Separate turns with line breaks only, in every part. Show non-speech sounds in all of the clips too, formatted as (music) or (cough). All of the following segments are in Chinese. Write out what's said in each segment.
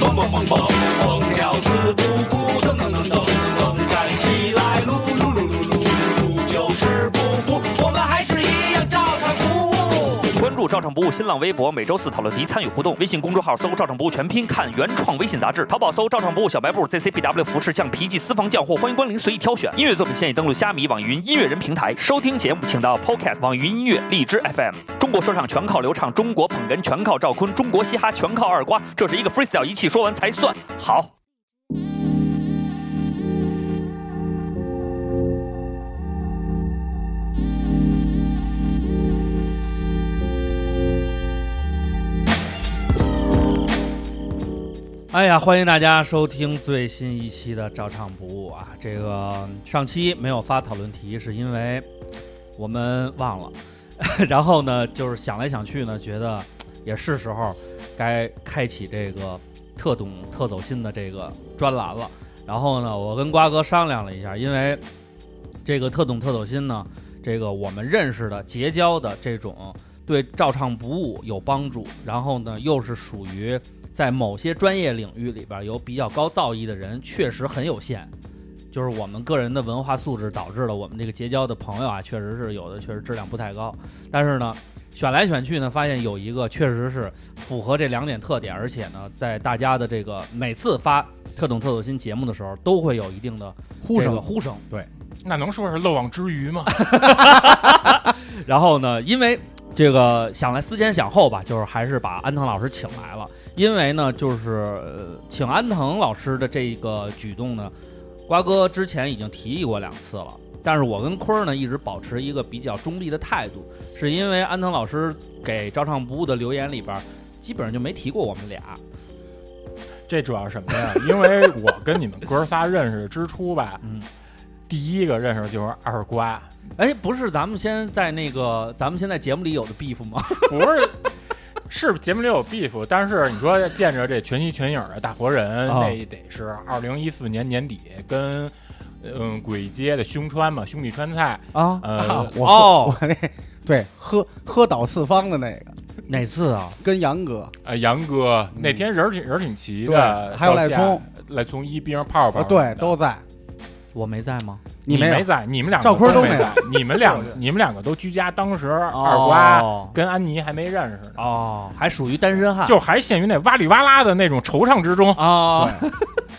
蹦蹦蹦，蹦跳四不顾，噔噔噔噔噔，站起来，撸撸撸撸撸撸，就是不服，我们还是一样照常服务。
关注“照常
嗯
不误”新浪微博，每周四讨论题参与互动。微信公众号搜“照常不误全拼”，看原创微信杂志。淘宝搜“照常不误小白布 ”，ZCBW 服饰匠、皮记私房匠货，欢迎光临，随意挑选。音乐作品现已登录虾米、网易云音乐人平台收听节目，请到 Podcast、网易云音乐、荔枝 FM。中国说唱全靠刘畅，中国捧哏全靠赵坤，中国嘻哈全靠二瓜。这是一个 freestyle，一气说完才算好。
哎呀，欢迎大家收听最新一期的《照唱不误》啊！这个上期没有发讨论题，是因为我们忘了， (laughs) 然后呢，就是想来想去呢，觉得也是时候该开启这个特懂特走心的这个专栏了。然后呢，我跟瓜哥商量了一下，因为这个特懂特走心呢，这个我们认识的结交的这种对照唱不误有帮助，然后呢，又是属于。在某些专业领域里边有比较高造诣的人确实很有限，就是我们个人的文化素质导致了我们这个结交的朋友啊，确实是有的确实质量不太高。但是呢，选来选去呢，发现有一个确实是符合这两点特点，而且呢，在大家的这个每次发特懂特走心节目的时候，都会有一定的
呼
这个
声
呼声。
那能说是漏网之鱼吗？
然后呢，因为这个想来思前想后吧，就是还是把安藤老师请来了。因为呢，就是、呃请安藤老师的这个举动呢，瓜哥之前已经提议过两次了，但是我跟坤儿呢一直保持一个比较中立的态度，是因为安藤老师给照唱不误的留言里边，基本上就没提过我们俩。
这主要是什么呀？ (laughs) 因为我跟你们哥仨认识之初吧，
嗯，
第一个认识就是二瓜，
哎，不是，咱们先在那个咱们现在节目里有的 beef 吗？
不是。是节目里有 beef，但是你说见着这全息全影的大活人，
啊
那得是二零一四年年底跟嗯鬼街的胸川嘛，兄弟川菜，
啊，
呃，
我
哦
我那对喝喝倒四方的那个，
(laughs) 哪次啊？
跟杨哥
呃杨哥
嗯
那天人儿挺人儿挺齐
对
的，
还有
赵
赖
夏
聪，
赖聪一兵泡泡
啊
什么
对
的，
都在，
我没在吗？
你
没有
在，你们两个
赵坤都
都
没
在，你
(laughs)
们两
对
你们两个都居家，当时二瓜
哦
跟安妮还没认识呢，
哦，还属于单身汉，
就还陷于那哇里哇啦的那种惆怅之中。
啊，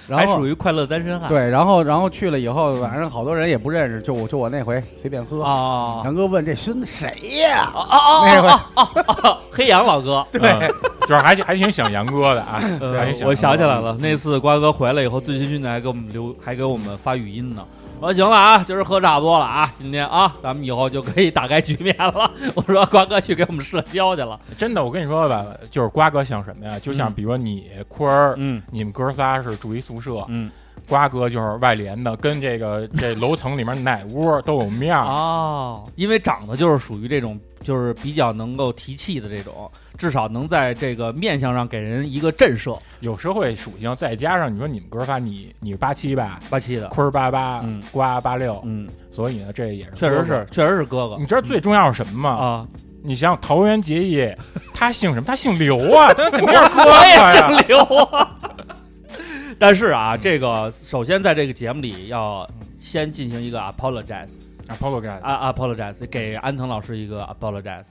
还
然后
属于快乐单身汉。
对，然后然后去了以后，反正好多人也不认识，就我就我那回随便喝，
啊
杨哥问这孙子谁呀？
哦哦
那回
哦，黑羊老哥，
嗯，就是还还挺想杨哥
(laughs)
的啊。
呃
还挺
我想起
杨
来了，那次瓜哥回来以后，醉醺醺的还给我们留，还给我们发语音呢。我说行了啊，今儿喝差不多了啊，今天啊，咱们以后就可以打开局面了。 (laughs) 我说瓜哥去给我们社交去了。
哥的，真的，我跟你说吧，就是瓜哥像什么呀？就像
嗯
比如说你坤儿，
嗯
你们哥仨是住一宿舍，
嗯
瓜哥就是外联的，跟这个这楼层里面哪屋都有面
(laughs)
儿。
哦，因为长得就是属于这种，就是比较能够提气的这种，至少能在这个面相上给人一个震慑。
有社会属性，再加上你说你们哥仨，你你是八七吧，
八七的，
坤儿八八
嗯，
瓜八六，
嗯，
所以呢，这也是
确实
哥哥
是，确实是哥哥
你知道最重要是什么吗？
啊，
你想想桃园结义，他姓什么？他姓刘啊，他
(laughs)
肯定是哥
我也
哥呀。
想留啊。 (laughs) 但是啊，这个首先在这个节目里要先进行一个 apologize
啊，Polo 干的，
啊 apologize，给安藤老师一个 apologize。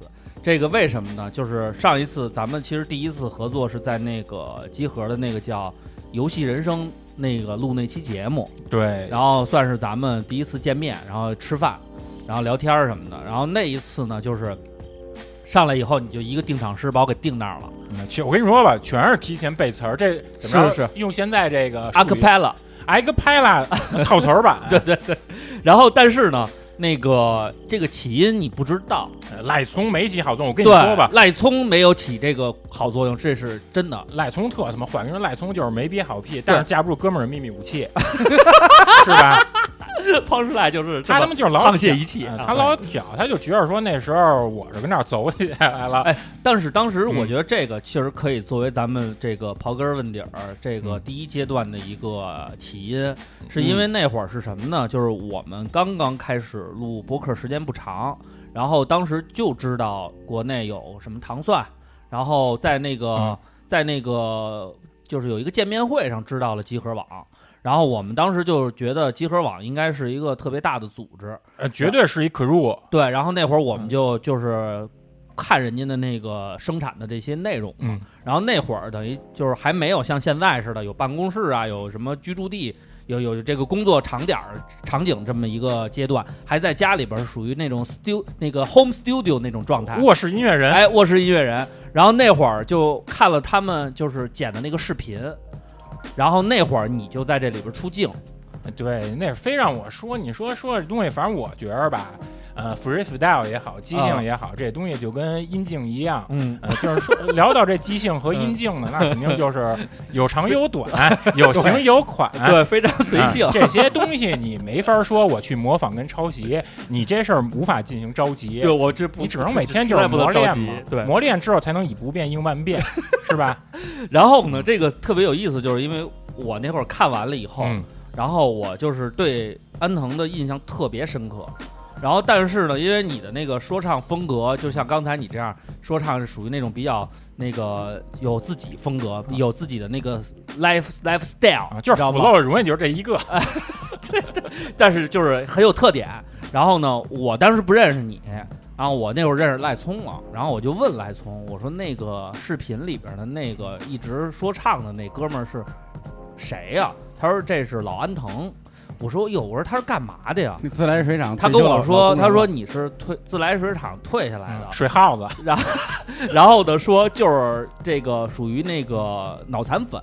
这个为什么呢？就是上一次咱们其实第一次合作是在那个集合的那个叫《游戏人生》那个录那期节目，
对，
然后算是咱们第一次见面，然后吃饭，然后聊天儿什么的。然后那一次呢，就是上来以后你就一个定场诗把我给定那儿了
嗯去我跟你说吧，全是提前背词儿，这怎么着
是是
用现在这个
a c
派
a 了。
阿克派啦
(laughs)
套词儿版，
对对对。然后，但是呢，那个这个起因你不知道，
赖聪没起好作用，我跟
对
你说吧，
赖聪没有起这个好作用，这是真的。
赖聪特他妈坏，因为赖聪就是没憋好屁，但是架不住哥们儿的秘密武器， (laughs) 是吧？
(laughs) 方世赖就是这
他他
么
妈就是老
沆瀣一气
嗯
啊
他老挑，他就觉得说那时候我是跟那儿走起来了，
(laughs) 哎但是当时
嗯
我觉得这个确实可以作为咱们这个刨根儿问底儿这个
嗯
第一阶段的一个起因，是因为那会儿是什么呢？就是我们刚刚开始录播客时间不长，然后当时就知道国内有什么糖蒜，然后在那个、
嗯
在那个就是有一个见面会上知道了集合网，然后我们当时就觉得集合网应该是一个特别大的组织，
呃，绝对是一可入，
对，然后那会儿我
嗯
们就就是看人家的那个生产的这些内容嘛，
嗯
然后那会儿等于就是还没有像现在似的有办公室啊，有什么居住地，有有这个工作场点儿场景这么一个阶段，还在家里边儿属于那种 stu 那个 home studio 那种状态，
卧室音乐人，
哎，卧室音乐人。然后那会儿就看了他们就是剪的那个视频，然后那会儿你就在这里边出镜，
对，那非让我说，你说说这东西，反正我觉着吧，呃，freestyle 也好，即兴也好，这东西就跟音镜一样。
嗯，
呃，就是说聊到这即兴和音镜呢，那肯定就是有长有短，有型有款，
哎
对，非常随
啊
性，
这些东西你没法说我去模仿跟抄袭，你这事儿无法进行着急
对，。我这不，
你只能每天
实
就
在
是
不
磨
能着
练
急
嘛，，
对，
磨练之后才能以不变应万变，是吧？
然后呢，这个特别有意思，就是因为我那会儿看完了以后，
嗯，
然后我就是对安藤的印象特别深刻。然后，但是呢，因为你的那个说唱风格，就像刚才你这样说唱，是属于那种比较那个有自己风格、有自己的那个 life lifestyle，、
啊，就是
知道吗
flow 永远就是这一个，
但是就是很有特点。然后呢，我当时不认识你，然后我那会儿认识赖聪了，然后我就问赖聪，我说那个视频里边的那个一直说唱的那哥们儿是谁呀、他说这是老安藤。我说哟，我说他是干嘛的呀？
自来水厂
他
退休
跟
了，
我说，
老工
他
人
说
了
你是退自来水厂退下来的，
水耗子，
然后呢说就是这个属于那个脑残粉，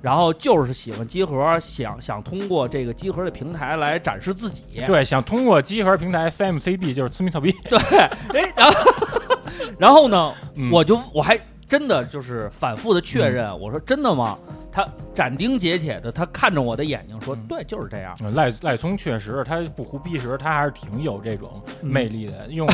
然后就是喜欢集合，想想通过这个集合的平台来展示自己。
对，想通过集合平台 CMCB 就是私密特逼，
哎，然后然后呢，
嗯
我就我还真的就是反复的确认，我说真的吗？他斩钉截铁的，他看着我的眼睛说，
嗯
对，就是这样。
嗯 (laughs) 赖赖聪确实，他不胡逼时，他还是挺有这种
嗯
魅力的。用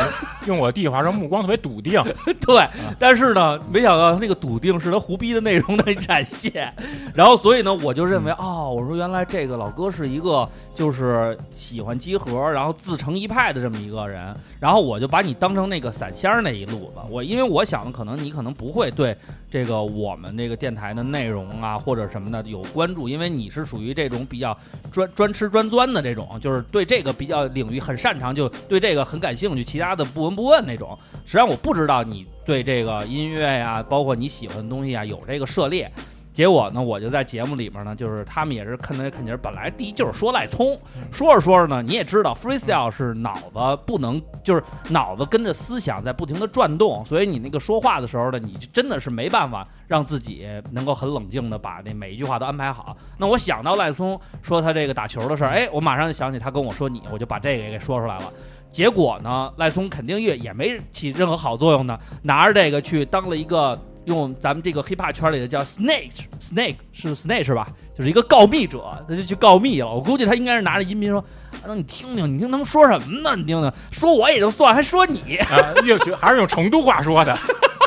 用我弟话说，目光特别笃定。啊
(laughs) 对，但是呢，没想到那个笃定是他胡逼的内容的展现， (laughs) 然后所以呢，我就认为哦，我说原来这个老哥是一个就是喜欢集合，然后自成一派的这么一个人，然后我就把你当成那个散仙儿那一路子，我因为我想的可能你可能不会对这个我们这个电台的内容啊或者什么的有关注，因为你是属于这种比较专专吃专钻的这种，就是对这个比较领域很擅长，就对这个很感兴趣，其他的不闻不问那种。实际上我不知道你对这个音乐呀、包括你喜欢的东西啊，有这个涉猎。结果呢，我就在节目里面呢，就是他们也是看来看去，本来第一就是说赖聪，说着说着呢，你也知道 freestyle 是脑子不能，就是脑子跟着思想在不停的转动，所以你那个说话的时候呢，你就真的是没办法让自己能够很冷静的把那每一句话都安排好。那我想到赖聪说他这个打球的事儿，哎，我马上就想起他跟我说你，我就把这个也给说出来了。结果呢，赖松肯定也也没起任何好作用呢，拿着这个去当了一个用咱们这个 hiphop 圈里的叫 snake snake 是 snake 是吧？就是一个告密者，他就去告密了。我估计他应该是拿着音频说：“啊，那你听听，你听他们说什么呢？你听听，说我也就算，还说你。
啊，又觉还是用成都话说的。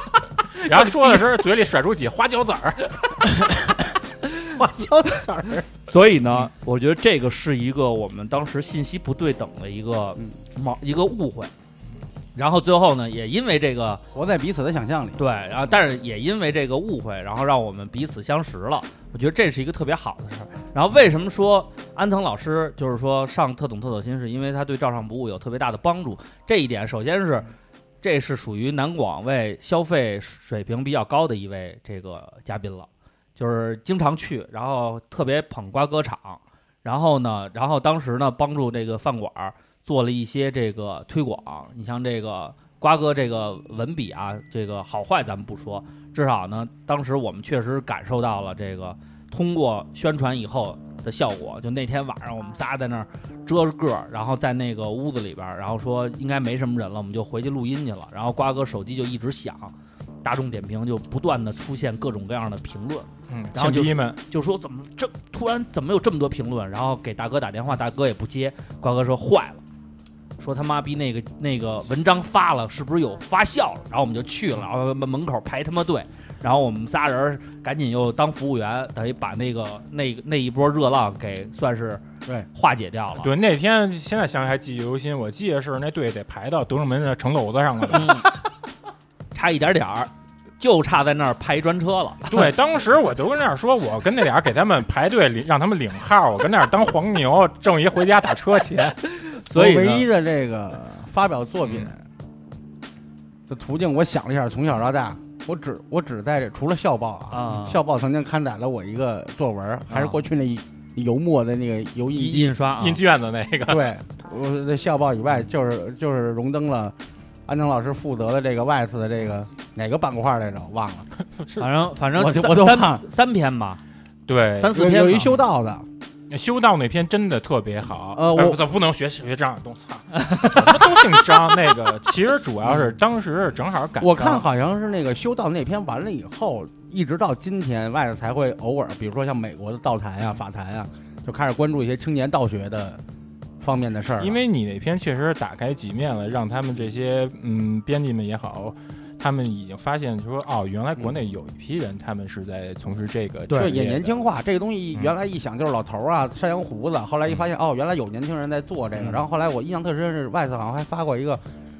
(laughs) 然后说的时候，嘴里甩出几花椒籽儿，
花椒籽儿，”
所以呢，我觉得这个是一个我们当时信息不对等的一个
嗯
矛一个误会。然后最后呢，也因为这个
(laughs) 活在彼此的想象里。
对，然后但是也因为这个误会，然后让我们彼此相识了。我觉得这是一个特别好的事儿。然后为什么说安藤老师就是说上《特种特种心》是因为他对照唱不误有特别大的帮助？这一点，首先是这是属于南广为消费水平比较高的一位这个嘉宾了，就是经常去，然后特别捧瓜歌场，然后呢，然后当时呢帮助这个饭馆儿做了一些这个推广，你像这个。瓜哥这个文笔啊，这个好坏咱们不说，至少呢，当时我们确实感受到了这个通过宣传以后的效果。就那天晚上，我们仨在那儿遮着个儿，然后在那个屋子里边儿，然后说应该没什么人了，我们就回去录音去了。然后瓜哥手机就一直响，大众点评就不断的出现各种各样的评论，
嗯，
然后
前
就
逼们，
就说怎么这突然怎么有这么多评论，然后给大哥打电话，大哥也不接，瓜哥说坏了。说他妈逼那个那个文章发了，是不是有发酵了？然后我们就去了，然后门门口排他妈队，然后我们仨人赶紧又当服务员，等于把那个那那一波热浪给算是
对
化解掉了。
对那天现在想起还记忆犹新。我记得是那队得排到德胜门的城楼子上了，
嗯差一点点儿，就差在那儿派一专车了。
(laughs) 对，当时我就跟那儿说，我跟那俩给他们排队领，让他们领号，我跟那儿当黄牛，挣一回家打车钱。
所以
我
呢
唯一的这个发表作品的途径，我想了一下，从小到大，我只我只在这除了校报
啊啊
啊，校报曾经刊载了我一个作文，还是过去那一油墨的那个油印
印
机。
印刷啊
印，卷子那个，
对，我在校报以外，就是就是荣登了。安藤老师负责的这个外次的这个哪个板块来着？忘了。
反正反正
我就
三
我就怕
三三篇吧，
对，
三四篇吧
有一修道的，
修道那篇真的特别好。
呃
哎
我
不不能学学张亚东，操，
(laughs)
都姓张。那个其实主要是当时是正好赶上，
我看好像是那个修道那篇完了以后，一直到今天，外头才会偶尔，比如说像美国的道台啊、法台啊，就开始关注一些青年道学的方面的事儿了。
因为你那篇确实打开局面了，让他们这些嗯编辑们也好，他们已经发现说哦，原来国内有一批人他们是在从事这个
就
职业
嗯也
的
年，轻化，这个东西
嗯
原来一想就是老头儿啊、山羊胡子，后来一发现哦，原来有年轻人在做这个。
嗯
然后后来我印象特深是外头好像还发过一个，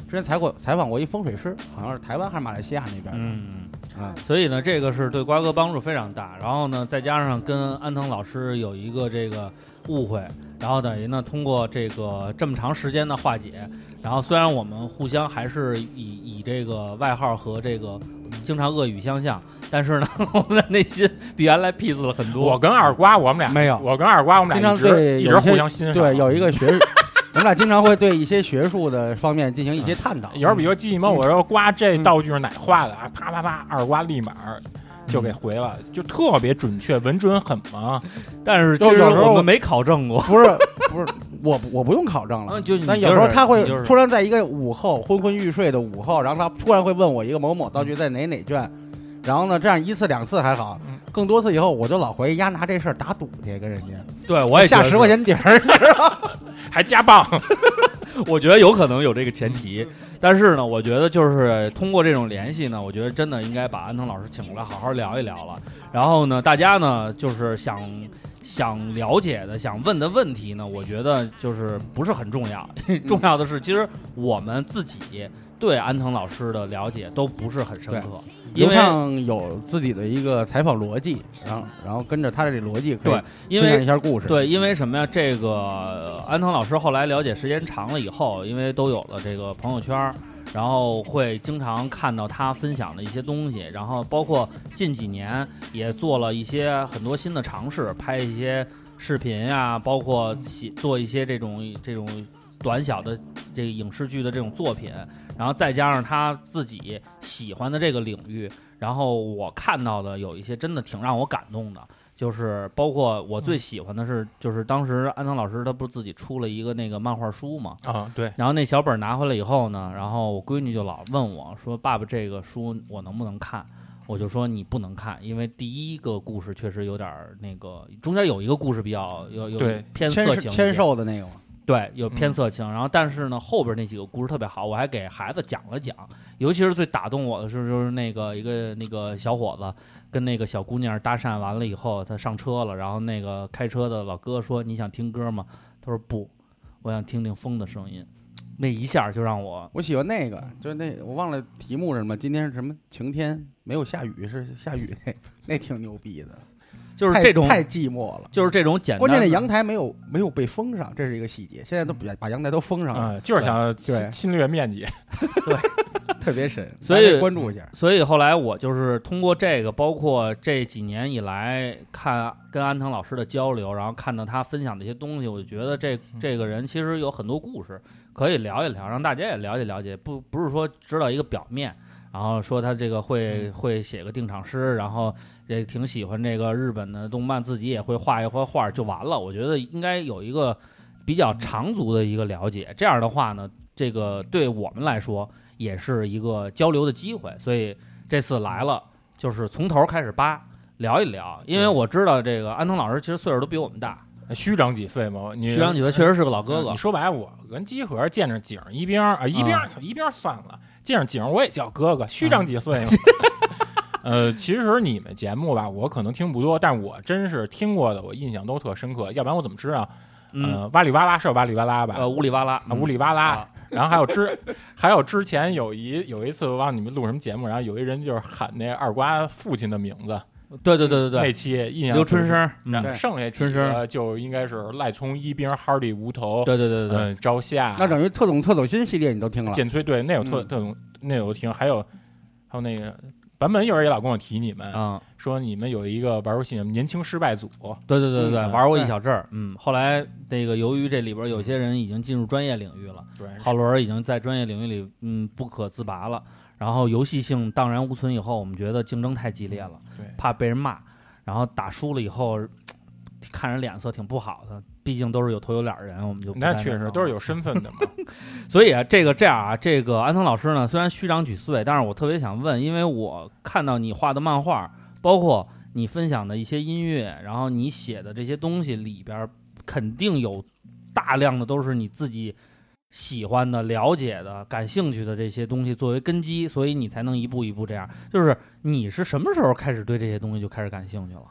之前采过采访过一风水师，好像是台湾还是马来西亚那边的。
嗯，
啊
所以呢，这个是对瓜哥帮助非常大。然后呢，再加上跟安藤老师有一个这个误会，然后等于呢，通过这个这么长时间的化解，然后虽然我们互相还是以以这个外号和这个经常恶语相向，但是呢， (laughs) 我们的内心比原来 peace 了很
我
多。
跟二瓜我们俩
没有
我跟二瓜我们俩一
经常对
直一直
有些
互相欣赏，
对，有一个学， (laughs) 我们俩经常会对一些学术的方面进行一些探讨。
(laughs) 有时候比如说鸡毛，我说瓜这
嗯
道具是哪画的啊？啪啪啪，二瓜立马就给回了，就特别准确，稳准狠嘛。
但是其
就
实
有时候
我们没考证过。
不是 (laughs) 不是，我不我不用考证了
嗯，。就你
但
就
有时候
是
他会
你就是
突然在一个午后昏昏欲睡的午后，然后他突然会问我一个某某道
嗯
具在哪哪卷，然后呢，这样一次两次还好
嗯，
更多次以后我就老怀疑丫拿这事儿打赌去跟人
对我
家
也觉
下
得
十
是
块，钱底儿。
还加棒，
(laughs)
我觉得有可能有这个前
嗯
提。但是呢，我觉得就是通过这种联系呢，我觉得真的应该把安藤老师请过来好好聊一聊了。然后呢，大家呢就是想想了解的、想问的问题呢，我觉得就是不是很重要， (laughs)
嗯
重要的是其实我们自己对安藤老师的了解都不是很深刻， (laughs) 因
刘
为
畅有自己的一个采访逻辑，然后然后跟着他的这逻辑可
对
以
因
分
为
享一下故事。
对，因为什么呀？这个呃安藤老师后来了解时间长了以后，因为都有了这个朋友圈儿，然后会经常看到他分享的一些东西，然后包括近几年也做了一些很多新的尝试，拍一些视频呀、包括写做一些这种这种短小的这个影视剧的这种作品，然后再加上他自己喜欢的这个领域，然后我看到的有一些真的挺让我感动的。就是包括我最喜欢的是，就是当时安藤老师他不是自己出了一个那个漫画书嘛，
啊，对，
然后那小本儿拿回来以后呢，然后我闺女就老问我说：“爸爸，这个书我能不能看？”我就说你不能看，因为第一个故事确实有点儿那个，中间有一个故事比较有有
对
偏
签
色情一些，
签售的那个嘛，
对，有偏
嗯
色情。然后，但是呢，后边那几个故事特别好，我还给孩子讲了讲。尤其是最打动我的是，就是那个一个那个小伙子跟那个小姑娘搭讪完了以后，他上车了，然后那个开车的老哥说：“你想听歌吗？”他说：“不，我想听听风的声音。”那一下就让我
我喜欢那个，就是那我忘了题目是什么，今天是什么晴天没有下雨是下雨那 (laughs) 那挺牛逼的，
就是
太
这种，
太寂寞了。
就是这种简单。嗯
关键那阳台没有没有被封上，这是一个细节。现在都把把阳台都封上了，
啊，就是想
对
侵略面积，
(laughs) 特别神，
所以嗯
大家关注一下。啊
所以后来我就是通过这个，包括这几年以来看跟安藤老师的交流，然后看到他分享的一些东西，我就觉得这这个人其实有很多故事可以聊一聊，让大家也了解了解，不不是说知道一个表面，然后说他这个会会写个定场诗，然后也挺喜欢这个日本的动漫，自己也会画一画画就完了。我觉得应该有一个比较长足的一个了解，这样的话呢，这个对我们来说。也是一个交流的机会，所以这次来了就是从头开始扒聊一聊，因为我知道这个安藤老师其实岁数都比我们大，
虚长几岁嘛。你
徐长觉得确实是个老哥
嗯
哥
你，说白，了，我跟集合见着景儿一边儿啊一边
嗯
儿操一边儿算了，见着景儿我也叫哥哥，虚长几岁嘛。 (laughs) 呃，其实你们节目吧，我可能听不多，但我真是听过的，我印象都特深刻，要不然我怎么知道？
嗯，
呃，哇里哇啦是有哇里哇啦吧？
呃，乌里哇啦
啊，，乌里哇啦
啊，
(laughs) 然后还有之还有之前有一有一次我忘了你们录什么节目，然后有一人就是喊那二瓜父亲的名字，
对对对对
那期印
对，
象
刘春
深。
生，嗯，
对
剩下
春
几
生
个就应该是赖聪、一兵、哈利、无头，
对对对对对，
嗯，朝夏，
那等于特种特种新系列你都听了，
剑崔对，那有特、
嗯
特种，那有听，还有还有那个版本，有人也老跟我提你们，
嗯，
说你们有一个玩游戏年轻失败组，
对对对对对，
嗯
玩过一小阵儿，嗯，后来那个由于这里边有些人已经进入专业领域了，
对，
浩伦儿已经在专业领域里嗯不可自拔了，然后游戏性荡然无存以后，我们觉得竞争太激烈了，
嗯对
怕被人骂，然后打输了以后，看人脸色挺不好的，毕竟都是有头有脸儿人，我们就不
那
在
确实
弄
都是
了
有身份的嘛，
所以啊，这个这样啊，这个安藤老师呢，虽然虚张举四位，但是我特别想问，因为我看到你画的漫画，包括你分享的一些音乐，然后你写的这些东西里边儿，肯定有大量的都是你自己喜欢的、了解的、感兴趣的这些东西作为根基，所以你才能一步一步这样。就是你是什么时候开始对这些东西就开始感兴趣了？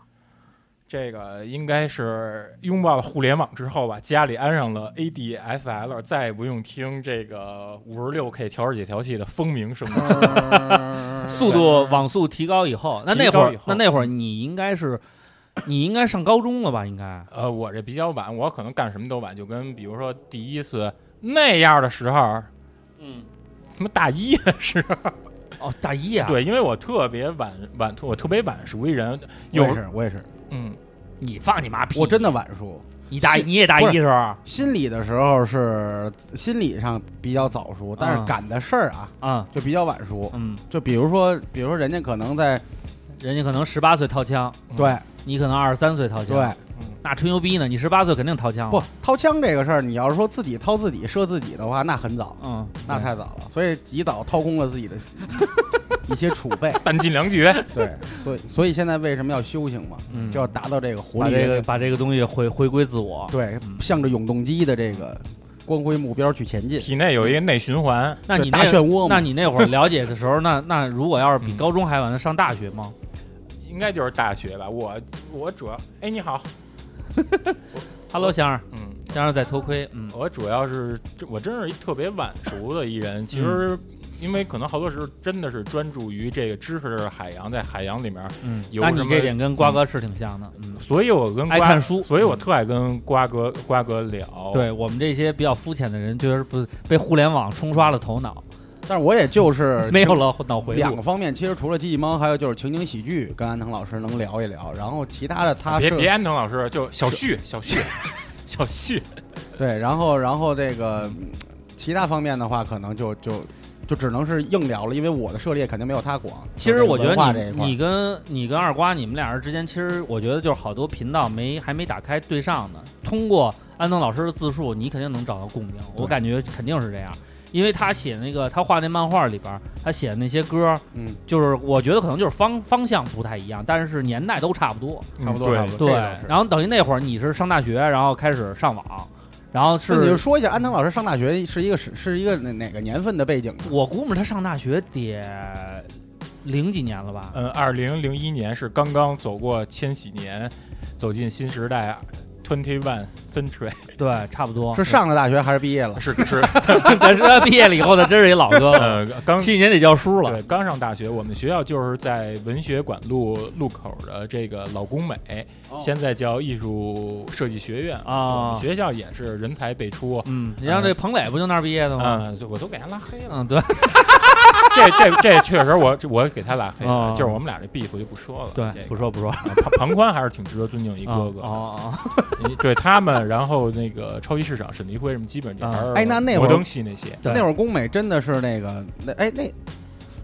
这个应该是拥抱了互联网之后吧，家里安上了 ADSL，再也不用听这个五十六 K 调制解调器的风鸣声了。
速度网速提高以后，那那
提
会
高
儿
以后，
那那会儿你应该是，你应该上高中了吧？应该。
呃，我这比较晚，我可能干什么都晚，就跟比如说第一次那样的时候，
嗯，
他妈大一的时候，
哦，大一啊，，
对，因为我特别晚晚，我特别晚熟一人，
我也
有
是我也是，
嗯，
你放你妈屁！
我真的，晚熟。
你大
是
你也大
不
一
是
时候啊
心理的时候是心理上比较早熟，但
啊
是赶的事儿啊
嗯
就比较晚熟。
嗯，
就比如说，比如说人家可能在
人家可能十八岁掏枪，
嗯
对
你可能二十三岁掏枪，
对，
那吹牛逼呢？你十八岁肯定掏枪，
不，掏枪这个事儿，你要是说自己掏自己射自己的话，那很早，
嗯，
那太早了。所以及早掏空了自己的 (laughs) 一些储备。
半斤两绝，
(laughs)
对，所以所以现在为什么要修行嘛？
嗯
就要达到这个狐
把
狸
这个把这个东西回回归自我。
对
嗯，
向着永动机的这个光辉目标去前进。
体内有一个内循环，
那你
就大
那
漩涡
那
嘛，
你那会儿了解的时候， (laughs) 那那如果要是比
嗯
高中还晚，那上大学吗？
(laughs) 应该就是大学吧。我我主要，哎，你好，
哈喽，香儿，
嗯，
香儿在偷窥，嗯
我主要是我真是一特别晚熟的一人，其实。因为可能好多时候真的是专注于这个知识的海洋，在海洋里面，
嗯，
有
那
什
你
么
这点跟瓜哥是挺像的，嗯，
所以我跟瓜
爱看书
所以我特爱跟瓜哥瓜哥聊。，
对我们这些比较肤浅的人，就是不被互联网冲刷了头脑，
但是我也就是
(laughs) 没有了脑回
两
路
个。方面，其实除了机器猫，还有就是情景喜剧，跟安藤老师能聊一聊。然后其他的他
别
是
别安藤老师，就小旭小 (laughs) 旭小旭，
对，然后然后这个嗯其他方面的话，可能就就就只能是硬聊了，因为我的涉猎肯定没有他广。
其实我觉
文化
得
这一
你
块
你跟你跟二瓜，你们俩人之间，其实我觉得就是好多频道没还没打开对上呢。通过安东老师的自述，你肯定能找到共鸣，我感觉肯定是这样。因为他写那个，他画那漫画里边儿，他写的那些歌儿，
嗯，
就是我觉得可能就是方方向不太一样，但是年代都差不多。
差不多
嗯
差不多。
对
这倒是，
然后等于那会儿你是上大学，然后开始上网，然后
那你就是说一下安藤老师上大学是一个是是一个哪哪个年份的背景呢？
我估摸他上大学得零几年了吧？
嗯，二零零一年是刚刚走过千禧年，走进新时代，twenty one century
对，差不多
呃是上了大学还是毕业了？
(laughs) 是 (laughs) 是，
(laughs) 但是他毕业了以后，他真是一老哥了，
呃，刚
七年得教书了
对。刚上大学，我们学校就是在文学馆路路口的这个老工美，现在叫艺术设计学院
啊
我们学校也是人才辈出。
嗯，你像这彭磊不就那儿毕业的吗？
嗯，我都给他拉黑了。 (laughs)
嗯，对
这这这确实我，我给他拉黑了。
啊
就是我们俩这 beef 哦就不说了。
对
这，个
不说不说，
啊庞庞宽还是挺值得尊敬一哥哥的。
哦哦，
你对他们，然后那个超级市场、沈黎辉什么，基本就还是
哎那那会
摩
儿
登系那些。
对
那会儿工美真的是那个那哎那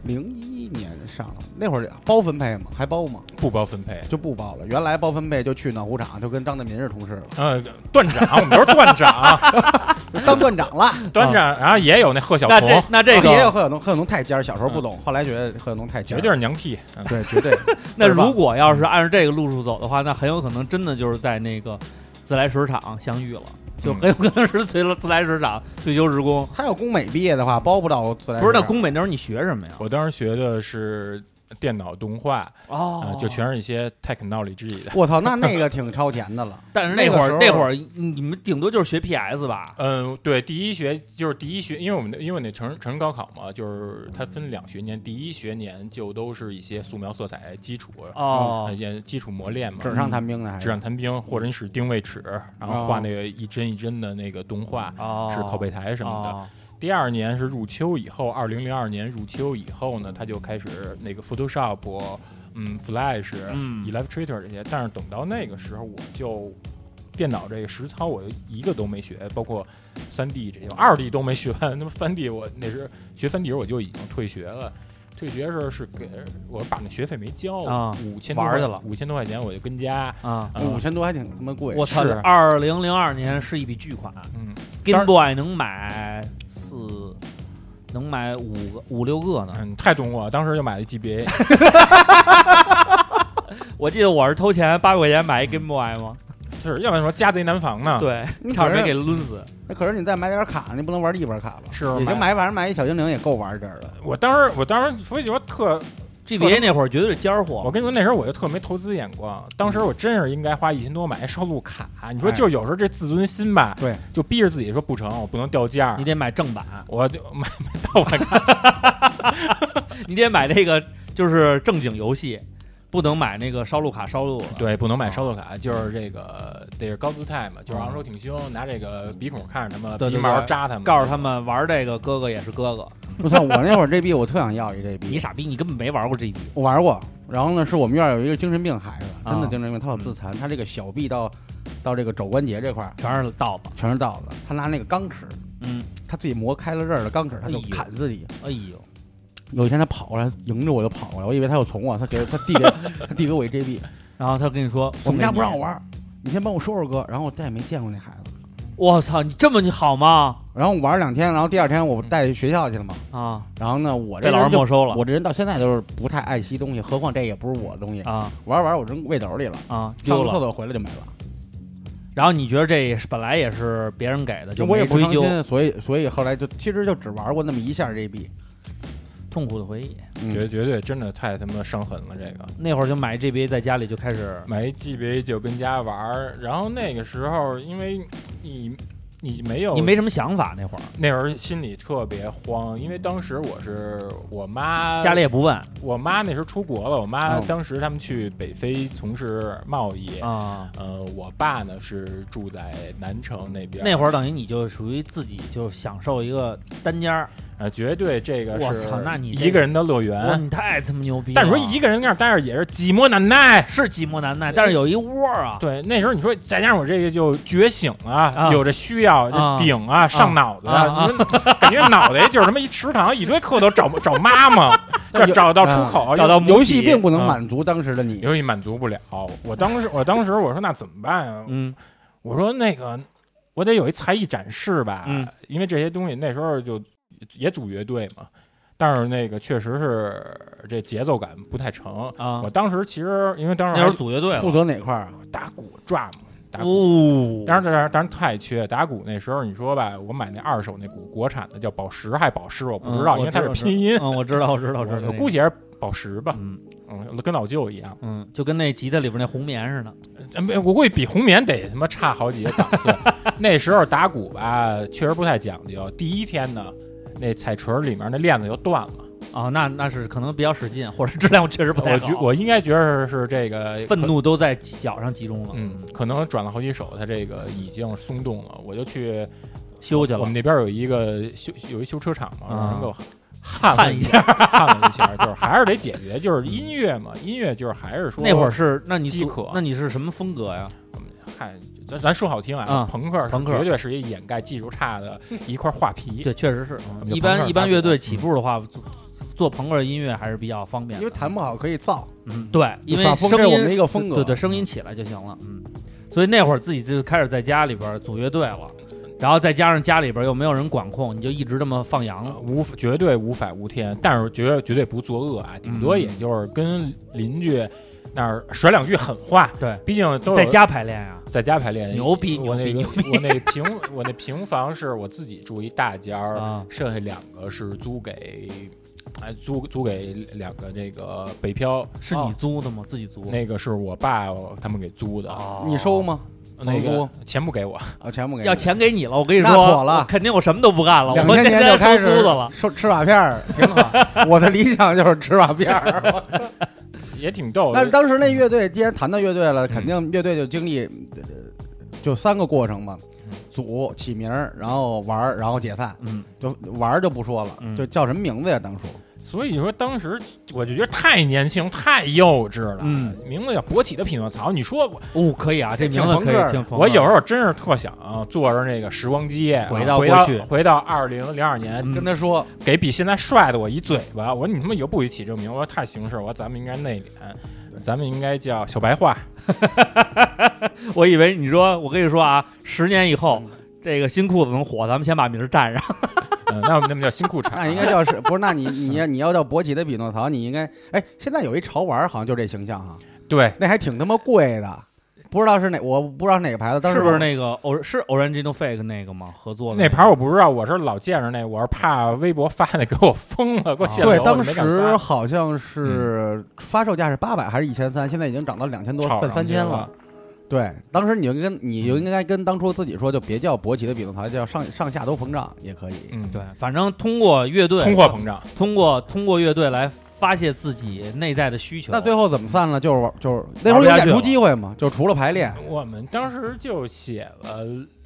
零一年上了，那会儿包分配吗？还包吗？
不包分配。
就不包了，原来包分配就去暖壶厂，就跟张大民是同事了，
(laughs)
呃，段长，我们都是
(laughs)
段长，
就当段长了。
段长，然后也有那贺晓
那
彤
这，那这
也有
个，嗯
贺晓东，贺晓东太尖儿，小时候不懂，后来觉得贺晓东太尖
绝
儿，
对是娘替。嗯
对，绝对。 (laughs)
那如果要是按照这个路数走的话，那很有可能真的就是在那个自来水厂相遇了，就
嗯
很有可能是随了自来水厂退休职工。
他要工美毕业的话，包不到自来
不是，那
工
宫本那时候你学什么呀？
我当时学的是电脑动画啊、
哦，
就全是一些 technology 的。
我操，那那个挺超前
(laughs)
的了。
但是那会儿
那个时
那
候
会儿你们顶多就是学 PS 吧？
嗯，对，第一学就是第一学，因为我们的因为我那成人成人高考嘛，就是它分两学年，第一学年就都是一些素描、色彩基础，
哦
呃，也基础磨练嘛，嗯
纸上谈兵的还
嗯
纸
啊
上谈兵，或者你使定位尺，然后画
哦
那个一帧一帧的那个动画，
哦，
哎是靠背台什么的。
哦
第二年是入秋以后，二零零二年入秋以后呢，他就开始那个 Photoshop，嗯，Flash、
嗯
Illustrator 这些。但是等到那个时候，我就电脑这个实操我就一个都没学，包括三 D 这些，二 D 都没学 (laughs) 完。那么三 D 我那是学三 D 时候我就已经退学了。退学的时候是给我把那学费没交
啊
五千
玩儿去了
五千多块钱我就跟家，
啊。
呃
五千多还挺他妈贵。
我操！
是
二零零二年是一笔巨款
嗯，
，Game Boy 能买四，能买五个五六个呢。
嗯，太懂我，当时就买
(laughs)
了 GBA，
我记得我是偷钱八百块钱买一 Game Boy 吗？
是要不然说家贼难防呢。，
对，
你
差
可
点没
是
给抡死。
那可是你再买点卡，你不能玩一本卡吧？
是
也
买
就买反正买一小精灵也够玩这儿了。
我当时，我当时，所以就说特，
GBA 那会儿绝对是尖儿
我
货，
跟你说那时候我就特没投资眼光，当
嗯
时我真是应该花一千多买一烧录卡。你
哎
说就有时候这自尊心吧，
对，
就逼着自己说不成，我不能掉价
你，得买正版，
(laughs) 我就买买盗版卡。
(laughs) 你得买那个就是正经游戏，不能买那个烧录卡烧录了。
对，不能买烧录卡，就是这个得是高姿态嘛，就是昂首挺胸，拿这个鼻孔看着他们，
对
鼻
对
毛
对
扎他们，
告诉他们玩这个哥哥也是哥哥，
我操，我那会儿这币我特想要一这
你
币，
傻逼，你根本没玩过 GB。
我玩过。然后呢，是我们院儿有一个精神病孩子，
啊
真的精神病，他有自残，他这个小臂到到这个肘关节这块儿
全是盗吧？
全是道子，他拿那个钢尺，
嗯，
他自己磨开了刃儿的钢尺，他就
哎呦
砍自己。
哎呦，
有一天他跑过来，迎着我就跑过来，我以为他要捅我，他给他递给 (laughs) 他递给我一 JB，
然后他跟你说，
我们家不让我
我，
玩儿，你先帮我收拾哥，然后我再也没见过那孩子。
我操，你这么你好吗？
然后我玩了两天，然后第二天我带学校去了嘛，
啊，
然后呢，我这
被老
人
师
就
没收了
我这人到现在就是不太爱惜东西，何况这也不是我的东西，
啊
玩着玩着我扔背兜里了，
啊，
上
丢
个厕
了。
所回来就没了，
然后你觉得这也是本来也是别人给的，就
我也
没
不
追
伤
究，
啊
心，所以所以后来就其实就只玩过那么一下 JB，
痛苦的回忆。
嗯
绝绝对真的太他妈伤痕了这个。
那会儿就买 GBA，在家里就开始
买一 GBA 就跟家玩儿，然后那个时候因为你你没有
你没什么想法，那会儿
那时候心里特别慌，因为当时我是我妈
家里，也不问
我妈那时候出国了，我妈
哦
当时他们去北非从事贸易，
啊。
呃，我爸呢是住在南城那边，
那
儿
会儿等于你就属于自己就享受一个单间儿，
呃，绝对这个
我
是
操那你这
一个人的乐
哇，
园。
你啊太他妈牛逼了！
哎但你说一个人那儿待着也是寂寞难耐。
是寂寞难耐，但是有一窝儿啊，
对，那时候你说再加上我这个就觉醒啊，
啊
有这需要，
啊
这顶啊，上脑子
啊啊
你说感觉脑袋就是他妈一池塘，一堆蝌蚪找找妈妈，要找到出口，
啊找到母
游戏
体
并不能
嗯
满足当时的你，
游戏满足不了。我当时，我当时我说那怎么办啊？
嗯
我说那个，我得有一才艺展示吧，
嗯
因为这些东西那时候就也组乐队嘛，但是那个确实是这节奏感不太成。
啊
我，当时其实因为当
那
时
时
还
候
是
组乐队
负
了，
责哪块儿啊？
嗯
打鼓 drum，打鼓。
哦，
当然，当然，当然太缺打鼓那时候，你说吧，我买那二手那鼓，国产的叫宝石还宝石，我不知道，
嗯
因为它是
我知道
拼音，
嗯，我知道，我知道，我知道，
我
那
估
个
计也是宝石吧，
嗯
嗯，跟老舅一样。
嗯，就跟那吉他里边那红棉似的，
呃没，我估计比红棉得他妈差好几个档次。 (laughs) 那时候打鼓吧，确实不太讲究。第一天呢，那彩锤里面那链子就断了。
啊，那那是可能比较使劲，或者质量确实不太
我觉
好。
我应该觉得是这个
愤，怒都在脚上集中了
可，嗯，可能转了好几手，它这个已经松动了。我就去
修去
我
了
们，那边有一个修有一修车厂嘛，
啊
让人给我焊了
焊一
下，焊了一下，就是还是得解决，就是音乐嘛，音乐就是还是说
那会儿是，那你
饥
组
渴
那你是什么风格呀？
嗨，咱咱说好听啊
啊，
朋克是
朋克
绝对是一掩盖技术差的一块画皮。
对，确实是
嗯
一
朋克
般一般乐队起
嗯
步的话，做做朋克音乐还是比较方便
因为
的。
弹不好可以造，
嗯，对，因为
耍
声
风
音
这是我们的一个风格
嗯
对对，声音起来就行了。嗯，所以那会儿自己就开始在家里边组乐队了，然后再加上家里边又没有人管控，你就一直这么放羊
呃无绝对无法无天，但是绝绝对不作恶啊，顶
嗯
多也就是跟邻居那儿甩两句狠话。
对，
毕竟都有
在家排练呀、
在家排练，
牛逼
我那个
牛
我那平我那平房是我自己住一大间
啊
儿，剩下两个是租给哎，租租给两个这个北漂，
是你租的吗？自己租？
那个是我爸他们给租的，
啊
哦
你收？吗？
那
房
个钱不给我，
啊，钱不给，
要钱给你了，我跟你说，
那妥了
我肯定我什么都不干了，
两
我
千
现
年
在要
就
收
开
租
始
子了。
收吃瓦片儿，挺
(laughs)
好。我的理想就是吃瓦片儿。
也挺逗
那
的。
当时那乐队，既然谈到乐队
嗯
了，肯定乐队就经历呃就三个过程嘛
嗯：
组、起名儿，然后玩儿，然后解散。
嗯，
就玩儿就不说了
嗯，
就叫什么名字呀？当初
所以说当时我就觉得太年轻、太幼稚了。
嗯
名字叫《勃起的匹诺曹》，你说我
哦，可以啊，这名字可
挺朋克的
以挺朋克。
我有时候真是特想坐着那个时光机
回
到
到
回
过去
回到二零零二年，
嗯
跟他说，
给比现在帅的我一嘴巴。我说你他妈以后不许起这个名，我说太形式，我说咱们应该内敛，咱们应该叫小白话。
我以为你说，我跟你说啊，十年以
嗯
后。这个新裤子能火，咱们先把名儿占上。
嗯，那我们那么叫新裤 (laughs) 衩。
(laughs) 那应该叫是不是？那你你要你要叫勃起的匹诺曹，你应该哎，现在有一潮玩儿，好像就这形象哈，
对，
那还挺他妈贵的，不知道是哪，我不知道是哪个牌子，当时
是不是那个偶是 Orangino Fake 那个吗？合作的
那盘我不知道，我是老见着那，我是怕微博发的给我封了，给我限流，
对，
我
当
就没敢发
时好像是发售价是八百还是一千三，现在已经涨到两千多，
炒
奔
上
三
去
千
了。
对，当时你就跟你就应该跟当初自己说，就别叫勃起的比诺曹，叫上上下都膨胀也可以。
嗯，
对，，反正通过乐队，
通货膨胀。
通过通过乐队来发泄自己内在的需求。
那最后怎么散了？就是玩就是那会儿有演出机会嘛，就除了排练，
我们当时就写了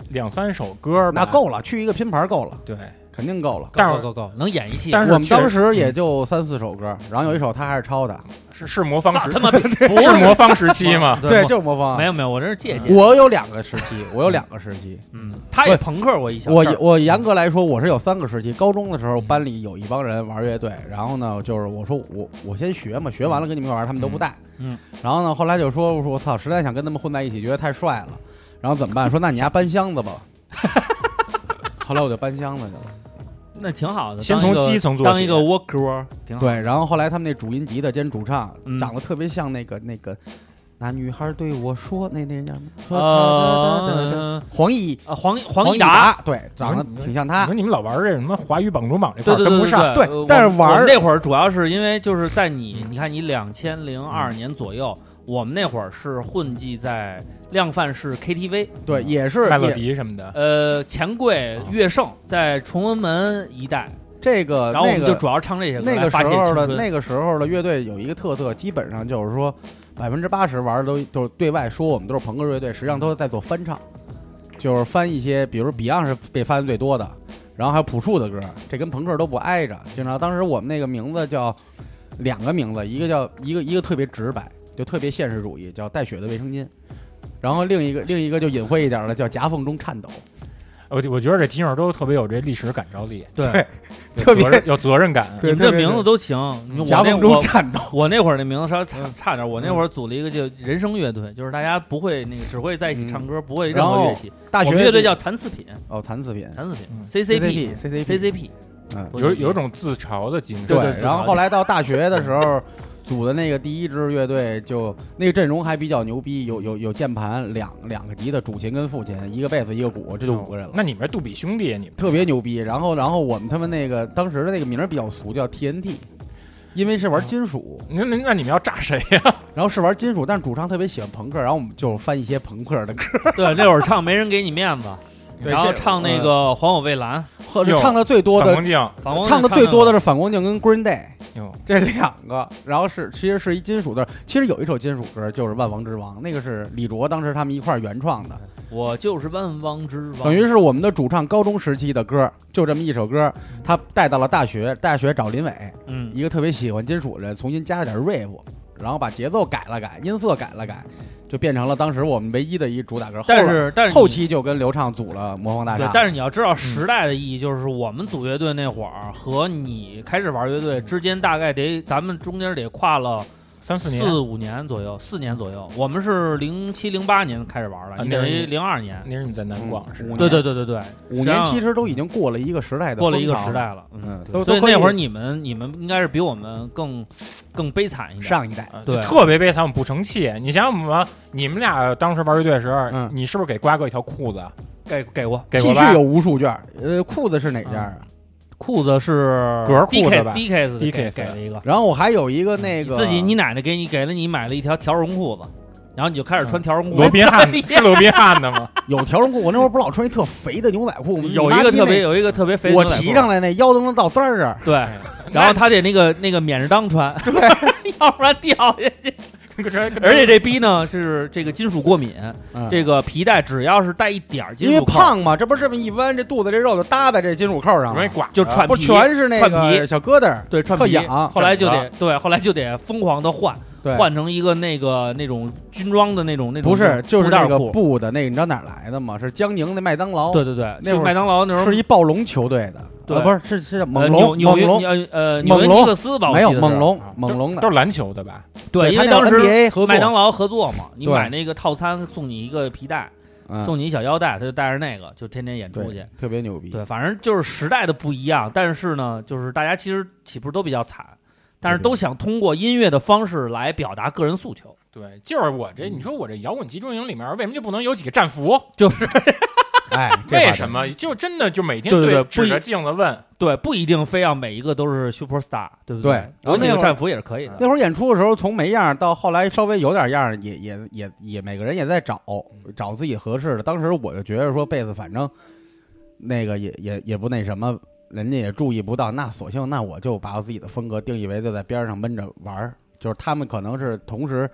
两三首歌吧，
那够了，去一个拼盘够了，
对，
肯定够了。
但
够
是
够够够，能演一期。
但是
我们
确实
当时也就三四首歌，然后有一首他还是抄的，
是是魔方
放
时
(laughs)
他妈不
是魔方时期吗？
对，
我
就是魔方啊
没。有没有，我这是借鉴。
我有两个时期，我有两个时期。
嗯，他也朋克，我一想，
我
这儿
我严格来说，我是有三个时期。高中的时候，班里有一帮人玩乐队，然后呢，就是我说我我先学嘛，学完了跟你们一块玩，他们都不带。
嗯嗯
然后呢，后来就说我说我操，实在想跟他们混在一起，觉得太帅了。然后怎么办？说那你丫搬箱子吧。 (laughs) 后来我就搬箱子去了。
那挺好的。
先
当一个
从基层做起
当一个 worker 挺好。
对，然后后来他们那主音吉他兼主唱
嗯
长得特别像那个那个，那女孩对我说，那那人叫什么？说
呃，
黄奕
啊黄
黄
黄义达，，
对，长得挺像他
你说。你们老玩这什么华语榜中榜这块
对对
儿
对
跟不
对
上，
对，
啊对
呃
但是
我们
玩
我
儿
们那会儿主要是因为就是在你，
嗯
你看你两千零二年左右，我们那会儿是混迹在量贩式 KTV，
对，也是
麦乐
也
迪什么的。
呃，钱柜
啊、
乐盛在崇文门一带，
这个，
然后我们
那
就
个
主要唱这些歌
那
来
个
发
时
泄青
候的
春。
那个时候的乐队有一个特色，基本上就是说百分之八十玩的都就是对外说我们都是朋克乐队，实际上都是在做翻唱，就是翻一些，比如 Beyond 是被翻的最多的，然后还有朴树的歌，这跟朋克都不挨着。经常当时我们那个名字叫两个名字，一个叫一个一个特别直白，就特别现实主义，叫带血的卫生巾。然后另一个另一个就隐晦一点了，叫夹缝中颤抖，
我我觉得这听友都特别有这历史感召力，
对，
有
特别
责任有责任感。
你们这名字都行。我
夹
那
缝中
我
颤抖。
我那会儿那名字稍微
嗯
差差点，我那会儿组了一个叫人声乐队，就是大家不会那个只会在一起唱歌，不会
嗯
任
然
何
后
乐器。
大
我
学
们乐队叫残次品，
哦残次品
残次品
嗯
CCP
C C
CCP，
嗯
有有一种自嘲的精神，
对
对，
自
然
嘲
后后来到大学的时候， (laughs) 组的那个第一支乐队就那个阵容还比较牛逼，有有有键盘，两两个吉他，主琴跟副琴，一个贝斯，一个鼓，这就五个人了，
那你们这杜比兄弟，啊你们
特别牛逼。然后然后我们他们那个当时的那个名儿比较俗，叫 TNT。因为是玩金属，
那那那你们要炸谁啊呀、
然后是玩金属，但是主唱特别喜欢朋克，然后我们就翻一些朋克的歌，
对，那会儿唱没人给你
(laughs)
面子，
对
然后
这
唱那个黄有蔚蓝，
呵
哟
唱的最多
反
的
光镜，
反光
唱的最多的
是
是反光镜跟 Green Day
哟，
这两个，然后是其实是一金属的，其实有一首金属歌就是《万王之王》，那个是李卓当时他们一块儿原创的，
我就是万王之王，
等于是我们的主唱高中时期的歌，就这么一首歌，他带到了大学，大学找林伟，
嗯，
一个特别喜欢金属的人，重新加了点 rave，然后把节奏改了改，音色改了改，就变成了当时我们唯一的一主打歌。
但
后来
是但是
后
你
期啊就跟刘畅组了魔方大
对
厦，，
但是你要知道
嗯
时代的意义，就是我们组乐队那会儿和你开始玩乐队之间，大概得咱们中间得跨了
三四年，
四五年左右，四年左右。我们是零七零八年开始玩
啊
的，你等
那
于
是
零二年，
那是你在南广是
嗯
吧
五年
对对对对对，
五
实际
年
上
其实都已经过了一个时代的，
过了一个时，代了，
嗯，
对
都
所以
都可
那会儿你们你们应该是比我们更更悲惨一点。
上一代。
啊
对
特别悲惨，我们不成器。你想想我们，你们俩当时玩乐队的时候，
嗯
你是不是给瓜哥一条裤子？
给给我嗯
给
T
过
恤
吧
有？无数件儿，呃，裤子是哪件儿啊？
裤子是
格裤
D
子
K
吧
D K 给
DK
给
给
了一个，
然后我还有一个那个
自己你奶奶给你给了你买了一条条绒裤子，然后你就开始
嗯
穿条绒裤。
罗宾汉是罗宾汉的吗？
有条绒裤，我那会儿不老穿一特肥的牛仔裤吗？
有
你
一
妈
个
逼
特
那
别有一个特别肥的
我
牛仔裤啊
提上来那腰都能到丝儿这儿， (laughs)
对，然后他得那个那个免着裆穿， (laughs) 要不然掉下去。 (laughs) 而且这逼呢是这个金属过敏，
嗯
这个皮带只要是带一点儿金
因为
属扣，
胖嘛，这不是这么一弯，这肚子这肉就搭在这金属扣
啊
上
容易
了，
管
就喘
啊不
皮
全是那
串皮
个小疙瘩？
对串
特
皮
痒
后来就得对，后来就得疯狂的换，
对，
换成一个那个那种军装的那种那种
不是就是
布袋
那个
裤。
布的那个，你知道哪儿来的吗？是江宁那麦当劳，
对对对，
那
是
会儿
麦当劳那时候
是一暴龙球队的，
对
呃不是是是
呃
猛
纽
龙，
纽
猛
约
龙
呃呃纽
猛
约
龙
尼克斯吧，我
没有
记得是
猛龙
啊，
猛龙的
都是篮球的吧？
对，
对
因
他
为
那
当
个
时
NBA 合作
麦当劳合作嘛，你
对
买那个套餐送你一个皮带，
嗯
送你一小腰带，他就带着那个就天天演出去
对。，特别牛逼。
对，反正就是时代的不一样，但是呢，就是大家其实起步都比较惨，但是都想通过音乐的方式来表达个人诉求。
对，就是我这，你说我这摇滚集中营里面为什么就不能有几个战俘？
哎，这话
为
题
什？么？就真的就每天
对对对不
指
一
着镜子问，
对，不一定非要每一个都是 super star，对不
对然
有
后
几
那
个
会儿嗯
战服也是可以的。
那会儿演出的时候，从没样儿到后来稍微有点样儿，也也也也每个人也在找
嗯
找自己合适的。当时我就觉得说贝斯反正那个也也也不那什么，人家也注意不到，那索性那我就把我自己的风格定义为就在边上闷着玩儿。就是他们可能是同时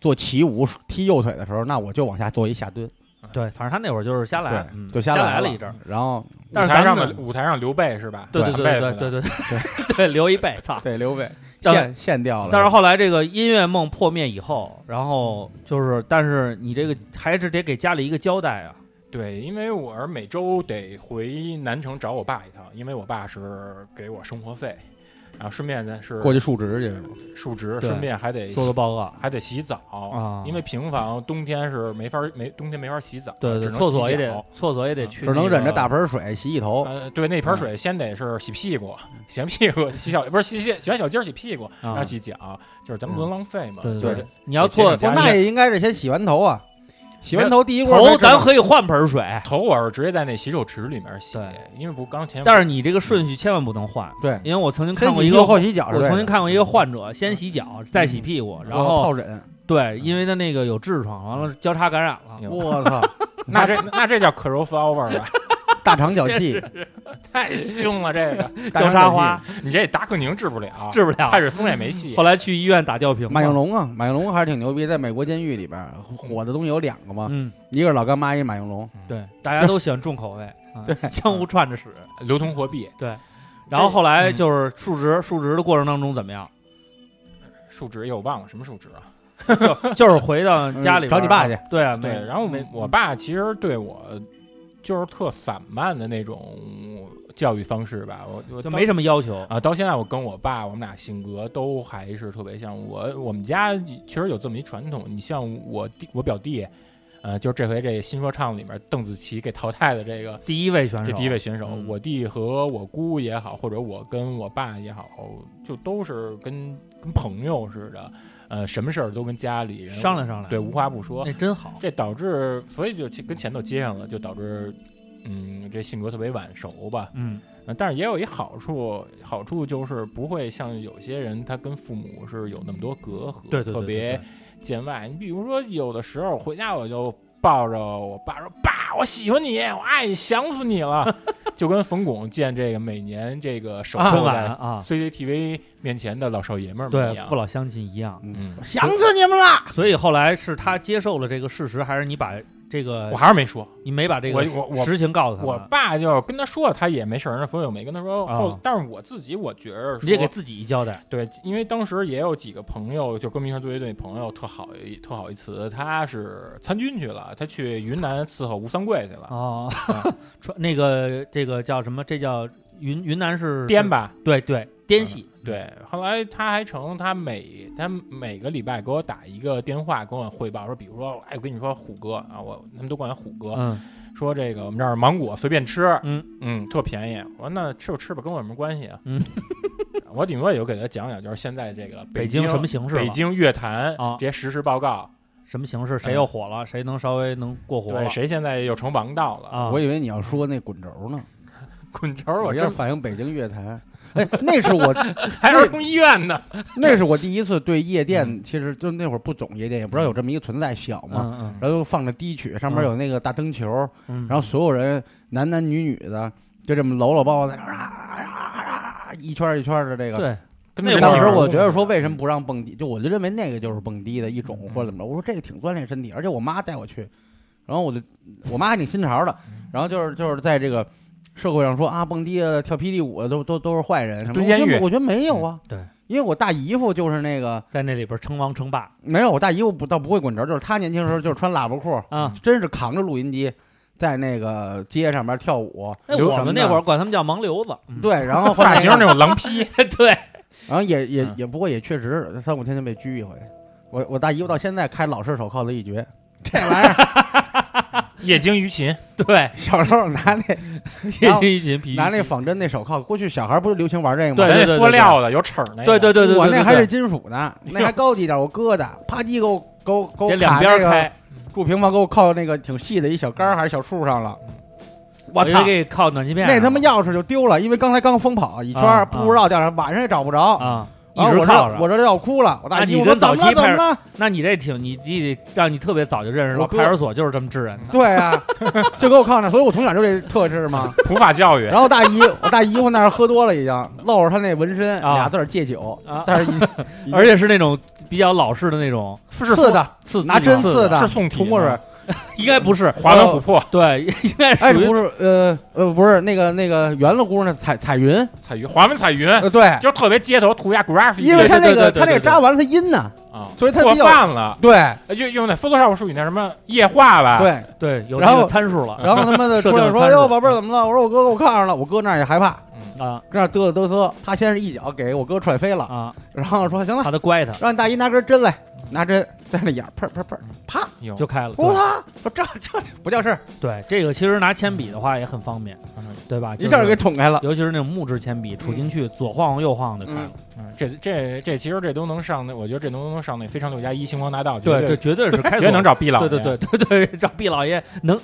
做起舞踢右腿的时候，那我就往下做一下蹲，
对，反正他那会儿就是瞎来，嗯
对，就
瞎
下来
了一阵儿。。
然后
舞
但是
台
咱
上
们
的舞台上刘备是吧？
对
对
对对对对对对 (laughs) 对，留一背，操！
对刘备
啊但
线线掉了，
但是后来这个音乐梦破灭以后，然后就是，但是你这个还是得给家里一个交代啊。
对，因为我是每周得回南城找我爸一趟，因为我爸是给我生活费，然后顺便呢是
过去述职去了。
述职，
对
顺便还得
做做报告，
还得洗澡
啊
哦因为平房冬天是没法没冬天没法洗澡，
对对，
只能
厕
洗
所也
脚
得厕所也得
只
去那个，
能忍着大盆水洗洗
啊哦
头，
呃，对，那
嗯
盆水先得是洗屁股，洗完屁股洗小不是洗洗洗完小鸡儿洗屁股，然
啊嗯
后。洗脚，就是咱们不能浪费嘛。
对
就
对
是
对
这，
你要
节
做
省家
不，
里
那也应该是先洗完头啊，洗完头第一锅
头，咱
喝
可以换盆水，
头我是直接在那洗手池里面洗
对，
因为不刚前
但是你这个顺序千万不能换，
对，
因为我曾经看
先
过
洗
一
屁
个
股
患，
后洗脚是对
我
的，嗯
曾经看过一个患者，先洗脚，再洗屁股，然
疱
后
疹，
对，因为他那个有痔疮，完了交叉感染了，
我操，
那这那这叫 crossover
(laughs)
吧？
大肠脚气，
太凶了，这
(laughs)
个
大
交
肠
叉
脚
花
气，
你这达克宁治不了，
治不了
派。瑞松也
(laughs)
没戏
后。来去医院打吊瓶嘛，
马应龙啊，马应龙还是挺牛逼，在美国监狱里边火的东西有两个嘛，
嗯，
一个是老干妈，一个马应龙，
对，大家都喜欢重口
(laughs)
味，啊相互串着使。
流通货币
然后后来
嗯
就是述职，述职的过程当中怎么样？
数值又忘了什么数值啊？
就就是回到家里
嗯
边儿
找你爸去。
对啊，
对
没，
然后
没
我爸其实对我就是特散漫的那种教育方式吧，我我
就
当
没什么要
嗯
求。
啊，到现在我跟我爸，我们俩性格都还是特别像。我我们家其实有这么一传统，你像我弟，我表弟，呃，就是这回这新说唱里面邓紫棋给淘汰的这个
第一位选手，
这第一位选手，
嗯
我弟和我姑也好，或者我跟我爸也好，就都是跟跟朋友似的，呃，什么事儿都跟家里人
商量商量
对，无话不说。
那真好。
这导致，所以就去跟前头接上了，就导致，嗯，这性格特别晚熟吧。
嗯，
呃但是也有一好处，好处就是不会像有些人他跟父母是有那么多隔阂，
对对对对
特别见外。你比如说，有的时候回家我就抱着我爸说：“爸，我喜欢你，我爱你，想死你了。”就跟冯巩见这个每年这个首
春
秀
晚
在
啊，
CCTV 面前的老少爷们儿们
对
一，样
父。老乡亲一样。
嗯，
想死你们了，
所以后来是他接受了这个事实，还是你把这
我
个
还是没说，
你没把这个
我我我
实情告诉他
我
们？
爸就跟他说了，他也没事儿，所以我没跟他说。
啊
后，但是我自己我觉着说，
你得给自己一交代。
对，因为当时也有几个朋友，就跟明川作为队朋友特好一特好一词，他是参军去了，他去云南伺候吴三桂去了，
哦 (laughs)
啊，
穿那个这个叫什么？这叫云云南是嗯
颠？吧？嗯
对对，滇系。嗯
对，后来他还成他每他每个礼拜给我打一个电话跟我汇报，说比如说，哎，我跟你说虎哥啊，我他们都管我虎哥，
嗯，
说这个我们这儿芒果随便吃，
嗯
嗯，特便宜。我说那吃就吃吧，跟我有什么关系啊？
嗯，
(laughs) 我顶多也就给他讲讲，就是现在这个
北
京
京什么形式了
北京乐坛
啊
这些实时报告。
什么形式？谁又火了？谁能稍微能过火了
对，？谁现在又成王道了？
啊，
我以为你要说那滚轴呢，
滚轴儿我
这
真
反映北京乐坛。哎，那是我，
还儿童医院
(laughs)
呢，
那是我第一次对夜店，其实就那会儿不懂夜店，也不知道有这么一个存在，小嘛。
嗯
然后又放着低曲，上面有那个大灯球，
嗯，
然后所有人男男女女的就这么搂搂抱抱在那儿啊啊啊啊一圈儿一圈儿的这个。
对，
跟
那会
这
儿
当
小
时
孩儿
我
不
觉得
一
说
样
为什么不让蹦迪，就我就认为那个就是蹦迪的一种或者怎么着，我说这个挺锻炼身体，而且我妈带我去，然后我就我妈还挺新潮的，然后就是就是在这个社会上说啊蹦迪啊跳霹雳舞啊都都都是坏人什么的，
蹲监
我觉得
狱
我觉得没有啊，
对，
因为我大姨夫就是那个
在那里边称王称霸
没有，我大姨夫不倒不会滚轴，就是他年轻时候就是穿喇叭裤，
嗯
啊。
真是扛着录音机在那个街上边跳舞，
那
流
我
程
们
的
那会儿管他们叫盲流子， (laughs) 嗯
对，然后后来
发型那种狼
(laughs)
披，
对，
然后也也
嗯
也不过也确实三五天就被拘一回。我我大姨夫到现在开老式手铐子一绝，这玩意儿
夜惊鱼禽，
对，
小时候拿
(laughs)
那
夜行一群皮衣
(laughs) 拿那
戏
仿真那手铐，过去小孩不就流行玩这个吗？
对
咱
对
那塑料的有齿儿那个，
对对对对，
我
对
那
对
还是
对
金属
(laughs)
的，那还高级点，我疙瘩啪叽给我给我给我
得两
卡
边
那
儿
个
开，
住平房给我铐那个挺细的一小杆儿还是小树上了，我
我
操！
给靠暖气片上
那
了，
他妈钥匙就丢了，因为刚才刚疯跑一圈
啊
儿，不知道掉哪儿，晚上也找不着。
啊，一
然后
直
我
靠
这
着。
我这要哭了，我大
那
姨
你
夫
跟
说怎么
早
了
期
怎
派
么了？
那你这挺你你让你特别早就认识
我
到
哥
派出所就是这么治人的，
对啊， (laughs) 就给我铐那儿，所以我从小就这特质嘛。
(laughs)
普法教育，
然后大姨，我大姨夫那儿喝多了已经，露着他那纹身
啊
俩字儿戒酒
啊，
但是
(laughs)
已
而且是那种比较老式的那种
是
刺的，
刺
拿针
刺
刺的，
是宋体
涂墨水
吗，
应该不是，
华文
呃
琥珀，
对，应该
哎，
属于
不是，呃呃，不是那个那个圆了咕那彩彩云，
彩云，华文彩云，
呃，对，
就特别街头涂鸦 graphic，
因为他那个
哎对对对对
他那个扎完了他阴呢，
啊，
所以他
做
比较
饭了，
对
啊
呃就用那 Photoshop 术语那什么液化
(laughs)
吧，，
对，
对有
然
那个
后
参数了
然后他妈的
(laughs) 设
出
定
来
参
说，
数
哟宝贝儿怎么了？我说我哥给我铐上了，我哥那儿也害怕，
啊
跟那儿嘚瑟嘚瑟，他先是一脚给我哥踹飞了，
啊，
然后说行了，
怕他乖他
让你大姨拿根针来，拿针在那眼儿砰 (laughs) 砰砰，啪，
有
就开了。
我
对
操，说这这这不叫事儿，
对，这个其实拿铅笔的话也很方便，
嗯
对吧？
一下
就
哎就是给捅开了。
尤其是那种木质铅笔，杵进去左晃晃右晃就开了。
嗯这这这其实这都能上那，我觉得这都能上那非常六加一星光大道，
对，这
对，
绝对是开
绝
锁
对能。找毕老，
对对对，对对， (laughs) 找毕老爷能。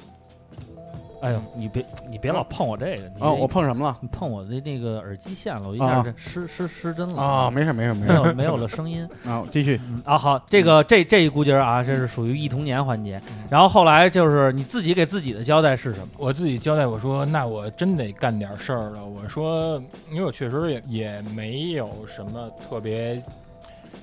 哎呦，你别你别老哦碰我哦这个，你
啊，
这
我碰什么了？
你碰我的那个耳机线了，我一
啊
下这失失失真了
啊，没事没事没
没
事
有没有了声音。
啊，继续。
哦 (laughs) 嗯嗯啊，好，这个这这一估节儿啊，这是属于忆童年环节。然后后来就是你自己给自己的交代是什么？
我自己交代我说，那我真得干点事儿了。我说，因为我确实也也没有什么特别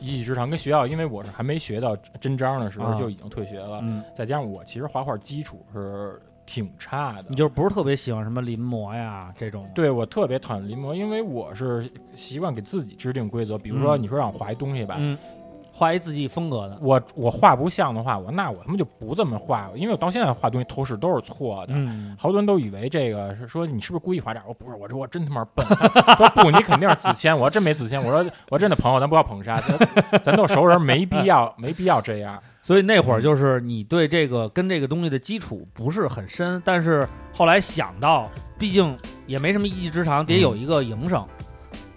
一技之长，跟学校，因为我是还没学到真章的时候
啊
就已经退学了，
嗯，
再加上我其实画画基础是挺差的
你。就是不是特别喜欢什么临摹呀这种？
对我特别讨厌临摹，因为我是习惯给自己制定规则。比如说，
嗯
你说让我画一东西吧，
嗯，画一自己风格的。
我我画不像的话，我那我他妈就不这么画，因为我到现在画东西透视都是错的。
嗯，
好多人都以为这个是说你是不是故意划这样？我不是，我说我真他妈笨。 (laughs) 说不，你肯定是子谦。我说真没子谦。我说我真的朋友，咱不要捧杀，咱咱都是熟人，没必要，没必要这样。
所以那会儿就是你对这个跟这个东西的基础不是很深，但是后来想到，毕竟也没什么一技之长，得有一个营生。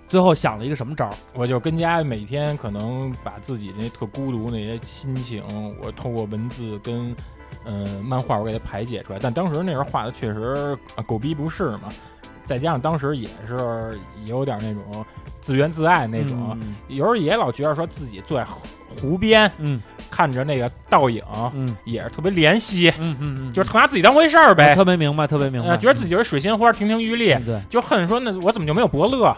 最后想了一个什么招儿？
我就跟家每天可能把自己那特孤独那些心情，我透过文字跟嗯、呃漫画我给它排解出来。但当时那时候画的确实、啊、狗逼不是嘛，再加上当时也是也有点那种自怨自艾那种，
嗯，
有时候也老觉得说自己坐在湖湖边
嗯
看着那个倒影。
嗯
也是特别怜惜，
嗯嗯嗯，
就是特拿自己当回事儿
我
呗，
特别明白，特别明白，
呃，觉得自己就是水仙花，亭亭玉立，
嗯对。
就恨说那我怎么就没有伯乐？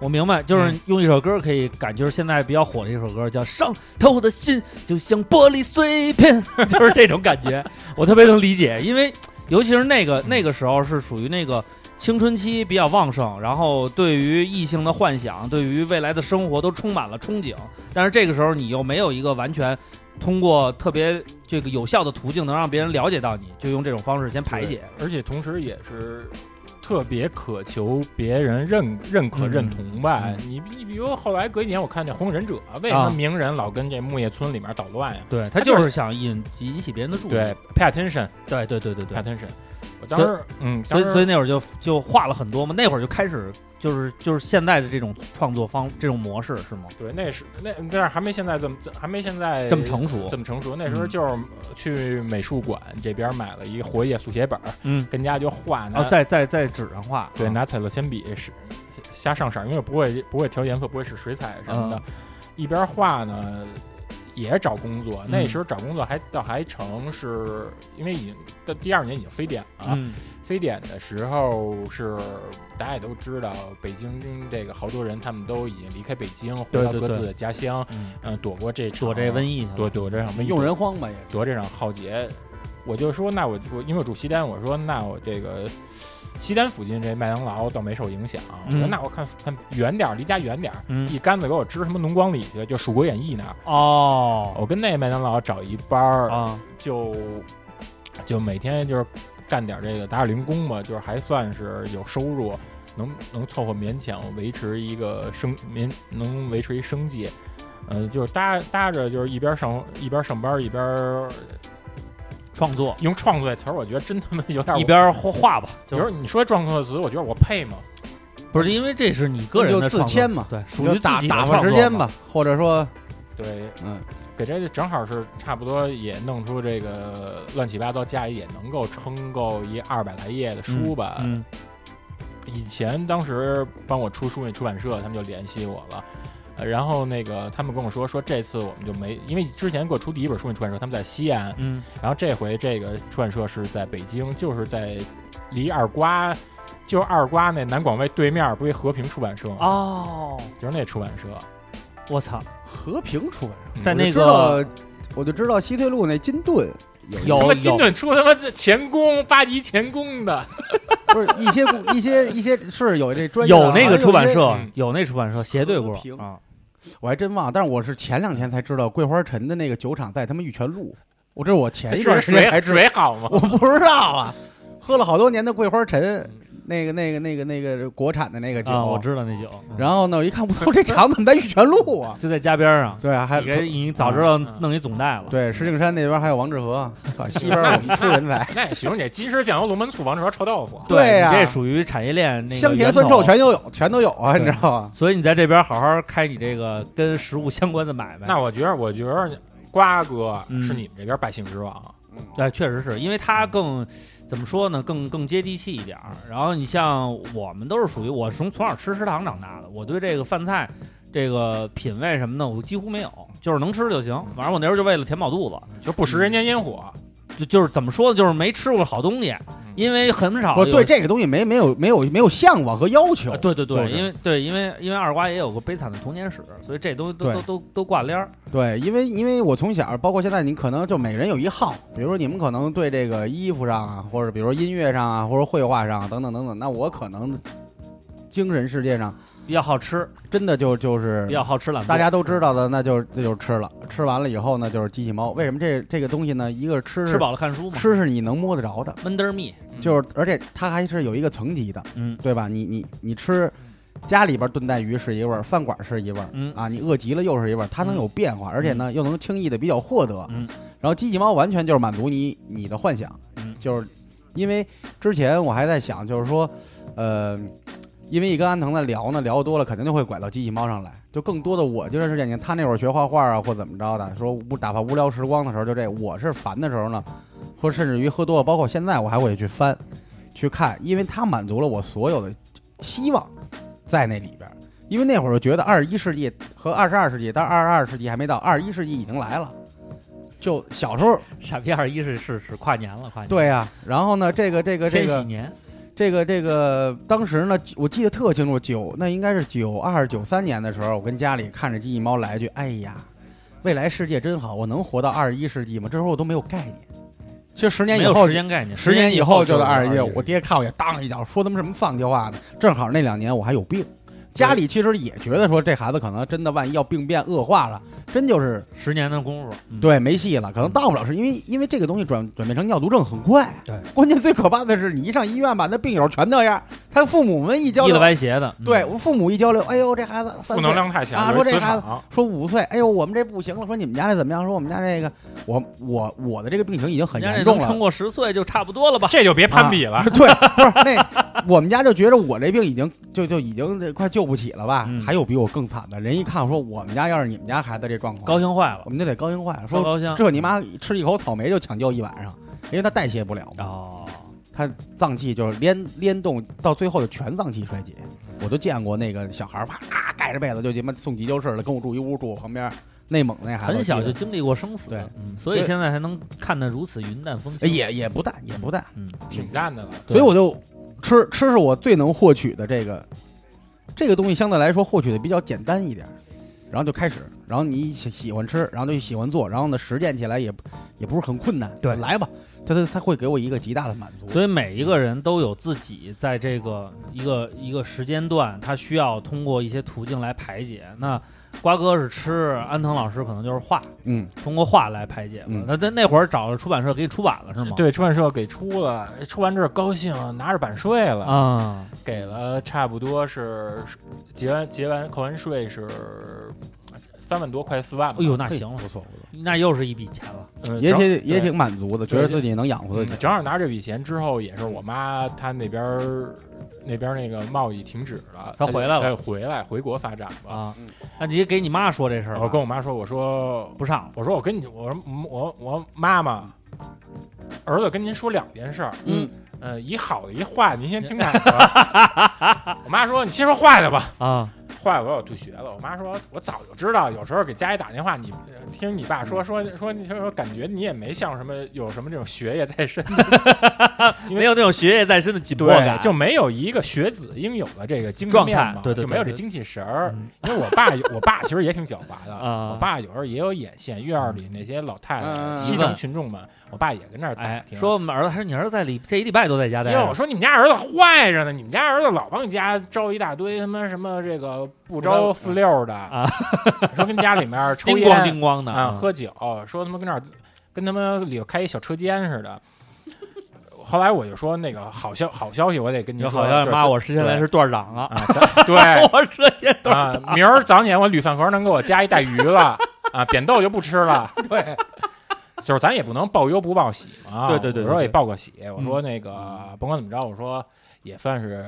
我明白，就是用一首歌可以感觉现在比较火的一首歌，叫《上头的心就像玻璃碎片》，就是这种感觉，我特别能理解，因为尤其是那个那个时候是属于那个青春期比较旺盛，然后对于异性的幻想，对于未来的生活都充满了憧憬，但是这个时候你又没有一个完全通过特别这个有效的途径能让别人了解到你，就用这种方式先排解。
而且同时也是特别渴求别人认认可、
嗯
认同吧。
嗯
你你比如后来隔一年，我看见《火影忍者》，啊为什么
啊
鸣人老跟这木叶村里面捣乱呀？
对他就是想引引起别人的注意。
对，pay attention，pay
对对对对对。
attention。我当时，嗯，
所
当
以所以
时
那会儿就就画了很多嘛，那会儿就开始就是就是现在的这种创作方这种模式是吗？
对，那是那那还没现在这么还没现在
这么成熟嗯
这，么成熟。那时候就是去美术馆这边买了一个活页速写本儿，
嗯，哦
跟家就画那
然后在在在纸纸上画。
对，
啊
拿彩色铅笔是瞎上色儿，因为我不会不会调颜色，不会使水彩什么的。
嗯
一边画呢，也找工作。
嗯
那时候找工作还倒还成是，因为已经到第二年已经非典了。
嗯
非典的时候是大家也都知道，北京这个好多人他们都已经离开北京，回
对
到
对
各
对
自的家乡，
嗯，
嗯，躲过这场
躲这瘟，疫去了。
躲躲这场瘟疫，
用人荒吧也。
得这场浩劫，我就说那我我因为我住西单，我说那我这个西单附近这麦当劳倒没受影响，我说
嗯
那我看看远点儿，离家远点儿，
嗯
一竿子给我支什么农光里去，就《蜀国演义》那儿，
哦
我跟那麦当劳找一班儿，
啊
就就每天就是干点这个打打零工吧，就是还算是有收入，能能凑合勉强维持一个生民能维持一生计。嗯、就是搭搭着，就是一边上一边上班一边
创作
用创作这词儿，我觉得真他妈有点儿
一。边儿画画吧，
比
就
如你说创作的词，我觉得我配吗？
不是因为这是你个人的
就自
创作
谦嘛
对，属
你
于
就打
自己的
打
创
发
作
时间
嘛。
吧，或者说，
对，
嗯，
给这正好是差不多，也弄出这个乱七八糟，家里也能够撑够一二百来页的书吧。
嗯
以前当时帮我出书那出版社，他们就联系我了。呃然后那个，他们跟我说说这次我们就没，因为之前给我出第一本书那出版社他们在西安，
嗯，
然后这回这个出版社是在北京，就是在离二瓜，就是二瓜那南广卫对面不一和平出版
嗯
社吗，
哦，
就是那出版社，
我操，
和平出版社
在那
嗯我就知道
个
我就知道西退路那金盾
有
他
有
妈金盾出他妈前宫八级前宫的，
不是一些公一些一些是有这专业的啊
有那个出版，
好
社
嗯，
有那出版社斜对过
和平
啊，
像有一些我还真忘了，但是我是前两天才知道桂花陈的那个酒厂在他们玉泉路，我这是我前哎一段时间才
水
知道，
水好吗？
(laughs) 我不知道啊，喝了好多年的桂花陈，那个那个那个那个国产的那个酒，
啊，我知道那酒，嗯
然后呢，我一看，我操，这厂怎么在玉泉路
(laughs)
啊？
就在家边儿上，
对啊，还嗯
你给你早知道弄一总代了，嗯
对石景山那边还有王致
(laughs)
和，靠西边我们出人才，
那也行，你金狮酱油龙门醋王志和臭豆腐，
对
你
呀
这属于产业链 (laughs) 那个
香甜
源
酸臭
头啊
全都有，全都有啊，你
对
知道吗？
所以你在这边好好开你这个跟食物相关的买卖。
那我觉得，我觉得瓜哥
嗯
是你们这边百姓之王，
哎，确实是因为它更怎么说呢，更更接地气一点儿。然后你像我们都是属于我从从小吃食堂长大的，我对这个饭菜这个品味什么的，我几乎没有，就是能吃就行。
嗯
反正我那时候就为了填饱肚子，
就不食人间烟火。
就就是怎么说呢，就是没吃过好东西，因为很少
不
有
对这个东西没没有没有没有向往和要求
啊，对对对，
就是
因为对，因为因为二瓜也有个悲惨的童年史，所以这东西都
对
都都都挂链儿。
对，因为因为我从小，包括现在，你可能就每人有一号，比如说你们可能对这个衣服上啊，或者比如说音乐上啊，或者绘画上啊等等等等，那我可能精神世界上
比较好吃，
真的就就是
比较好吃懒惰。
大家都知道的，那就这就是吃了，吃完了以后呢，就是机器猫。为什么这这个东西呢？一个是吃
吃
是
饱了看书嘛，
吃是你能摸得着的，
闷得儿蜜，
就是而且它还是有一个层级的，
嗯
对吧？你你你吃。家里边炖带鱼是一味儿，饭馆是一味儿，
嗯
啊，你饿极了又是一味儿，它能
嗯
有变化，而且呢又能轻易的比较获得，
嗯
然后机器猫完全就是满足你你的幻想，
嗯
就是因为之前我还在想，就是说，呃，因为一跟安藤在聊呢，聊得多了肯定就会拐到机器猫上来，就更多的我就是眼睛，他那会儿学画画啊或怎么着的，说无打发无聊时光的时候就这，我是烦的时候呢，或甚至于喝多了，包括现在我还会去翻去看，因为它满足了我所有的希望在那里边儿。因为那会儿我觉得二十一世纪和二十二世纪，但二十二世纪还没到，二十一世纪已经来了。就小时候，
傻逼二一是是是跨年了，跨年
对呀、然后呢，这个这个这
千禧
个
年，
这个这个，当时呢，我记得特清楚，九那应该是九二九三年的时候，我跟家里看着机器猫来一句：“哎呀，未来世界真好，我能活到二十一世纪吗？”这时候我都没有概念。其实十年
没
以
有
后
时，间概念，
十年以后
后
就是到二十一，
一，
我爹看我也当一脚，说他妈什么放屁话呢？正好那两年我还有病，家里其实也觉得说这孩子可能真的万一要病变恶化了，真就是
十年的功夫，嗯，
对，没戏了，可能到不了是因为因为这个东西转转变成尿毒症很快。
对，
关键最可怕的是，你一上医院吧，那病友全那样，他父母们一交
一了
流，
歪斜的，嗯
对，我父母一交流，哎呦这孩子三
负能
岁，
量太
啊
强，有
说
一
这
磁
孩子
场。
说五岁，哎呦我们这不行了，说你们家这怎么样？说我们家这个，我我我的这个病情已经很
人家这
严
能
重
撑
了。啊
过十岁就差不多了吧？
这就别攀比了，
(laughs) 对，不是那我们家就觉着我这病已经就就已经这快救不起了吧？
嗯
还有比我更惨的人一看说我们家要是你们家孩子这状况，
高兴坏了
我，们就得高兴坏了，
烧
说
高兴
这你妈吃一口草莓就抢救一晚上，因为他代谢不了嘛。
哦，
他脏器就是连连动到最后就全脏器衰竭。我都见过那个小孩儿啪啊盖着被子就他妈送急救室了，跟我住一屋，住我旁边。内蒙那孩子
很小
我记
就
得
经历过生死，
对
嗯所以现在才能看得如此云淡风轻。
哎也也不淡，也不淡。
嗯，
挺淡的了。
所以我就吃吃是我最能获取的这个这个东西，相对来说获取的比较简单一点，然后就开始，然后你喜喜欢吃，然后就喜欢做，然后呢实践起来也也不是很困难，
对
来吧，他他他会给我一个极大的满足，
所以每一个人都有自己在这个一个一个时间段，他需要通过一些途径来排解。那瓜哥是吃，安藤老师可能就是画，
嗯，
通过画来排解吧。
嗯
那那那会儿找了出版社给你出版了是吗？
对，出版社给出了，出完之后高兴，拿着版税了，
啊，
给了差不多是结完结完扣完税是三万多，快四万吧。
哎呦，那
嘿
行了，
不错不错，
那又是一笔钱了。
呃
也
正
挺也
对
挺满足的，觉得自己能养活自己
嗯，正好拿这笔钱之后，也是我妈她那边儿那边儿那个贸易停止了，
她回来了
她就回来回国发展了。
啊，那你给你妈说这事儿吧，
我跟我妈说，我说
不上了。
我说我跟你我说嗯我我妈妈儿子跟您说两件事儿，
嗯，
呃，一好的一坏的，您先听哪个？
(laughs)
我妈说你先说坏的吧，
啊，
坏的我有退学了。我妈说我早就知道，有时候给家里打电话，你呃听你爸说说说你说说感觉你也没像什么有什么这种学业在身，因为
没有那种学业在身的紧迫
对，
感，
就没有一个学子应有的这个精神
状
面
态
貌，
对对对
就没有这
对
精气神
嗯
儿。因为我爸，我爸其实也挺狡猾的，
啊
我爸有时候也有眼线，院儿里那些老太
嗯
太、西城群众们，我爸也跟那儿打
哎，
听。
说我们儿子还是你儿子在里这一礼拜都在家
因
待
为我
着，
说你们家儿子坏着呢，你们家儿子老往家招一大堆他妈什么这个不招四六的
啊，
(laughs) 说跟家里面抽
叮咣
烟
叮咣的嗯
啊，喝酒，说他妈跟那儿跟他妈里头开一小车间似的。后来我就说那个好消好消息，我得跟你
有
说，
好消息，
就
妈，我之前来是段儿长了，
啊，
(laughs)
咱对
我这些段儿
啊，明儿早点我铝饭盒能给我加一带鱼了啊，扁豆就不吃
(laughs)
了。
对，
就是咱也不能报忧不报喜嘛。
对对对对嗯
我说也报个喜，我说那个甭管怎么着，我说也算是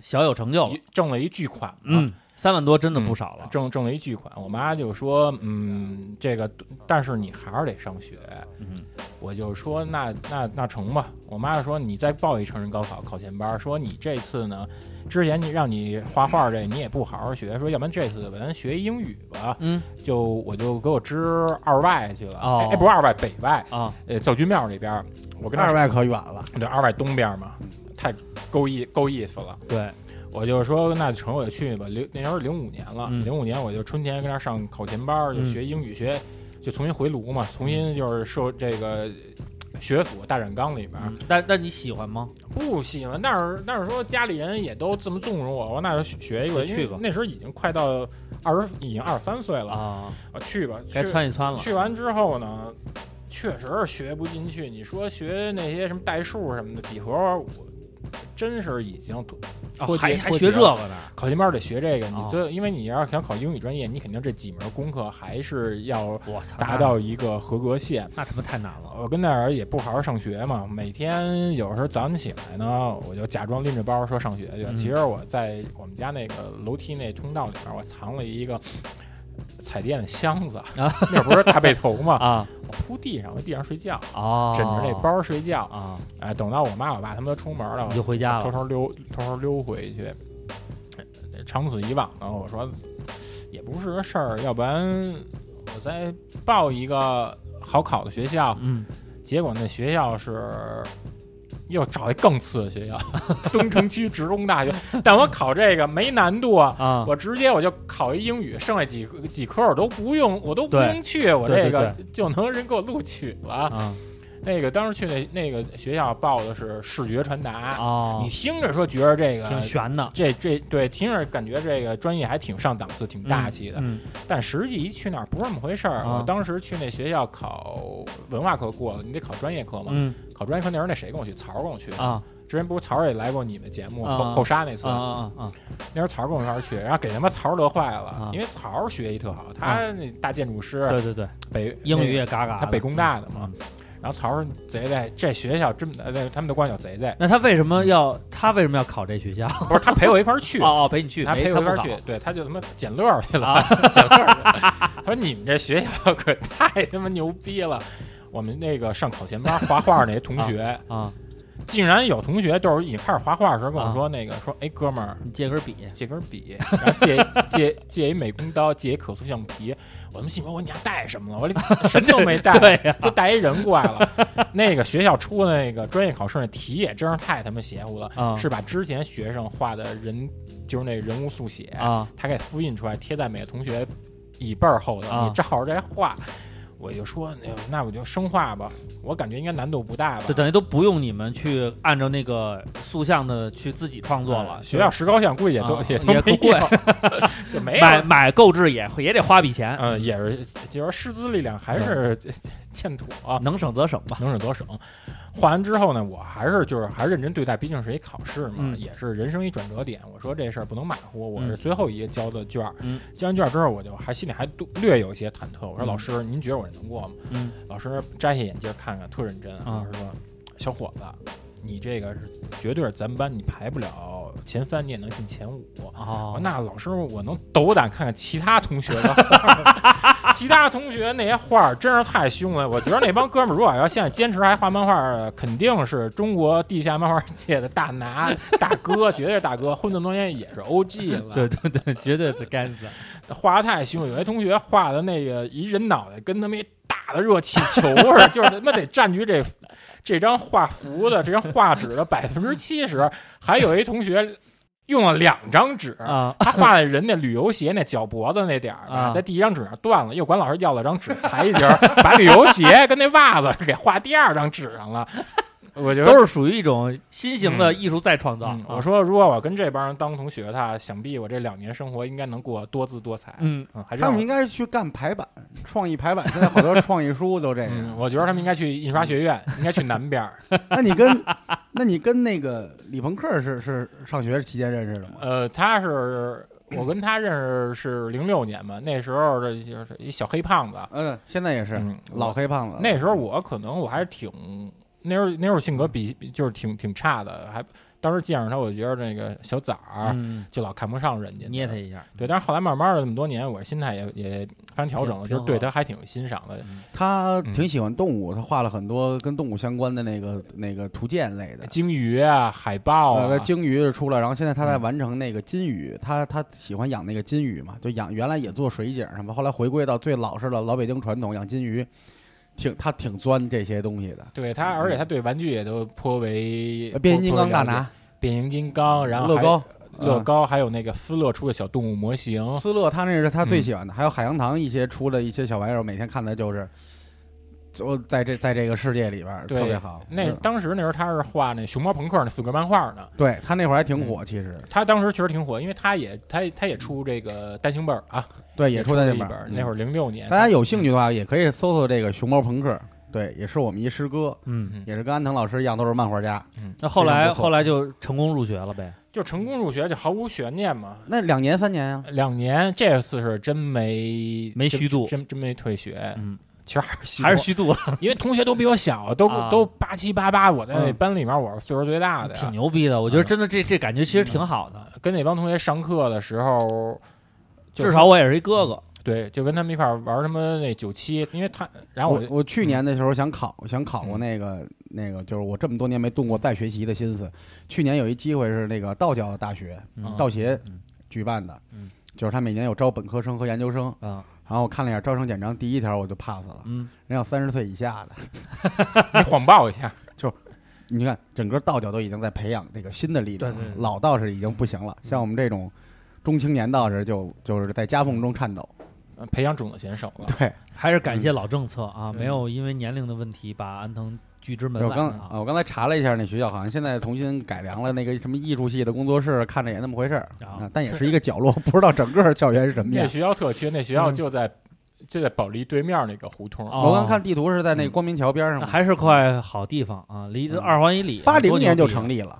小有成就了
一，啊挣了一巨款嘛。
哦嗯，三万多真的不少了，
挣挣了一巨款，我妈就说：“嗯，这个，但是你还是得上学。
嗯”
我就说：“那那那成吧。”我妈就说：“你再报一成人高考考前班儿，说你这次呢，之前你让你画画这你也不好好学，说要不然这次吧，咱学英语吧。
嗯”
就我就给我支二外去了，
哦
哎哎，不是二外，北外，
啊，
呃，教军庙那边儿，我跟那
二外
外
可远了，
对二外东边儿嘛，太够意够意思了。
对，
我就说那成，我就去吧。零那时候零五年了，
嗯
零五、年我就春天跟那儿上考前班儿，就
嗯
学英语学，就重新回炉嘛，重新就是受这个学府大染缸里边儿、
嗯但但你喜欢吗？
不喜欢，但是但是说家里人也都这么纵容我，我说那就学一个
就去吧
因为那时候已经快到二十，已经二十三岁了，
啊，
我去吧，去
该窜一窜了，哦
去完之后呢，确实是学不进去。你说学那些什么代数什么的几何，我真是已经脱
哦
脱节
还还
脱
学
节
这
了
个呢，
考前班儿得学这个，
哦
你最、因为你要是想考英语专业，你肯定这几门功课还是要
我操，
达到一个合格线。
那那他妈太难了，
我跟那儿也不好好上学嘛，每天有时候早上起来呢，我就假装拎着包说上学去。
嗯
其实我在我们家那个楼梯那通道里面，我藏了一个彩电的箱子，那不是大背头嘛，
啊
我铺地上，我地上睡觉，
哦，
枕着那包睡觉。
啊，
哎，等到我妈我爸他们都出门了，
你就回家
偷
了，
偷溜偷偷溜回去。呃长此以往呢，我说也不是个事儿，要不然我再报一个好考的学校。
嗯，
结果那学校是又找一更次的学校， (laughs) 东城区职工大学。但我考这个没难度啊。
啊，
我直接我就考一英语，剩下几科几科我都不用，我都不
对
用去，我
对
这
对
个就能人给我录取了。
啊
那个当时去那那个学校报的是视觉传达，
哦
你，听着说觉着这个
挺悬的，
这这对听着感觉这个专业还挺上档次、挺大气的，
嗯，
但实际一去那儿不是那么回事儿。
啊
我当时去那学校考文化课过了，你得考专业课嘛。
嗯
考专业课那时候那谁跟我去？曹儿跟我去。
嗯啊
之前不是曹儿也来过你们节目、
啊
后后沙那次，
啊啊啊，
那时候曹儿跟我一块儿去，然后给他妈曹儿乐坏了，
啊
因为曹儿学习特好，他那大建筑师，
对对对，
北
英语
那
也嘎嘎的，嗯
他北工大的嘛。然后曹儿贼贼，这学校真呃，他们都管叫贼贼，
那他为什么要他为什么要考这学校？
不是他陪我一块儿去，
哦哦，陪你去，
他
没
陪我一块儿
不考啊
去，对，他就他妈捡乐儿去了，捡乐儿去了。他说你们这学校可太他妈牛逼了，我们那个上考前班画画那些同学，
啊
竟然有同学就是一开始画画的时候跟我
啊
说那个说，哎哥们儿
你借根笔，
借根笔，然后借 (laughs) 借借一美工刀，借一可塑橡皮，我他妈心说我你还带什么啊了？我这什么都没带，
(laughs) 对呀
就带一人过来了。那个学校出的那个专业考试那题也真是太他妈邪乎了，
啊
是把之前学生画的人就是那人物速写，
啊
他给复印出来贴在每个同学椅背儿后头，
啊
你照着这画。我就说，那那我就生画吧，我感觉应该难度不大吧。
就等于都不用你们去按照那个塑像的去自己创作了，
嗯学校石膏像估计也都、
啊
都
也
没
不贵
有，就没有
买买购置也会也得花笔钱，
嗯，也是，就是师资力量
嗯
还是 (laughs) 欠妥、啊，
能省则省吧。
能省则省。画完之后呢，我还是就是还是认真对待，毕竟是一考试嘛，
嗯
也是人生一转折点。我说这事儿不能马虎，我
嗯
是最后一个交的卷儿。
嗯
交完卷儿之后，我就还心里还多略有一些忐忑。我说
嗯
老师，您觉得我这能过吗？
嗯
老师摘下眼镜看看，特认真。
啊
老师说，小伙子，你这个是绝对是咱们班你排不了前三，你也能进前五。
哦，
那老师，我能斗胆看看其他同学的画儿， (laughs) 其他同学那些画儿真是太凶了。我觉得那帮哥们儿如果要现在坚持还画漫画儿，肯定是中国地下漫画界的大拿、大哥，绝对是大哥。混这么多年也是 OG 了。
对，对对，绝对的该死。
画的太凶，有些同学画的那个一人脑袋跟他们一大的热气球似的，就是他妈得占据这这张画幅的这张画纸的百分之七十。还有一同学用了两张纸
啊
(laughs) 他画的人那旅游鞋那脚脖子那点儿呢，
啊
在第一张纸上断了，又管老师要了张纸裁一截儿，把旅游鞋跟那袜子给画第二张纸上了。我觉得
都是属于一种新型的艺术再创啊造
嗯。我，说如果我跟这帮人当同学的话，想必我这两年生活应该能过得多姿多彩。
嗯，
嗯，还是
他
让
们
我
应该去干排版，创意排版。现在好多创意书都这
嗯，
样。
我觉得他们应该去印刷学院，应该去南边儿。
那你跟，那你跟那个李朋克是是上学期间认识的吗？
呃，他是我跟他认识是零六年嘛，那时候这就是一小黑胖子，
嗯，现在也是
嗯
老黑胖子。
那时候我可能我还是挺那时候那时候性格比比就是挺挺差的，还当时见着他，我就觉得那个小崽儿、
嗯，
就老看不上人家，
捏他。一下，
啊对，但是后来慢慢的这么多年，我心态也也发生调整了，
平平
就是
和
对他还挺有欣赏的。
他
嗯
挺喜欢动物，他画了很多跟动物相关的那个那个图鉴类的。
鲸鱼啊，海豹
呃，
啊，
鲸鱼出来，然后现在他在
嗯
完成那个金鱼，他他喜欢养那个金鱼嘛，就养原来也做水井什么，后来回归到最老式的老北京传统养金鱼，挺他挺钻这些东西的。
对他，而且他对玩具也都颇为
呃变形金刚大，拿，
变形金刚，然后
乐
还
高、嗯
乐高，还有那个思乐出的小动物模型，
斯乐，他那是他最
嗯
喜欢的，还有海洋堂一些出的一些小玩意儿，我每天看的就是，就在这在这个世界里边儿
对
特别好。
那
嗯
当时那时候他是画那熊猫朋克那四格漫画呢，
对他那会儿还挺火，其实
他当时确实挺火，因为他也他他也出这个单行本儿啊，
对也
也
出
了
在
一
那
本
边
儿，那会
儿
儿零六
嗯
年，
大家有兴趣的话，也可以搜搜这个熊猫朋克，对，也是我们一师哥，
嗯，
也是跟安藤老师一样，都是漫画家。
那后
非
来
常不错
后
嗯
来就成功入学了呗，
就成功入学就毫无悬念嘛。
那两年三年啊，
两年这次是真没
没
真
虚度
真真没退学，
嗯，
其实还是虚
还是
度
虚度了，
因为同学都比我小，都
啊嗯
都八七八八，我在那
嗯
班里面我是岁数最大的嗯呀，
挺牛逼的。我觉得真的这这感觉其实挺好的，
跟那帮同学上课的时候，就
至少我也是一哥哥。
对，就跟他们一块儿玩什么那九七，因为他，然后我
我嗯我去年的时候想考，想考过
嗯
那个、那个，就是我这么多年没动过再学习的心思。去年有一机会是那个道教大学、
嗯
道协
嗯
举办的，
嗯
就是他每年有招本科生和研究生。
啊，
然后我看了一下招生简章，第一条我就 pass 了，
嗯，
人要三十岁以下的。
你谎报一下，
你看，整个道教都已经在培养这个新的力量了，
对对嗯对
老道士已经不行了，像我们这种中青年道士就就是在夹缝中颤抖。
呃培养种子选手
嗯
了。
对，
还是感谢老政策啊，
对
没有因为年龄的问题把安藤拒之门
我
外
刚
啊
啊，我刚才查了一下，那学校好像现在重新改良了那个什么艺术系的工作室，看着也那么回事儿
啊
但也是一个角落，不知道整个校园是什么
那
样。
学校特缺，那学校就在就在保利对面那个胡同。
哦嗯
我刚看地图是在那光明桥边上嘛，
那还是块好地方啊，离
嗯
这二环以里。
八零年就成
立，
立
(laughs)
了，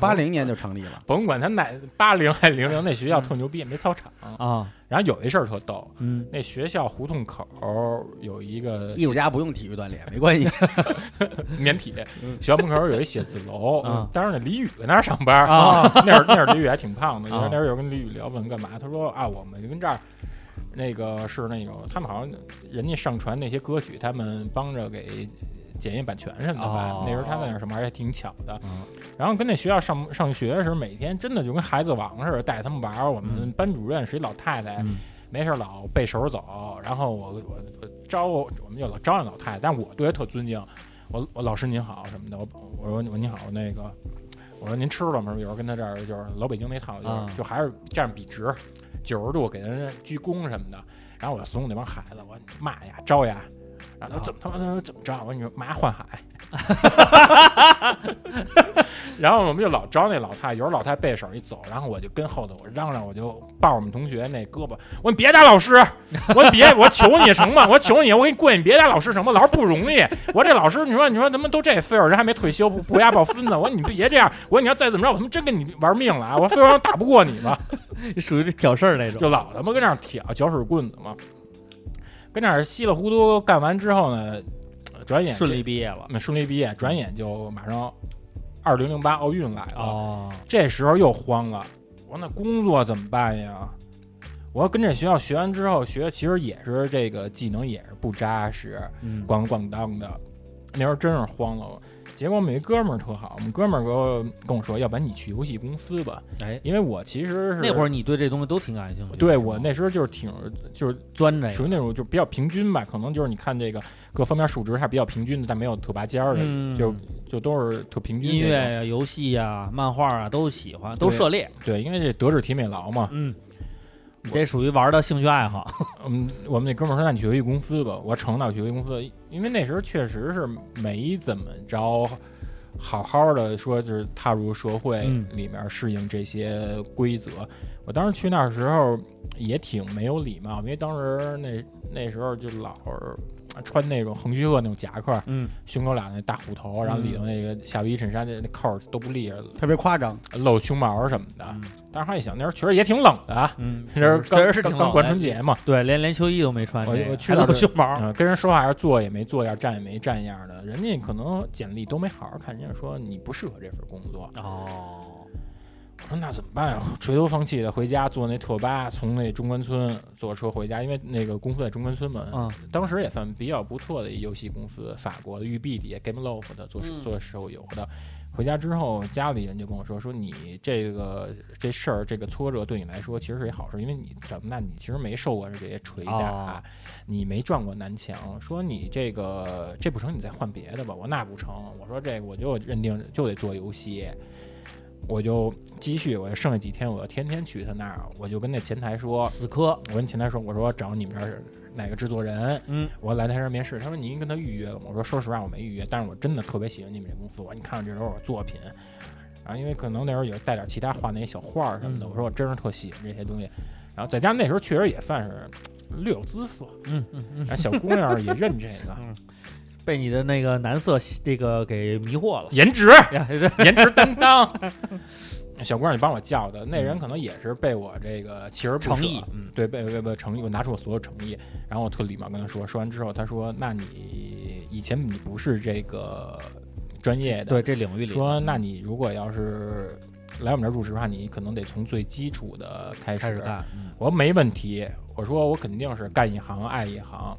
八零年就成立了。
甭管他哪八零还零零，那学校特牛逼，没操场。
啊，
然后有一事儿特逗，
嗯，
那学校胡同口有一个
艺术家不用体育锻炼，没关
(laughs)
系。
(laughs) 免体，学校门口有一写字楼
嗯。
当时那李宇在那儿上班
啊，
那会儿那会儿李宇还挺胖
(laughs)
的。
啊
有时候那会儿有跟李宇聊问干嘛，他说啊，我们跟这儿。那个是那个，他们好像人家上传那些歌曲，他们帮着给检验版权什么的吧。
哦
那时候他在那儿什么，而且挺巧的。
嗯
然后跟那学校上上学的时候，每天真的就跟孩子王似的，带他们玩儿。我们
嗯
班主任是一老太太，
嗯
没事儿老背手走。然后我我我招我们就老招那老太太，但我对她特尊敬。我我老师您好什么的，我我说我您好那个，我说您吃了吗？有时候跟他这儿就是老北京那套，就是、
啊
就还是这样笔直，九十度给人鞠躬什么的。然后我怂恿那帮孩子，我说你骂呀招呀，然后他说怎么他妈的怎么着？我说你妈换海。 (laughs) 然后我们就老招那老太，有时候老太背手一走，然后我就跟后头我嚷嚷，我就抱着我们同学那胳膊，我说你别打老师，我说别，我求你成吗？我求你，我给你跪，你别打老师成吗？老师不容易，我这老师，你说你说他们都这岁数，人还没退休，不不压报分呢。我说你别这样，我说你要再怎么着，我他妈真跟你玩命了啊！我非要打不过你了。
属于这挑事儿那种。
就老他妈跟那儿挑搅屎棍子嘛，跟那儿稀里糊涂干完之后呢，呃转眼这
顺利毕业了
嗯顺利毕业，转眼就马上二零零八奥运来了，
哦，
这时候又慌了，我说那工作怎么办呀？我要跟这学校学完之后学，其实也是这个技能也是不扎实，
嗯
咣咣当的，那时候真是慌了。结果我们一哥们儿特好，我们哥们儿给我跟我说，要不然你去游戏公司吧，
哎，
因为我其实是
那会儿你对这东西都挺感兴趣的，
对
是吗哎
我那时候就是挺就是
钻这
属
个，
于那种就比较平均吧，可能就是你看这个各方面数值还比较平均的，但没有特拔尖儿的，
嗯
就就都是特平均
音
这
乐
种。
呀、游戏呀、漫画啊都喜欢，都
对
涉猎。
对，因为这德智体美劳嘛。
嗯，你这属于玩的兴趣爱好。
嗯，我们那哥们儿说，那你去游戏公司吧，我承诺去游戏公司，因为那时候确实是没怎么着。好好的说，就是踏入社会
嗯
里面适应这些规则。我当时去那时候也挺没有礼貌，因为当时那那时候就老是穿那种横须贺那种夹克，
嗯，
胸口俩那大虎头，然后里头那个夏威夷衬衫那那扣儿都不立着，
特别夸张，
露胸毛什么的
嗯。
但是后来一想，那时候确实也挺冷的啊，
嗯，
那时候
确实是挺
刚刚
冷
刚过
的
春节嘛，
对，连连秋衣都没穿这
我
个，
我去
还
那
露
是
胸毛。
嗯，跟人说话要坐也没坐样，站也没站样的，人家可能简历都没好好看，人家说你不适合这份工作。
哦，
我说那怎么办呀？啊 (laughs) 垂头丧气的回家，坐那特巴，从那中关村坐车回家，因为那个公司在中关村嘛，
嗯，
当时也算比较不错的一游戏公司，法国的育碧底下 Gameloft 的做
嗯
做手游的。回家之后，家里人就跟我说：“说你这个这事儿，这个挫折对你来说其实是一好事，因为你长大，你其实没受过这些捶打，
哦
你没撞过南墙。说你这个这不成，你再换别的吧。我那不成，我说这个我就认定就得做游戏。我就积蓄，我剩下几天，我就天天去他那儿，我就跟那前台说，
死磕，
我跟前台说，我说找你们这儿哪个制作人，
嗯，
我来他这儿面试，他说您跟他预约了吗？我说说实话我没预约，但是我真的特别喜欢你们这公司，我说你看看这都是我作品，然后因为可能那时候也带点其他画那些小画儿什么的，
嗯
我说我真是特喜欢这些东西，然后再加上那时候确实也算是略有姿色，
嗯嗯嗯，
然后小姑娘也认这个
被你的那个男色这个给迷惑
(laughs)
了。
颜值，
呀，这
(laughs) 颜值担
(laughs)
当。小姑娘就帮我叫的，那人可能也是被我这个锲而不舍
嗯诚意，嗯，
对，被被被诚意，我拿出我所有诚意，然后我特礼貌跟他说，说完之后，他说：“那你以前你不是这个专业的
对，，这领域里，
说那你如果要是来我们这儿入职的话，你可能得从最基础的开始。
开始干，嗯
我说没问题，我说我肯定是干一行爱一行，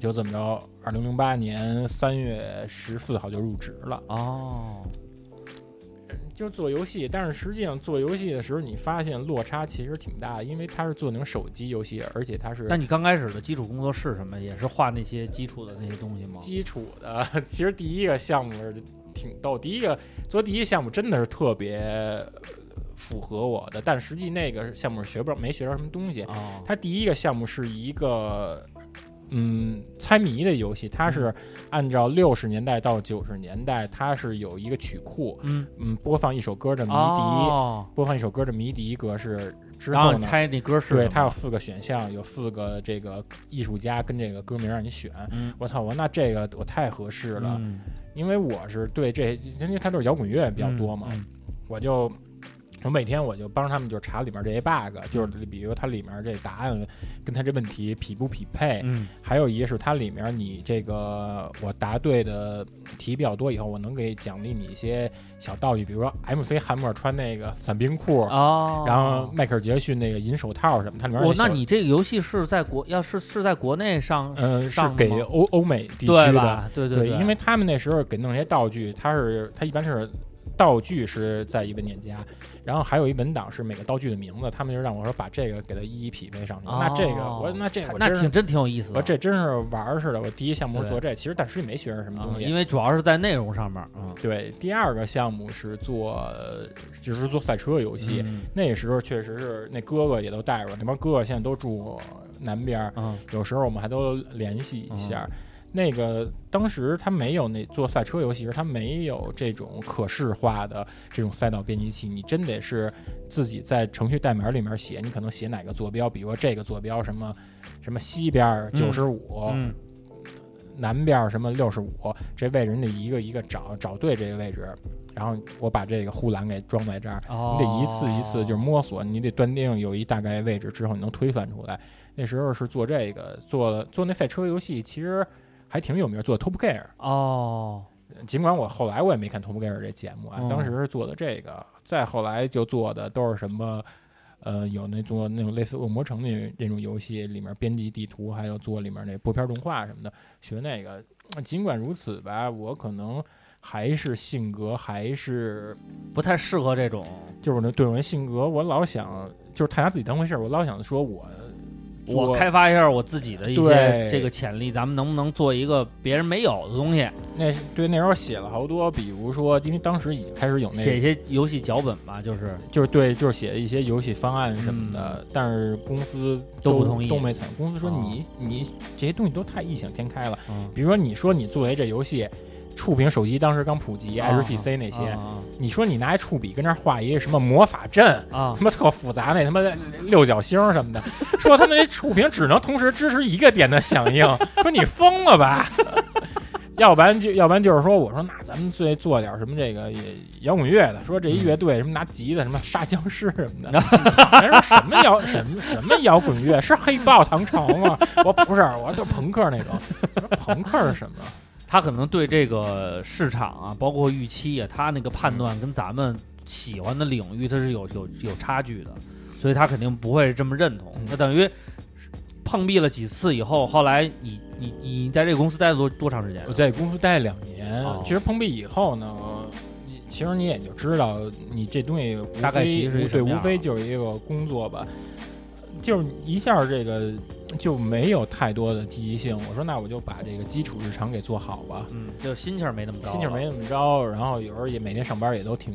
就这么着，二零零八年三月十四号就入职了。
哦，
就是做游戏，但是实际上做游戏的时候，你发现落差其实挺大的，因为它是做那种手机游戏，而且它是
但你刚开始的基础工作是什么？也是画那些基础的那些东西吗？
基础的。 (laughs) 其实第一个项目是挺逗，第一个做第一项目真的是特别呃符合我的，但实际那个项目学不着，没学着什么东西。
哦，
它第一个项目是一个嗯猜谜的游戏，它
嗯
是按照六十年代到九十年代，它是有一个曲库，
嗯，
嗯，播放一首歌的谜底。
哦，
播放一首歌的谜底格式之
然后
后
你
呢，
猜那歌是
对
什
它有
么
四个选项，有四个这个艺术家跟这个歌名让你选。
嗯
我操，我那这个我太合适了，
嗯
因为我是对这，因为它都是摇滚乐比较多嘛，
嗯
我就我每天我就帮他们就查里面这些 bug，就是比如它里面这答案跟它这问题匹不匹配，
嗯，
还有一个是它里面你这个我答对的题比较多，以后我能给奖励你一些小道具，比如说 MC 汉默穿那个伞兵裤，
哦，
哎然后迈克尔杰逊那个银手套什么，它里面
我
有小
那你这个游戏是在国要是是在国内上
呃是
上的
给
吗
欧欧美地区
对
的，
吧？对
对
对，
因为他们那时候给弄些道具，它是它一般是道具是在一文件夹，啊然后还有一文档是每个道具的名字，他们就让我说把这个给它一一匹配上去。那这个
哦
我那这个我
那
真是
挺真挺有意思
我
的，啊
这真是玩儿似的。我第一项目是
对
做这，其实但是也没学着什么
啊
东西。
因为主要是在内容上面啊，
对，第二个项目是做呃就是做赛车游戏，
嗯
那时候确实是那哥哥也都带着我，那帮哥哥现在都住南边儿，
嗯
有时候我们还都联系一下。那个当时他没有那做赛车游戏时，他没有这种可视化的这种赛道编辑器，你真得是自己在程序代码里面写，你可能写哪个坐标，比如说这个坐标什么什么西边九十五，
嗯
南边什么六十五，这位置你得一个一个找找对这个位置，然后我把这个护栏给装在这儿，
哦，
你得一次一次就是摸索，你得断定有一大概位置之后，你能推算出来。那时候是做这个，做做那赛车游戏，其实还挺有名，做 Top Gear。
哦，
尽管我后来我也没看 Top Gear 这节目啊，
嗯
当时是做的这个，再后来就做的都是什么。呃，有那做那种类似恶魔城那那种游戏，里面编辑地图，还有做里面那拨片动画什么的，学那个。尽管如此吧，我可能还是性格还是
不太适合这种
就是我那对我那性格，我老想就是太拿自己当回事儿，我老想说我
我
做
开发一下我自己的一些
对
这个潜力，咱们能不能做一个别人没有的东西？
那是对那时候写了好多，比如说因为当时已经开始有那
写一
个，
些游戏脚本吧，就是
就是对就是写一些游戏方案什么的，但是公司
嗯都
都
不同意
都没采用。公司说
哦
你、你这些东西都太异想天开了，
嗯
比如说你说你作为这游戏。触屏手机当时刚普及
啊
，HTC 那些，
啊
你说你拿一触笔跟那儿画一个什么魔法阵，
啊
他妈特复杂那他妈六角星什么的，说他们那触屏只能同时支持一个点的响应，说你疯了吧？ (laughs) 要不然就要不然就是说，我说那咱们最做点什么这个也摇滚乐的，说这一乐队什么拿吉他什么杀僵尸什么的，人说什么摇什么什么摇滚乐是黑豹唐朝吗？我不是，我就朋克那种。我说朋克是什么？
他可能对这个市场啊，包括预期啊，他那个判断跟咱们喜欢的领域它是有有有差距的，所以他肯定不会这么认同
嗯。
那等于碰壁了几次以后，后来你你你在这个公司待了多多长时间啊
我？在公司待了两年
哦，
其实碰壁以后呢，你其实你也就知道，你这东西无
大概
非
其实是
无
什
对，
么
无
样
非
了
就是一个工作吧，就是一下这个就没有太多的积极性。我说那我就把这个基础日常给做好吧，
嗯，就心气儿没那么高了，
心情没那么着，然后有时候也每天上班也都挺，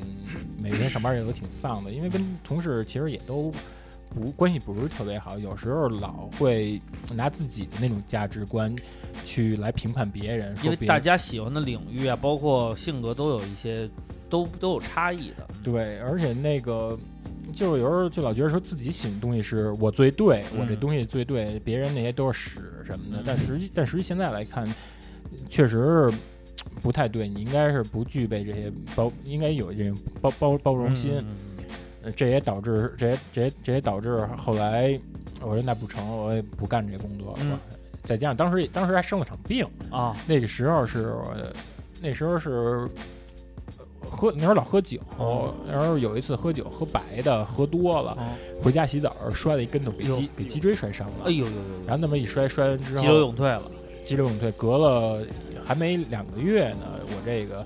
每天上班也都挺丧的，因为跟同事其实也都不关系不是特别好，有时候老会拿自己的那种价值观去来评判别人，
因
说
为
别
大
人。
家喜欢的领域啊，包括性格都有一些都都有差异的。
对，而且那个就是有时候就老觉得说自己写的东西是我最对，我这
嗯
东西最对，别人那些都是屎什么的
嗯。
但实际但实际现在来看，确实是不太对，你应该是不具备这些包，应该有这种包包包容心。
嗯
呃这也导致，这也这也这也导致后来我说那不成，我也不干这工作了。
嗯
再加上当时当时还生了场病，
啊
那个时候是我的，那时候是呃喝那时候老喝酒，
哦
然后有一次喝酒喝白的，喝多了，
哦
回家洗澡摔了一跟头，给
哟
脊给脊椎摔伤了。
哎呦呦呦
然后那么一摔，摔完之
呦，
后
急流勇退了。
急流勇退，隔了还没两个月呢，我这个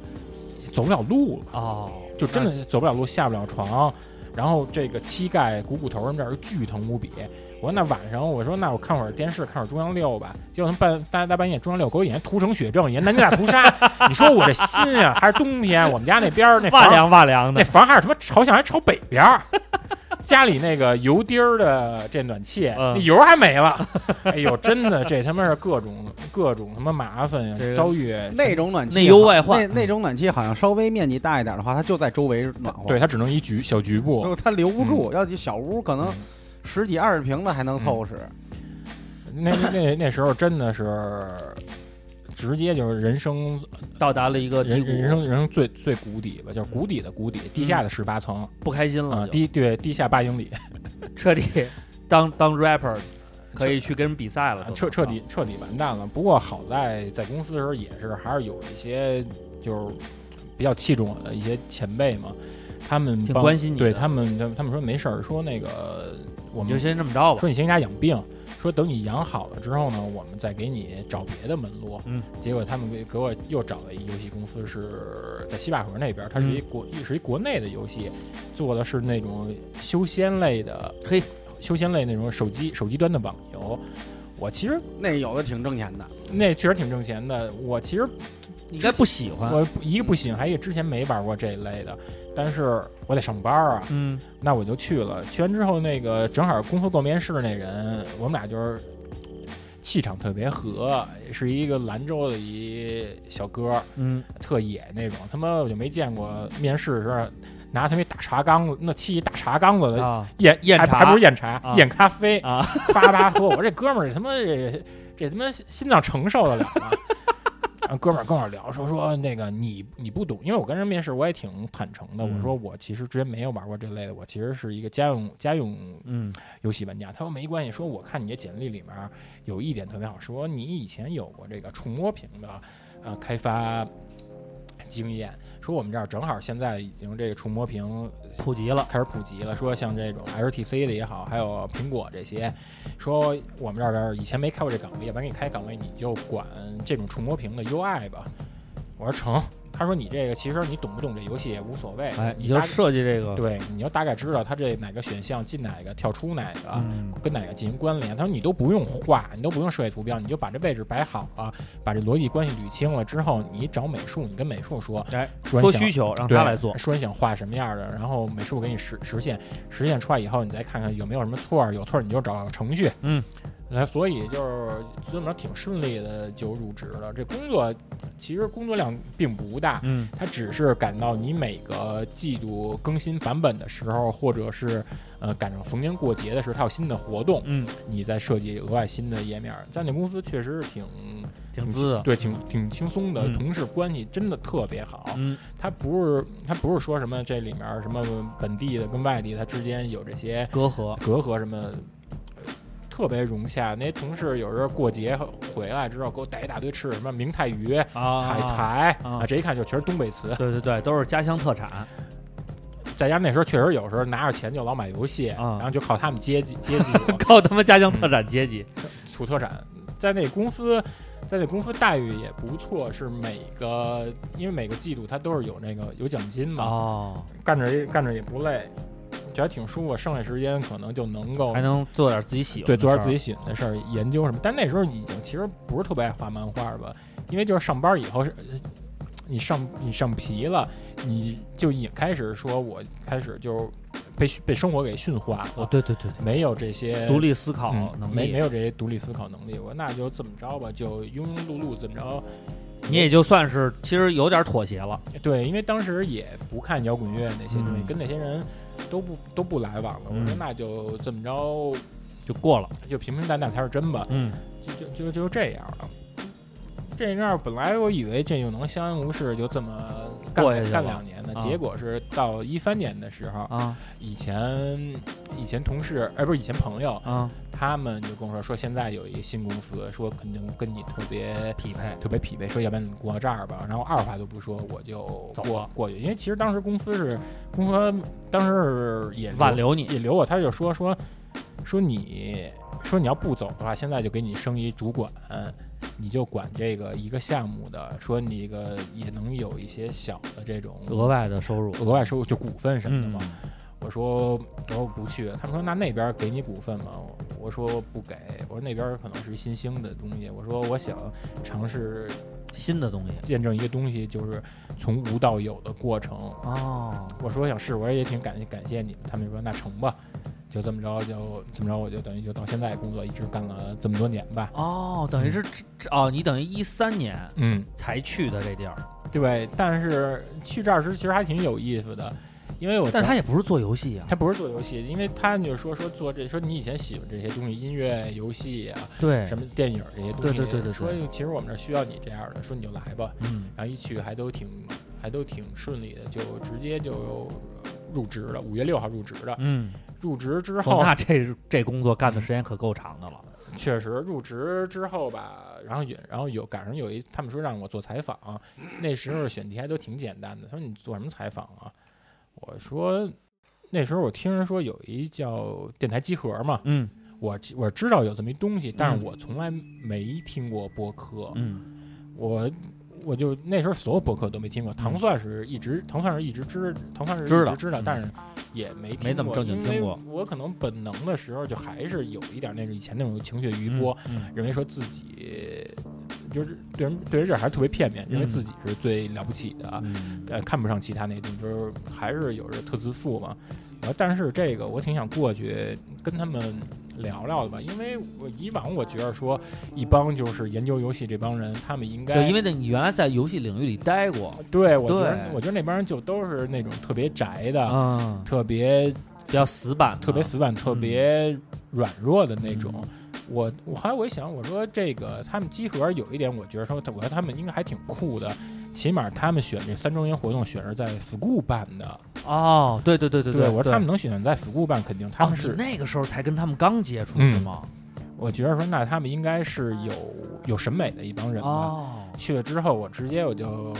走不了路了，
哦，
就真的走不了路，下不了床。然后这个膝盖、股骨头什么这儿巨疼无比。我说那晚上，我说那我看会儿电视，看会儿中央六吧。结果他们半大大半夜中央六给我演屠城血证，演南京大屠杀。 (laughs) 你说我这心啊，还是冬天，我们家那边儿那
哇
房
凉哇凉
那
的，
房还是他妈朝向还朝北边儿。家里那个油滴儿的这暖气，
嗯
那油还没了。哎呦，真的，这他妈是各种各种他妈麻烦呀
这个，
遭遇
那种暖气
内忧外患
那那种暖气好像稍微面积大一点的话，它就在周围暖和。
对，它只能一局小局部
如。果它留不
嗯
住，要一小屋可能十几二十平的还能凑合使。
那那那时候真的是，直接就是人生
到达了一个呃低
人
谷，
人生人生最最谷底吧，就是谷底的谷底，地下的十八层
不开心
啊，
了，就
地对地下八英里，
彻底当当 rapper 可以去跟人比赛了，都
啊彻彻底彻底完蛋了。不过好在在公司的时候也是还是有一些就是比较器重我的一些前辈嘛，他们
挺
帮
关心你
对
的
他们他们他们说没事儿，说那个我
你就
们
先这么着吧。
说你先给家养病，说等你养好了之后呢，我们再给你找别的门路。
嗯，
结果他们给给我又找了一游戏公司，是在西坝河那边，它是一
嗯
国、是一国内的游戏，做的是那种修仙类的，
嘿，
修仙类那种手机手机端的网游。我其实
那有的挺挣钱的，
那确实挺挣钱的，我其实
你应该不喜欢，
我一个不喜欢，还一个之前没玩过这一类的，但是我得上班啊，
嗯，
那我就去了。去完之后，那个正好公司做面试那人，我们俩就是气场特别合，是一个兰州的一小哥，
嗯，
特野那种。他妈我就没见过面试的时候拿他妈一大茶缸子，那沏一大茶缸子的
啊，
验
验
还
茶
还不是验茶，
啊
验咖啡 (laughs)
啊，
叭
(laughs)
叭喝。我这哥们儿他妈这这他妈心脏承受得了 (laughs) 吗？然后哥们儿跟我聊说说那个你你不懂，因为我跟人面试我也挺坦诚的，
嗯
我说我其实之前没有玩过这类的，我其实是一个家用家用
嗯，
游戏玩家。他说没关系，说我看你的简历里面有一点特别好，说你以前有过这个触摸屏的呃开发经验，说我们这儿正好现在已经这个触摸屏
普及了，
开始普及了，说像这种 HTC 的也好，还有苹果这些，说我们这边以前没开过这岗位，要不然给你开岗位，你就管这种触摸屏的 UI 吧。我说成，他说你这个其实你懂不懂这游戏也无所谓，
哎，你
你
就
大
设计这个，
对，你要大概知道它这哪个选项进哪个，跳出哪个。
嗯，
跟哪个进行关联？他说你都不用画，你都不用设计图标，你就把这位置摆好了，把这逻辑关系捋清了之后，你找美术，你跟美术说，
哎，
说
说
你想
需求让
对
他来做，
说你想画什么样的，然后美术给你实实现，实现出来以后，你再看看有没有什么错儿，有错儿你就找程序。
嗯，
来，所以就是这么着挺顺利的就入职了。这工作其实工作量并不大，
嗯，
它只是赶到你每个季度更新版本的时候，或者是呃赶上逢年过节的时候，它有新的活动，
嗯，
你再设计额外新的页面儿。在那公司确实是挺
挺滋的，
对，挺挺轻松的，
啊嗯
同事关系真的特别好。
嗯，
它不是它不是说什么这里面儿什么本地的跟外地它之间有这些
隔阂，
隔阂什么，呃特别融洽。那些同事有时候过节回来之后给我带一大堆吃的，什么明太鱼、
啊，
海苔
啊
啊，这一看就全是东北词。
对对对，都是家乡特产，
在家那时候确实有时候拿着钱就老买游戏，
啊
然后就靠他们接济接济
(laughs)
我
靠他妈家乡特产阶级，
土特产。在那公司，在那公司待遇也不错，是每个因为每个季度它都是有那个有奖金嘛，
哦，
干着也干着也不累，觉得挺舒服。剩下时间可能就能够
还能做点自己喜欢，
对做点自己，喜欢的事儿，研究什么。但那时候已经其实不是特别爱画漫画吧，因为就是上班以后是，呃你上你上皮了，你就也开始说我开始就被被生活给驯化
哦，
了，
对对对对，
没有这些
独立思考
嗯
能
没没
力，
有这些独立思考能力。我那就这么着吧，就庸庸碌碌这么着。
你也就算是其实有点妥协了，
对，因为当时也不看摇滚乐那些东西，
嗯
跟那些人都不都不来往了。我说
嗯
那就这么着，
就过了，
就平平淡淡才是真吧，
嗯，
就就就就这样了。这样本来我以为这就能相安无事，就这么干
过下去了
干两年呢。
啊
结果是到一三年的时候，
啊
以前以前同事，哎，不是以前朋友，
啊，
他们就跟我说，说现在有一个新公司，说肯定跟你特别
匹配，
特别匹配，说要不然你过到这儿吧，然后二话都不说，我就
走
过过去，因为其实当时公司是公司当时也
嗯挽留你
也留我，他就说说说你说你要不走的话，现在就给你升一主管，你就管这个一个项目的，说你这个也能有一些小的这种
额外的收入，
额外收入，就股份什么的
嗯
嘛。，我说我说不去，他们说那那边给你股份吗？我说不给，我说那边可能是新兴的东西，我说我想尝试
新的东西，
见证一个东西，就是从无到有的过程。
哦，
我说我想试，我说也挺感谢感谢你们，他们就说那成吧，就这么着就这么着，我就等于就到现在工作一直干了这么多年吧。
哦，等于是这这哦，你等于一三年
嗯，
才去的这地儿，
对，但是去这儿时其实还挺有意思的，因为我
但他也不是做游戏啊，
他不是做游戏，因为他就是说说做这说你以前喜欢这些东西，音乐、游戏啊，
对
什，么电影这些东西，
哎对对对对对
说其实我们这儿需要你这样的，说你就来吧，
嗯，
然后一去还都挺还都挺顺利的，就直接就入职了，五月六号入职的，
嗯，
入职之
哦
后，
那这这工作干的时间可够长的了，
确实入职之后吧，然后也然后有赶上有一他们说让我做采访，那时候选题还都挺简单的，他说你做什么采访啊？我说那时候我听人说有一叫电台集合嘛，
嗯
我我知道有这么一东西，但
嗯
是我从来没听过播客，
嗯
我。我就那时候所有播客都没听过，糖蒜是一直糖蒜是一直知糖蒜是一
嗯知
直
道
知道，
嗯
但是也没听
没怎么正经听过。
因为我可能本能的时候就还是有一点那种以前那种情绪余波，，
嗯
认为说自己就是对人对人这还是特别片面，认为
嗯
自己是最了不起的，
嗯
呃，看不上其他那种，就是还是有着特自负嘛。然后，但是这个我挺想过去跟他们聊聊的吧，因为我以往我觉得说一帮就是研究游戏这帮人，他们应该
对，因为那你原来在游戏领域里待过，
对我觉得
对
我觉得那帮人就都是那种特别宅的。
嗯，
特别
比较死板的，
特别死板、特
嗯
别软弱的那种
嗯。
我我后来我一想，我说这个他们集合有一点，我觉得说他，我觉得他们应该还挺酷的。起码他们选这三周年活动选是在府库办的，
哦，对对对对对，
啊我说他
对
们能选在府库办，肯定他
哦，
们
你
是。嗯
那个时候才跟他们刚接触是吗？
我觉得说那他们应该是有有审美的一帮人吧。
哦，
去了之后，我直接我就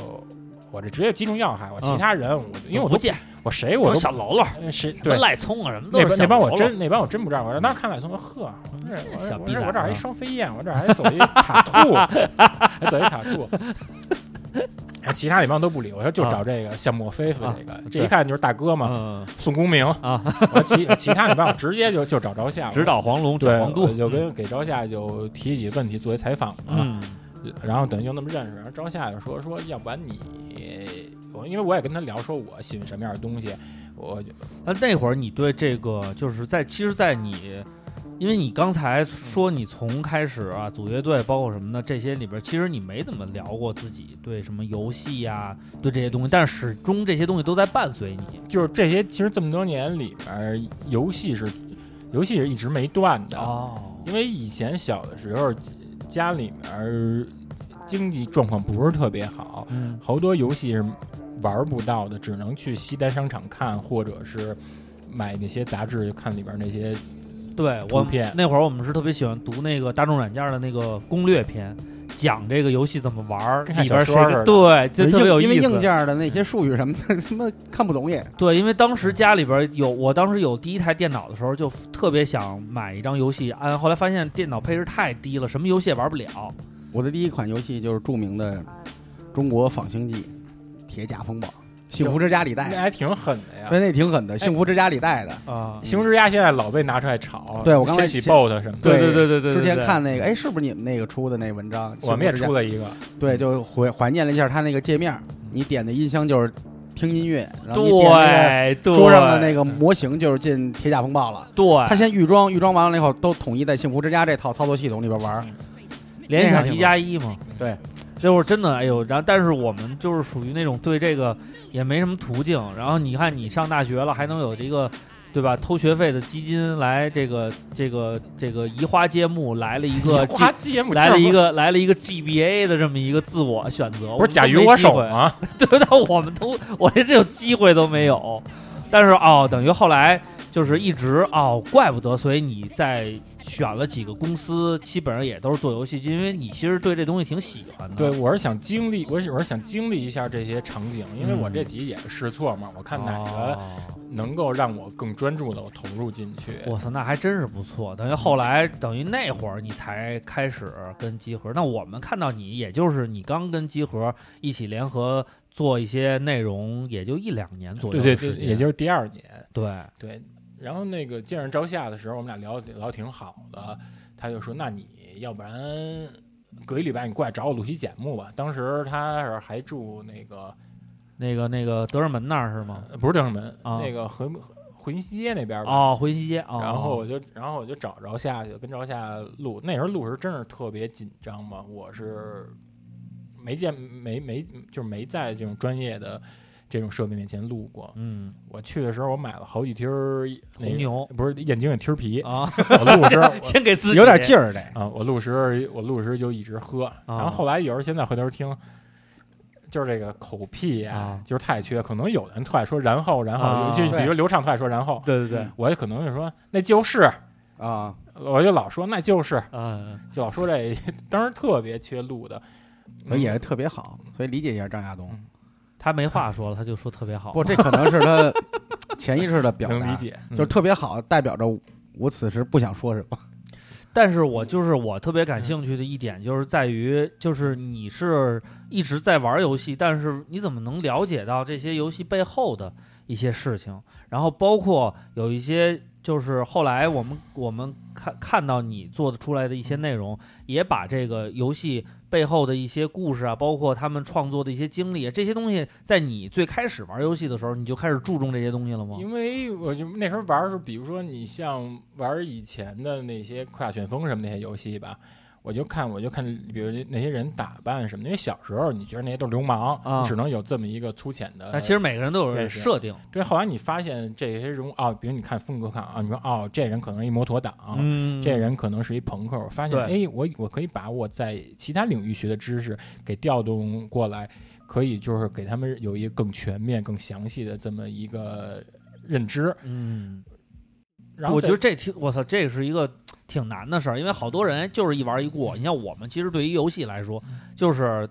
我这直接击中要害，我其
嗯
他人我因为我
不
都
见
我谁我都
小喽啰，
呃谁对
跟赖葱啊什么都是
那帮
小
那帮我
喽啰
真那帮我真不知道，我说那看来从呵，啊我这
这
我
小
这我
逼
这
崽
我这儿还
儿啊
一双飞燕，我这儿还走一
(laughs)
塔兔，还走一塔兔。然后其他那帮都不理我，说就找这个像墨菲夫这个，这一
啊对
看就是大哥嘛，
嗯
宋公明
啊。
我其其他那帮我直接就就找朝夏，
指导黄龙，
对
找黄都
我，就跟啊给朝夏就提几个问题作为采访嘛，
嗯
然后等于就那么认识。然后朝夏就说说，要不然你我因为我也跟他聊说我喜欢什么样的东西，我
那那会儿你对这个就是在，其实，在你，因为你刚才说你从开始啊，组乐队包括什么的这些里边，其实你没怎么聊过自己对什么游戏呀、对这些东西，但是始终这些东西都在伴随你。
就是这些，其实这么多年里边儿，游戏是游戏是一直没断的，
哦
因为以前小的时候家里面儿经济状况不是特别好，
嗯
好多游戏是玩不到的，只能去西单商场看，或者是买那些杂志看里边儿那些。
对
图
我
片
那会儿我们是特别喜欢读那个大众软件的那个攻略篇，讲这个游戏怎么玩儿，
跟看
里边谁
小说
跟
似的
对，就特别有
因为
意
硬
思。嗯
件的那些术语什么的，他妈看不懂也。
对，因为当时家里边有，我当时有第一台电脑的时候，就特别想买一张游戏安，后来发现电脑配置太低了，什么游戏也玩不了。
我的第一款游戏就是著名的中国仿星记《铁甲风暴》，幸福之家里
哎
带
那
的，
还挺狠的呀！
对，那挺狠的，幸福之家里带的。
啊、
行之家现在老被拿出来炒，
对我刚才
千玺
前
BOSS 什么的，
对
对
之前看那个，哎，是不是你们那个出的那文章？
我们也
幸福之家
出了一个，
对，就怀怀念了一下它那个界面
嗯
儿，你点的音箱就是听音乐，然后你点那
对对
个桌上的那个模型就是进《铁甲风暴》了。它
对，
先预装，预装完了以后都统一在幸福之家这套操作系统里边玩儿。
联
那还
想
挺
一加一嘛，
对，
这会儿真的哎呦，然后但是我们就是属于那种对这个也没什么途径，然后你看你上大学了还能有这个。对吧？偷学费的基金来这个这个这
(laughs)
个移花接木，来了一个这
花节目
来了一个来了一个 GBA 的这么一个自我选择，
不是
我
甲
们
鱼
都没
我手啊
机会？(laughs)
吗？
对，但我们都我连这种机会都没有。但是哦，等于后来就是一直哦，怪不得，所以你在选了几个公司，基本上也都是做游戏，因为你其实对这东西挺喜欢的。
对，，我是想经历，我是我是想经历一下这些场景，因为我
嗯
这集也是试错嘛，我看哪个
哦
能够让我更专注的我投入进去。
我哦操，那还真是不错。等于后来，等于那会儿你才开始跟集合。那我们看到你，也就是你刚跟集合一起联合做一些内容，也就一两年左
对
右的时
对对，
间。
也就是第二年，
对，
对。然后那个见着朝夏的时候，我们俩聊聊挺好的，他就说：“那你要不然隔一礼拜你过来找我录期节目吧。”当时他是还住那个
那个那个德胜门那儿是吗？
呃不是德胜门，
啊
那个回回西街那边吧。
哦，回西街。哦、
嗯然后我就，然后我就找着夏去跟着夏录。那时候录是真是特别紧张嘛，我是没见没没就是没在这种专业的这种设备面前路过。
嗯，
我去的时候，我买了好几听儿那
红
个
牛
不是眼镜也贴皮，
啊，
(laughs)
(laughs)
我路时我
先给自己
有点劲儿得。
啊，我路时我路时就一直
哦
喝，然后后来有时候现在回头听，就是这个口癖
啊
就是太缺，可能有的人特爱说然后然后，
啊
尤其
对
比如刘畅特爱说然后，
对对对，
我也可能就说那就是，
啊，
我就老说那就是，
嗯，
就老说这，当时特别缺路的，
嗯
所以也是特别好，所以理解一下张亚东。
他没话说了，他就说特别好。
不，这可能是他潜意识的表
(laughs)
能
达，
理解，
嗯
就是特别好，代表着我此时不想说什么。
但是
嗯
我就是我特别感兴趣的一点，就是在于，就是你是一直在玩游戏，但是你怎么能了解到这些游戏背后的一些事情？然后包括有一些，就是后来我们我们看看到你做的出来的一些
嗯
内容，也把这个游戏背后的一些故事啊，包括他们创作的一些经历，啊这些东西，在你最开始玩游戏的时候，你就开始注重这些东西了吗？
因为我就那时候玩的时候，比如说你像玩以前的那些《快打旋风》什么那些游戏吧，我就看我就看，比如那些人打扮什么的，因为小时候你觉得那些都是流氓，
啊
你只能有这么一个粗浅的。
那其实每个人都有
认识
设定，
对，后来你发现这些人物啊、比如你看风格看啊，你说哦，这人可能是一摩托党。
嗯，
这人可能是一朋克，我发现，
对
哎，我我可以把我在其他领域学的知识给调动过来，可以就是给他们有一个更全面、更详细的这么一个认知。
嗯。
然后
我
再
觉得这挺，我操，这是一个挺难的事儿，因为好多人就是一玩一过。你像我们，其实对于游戏来说，就是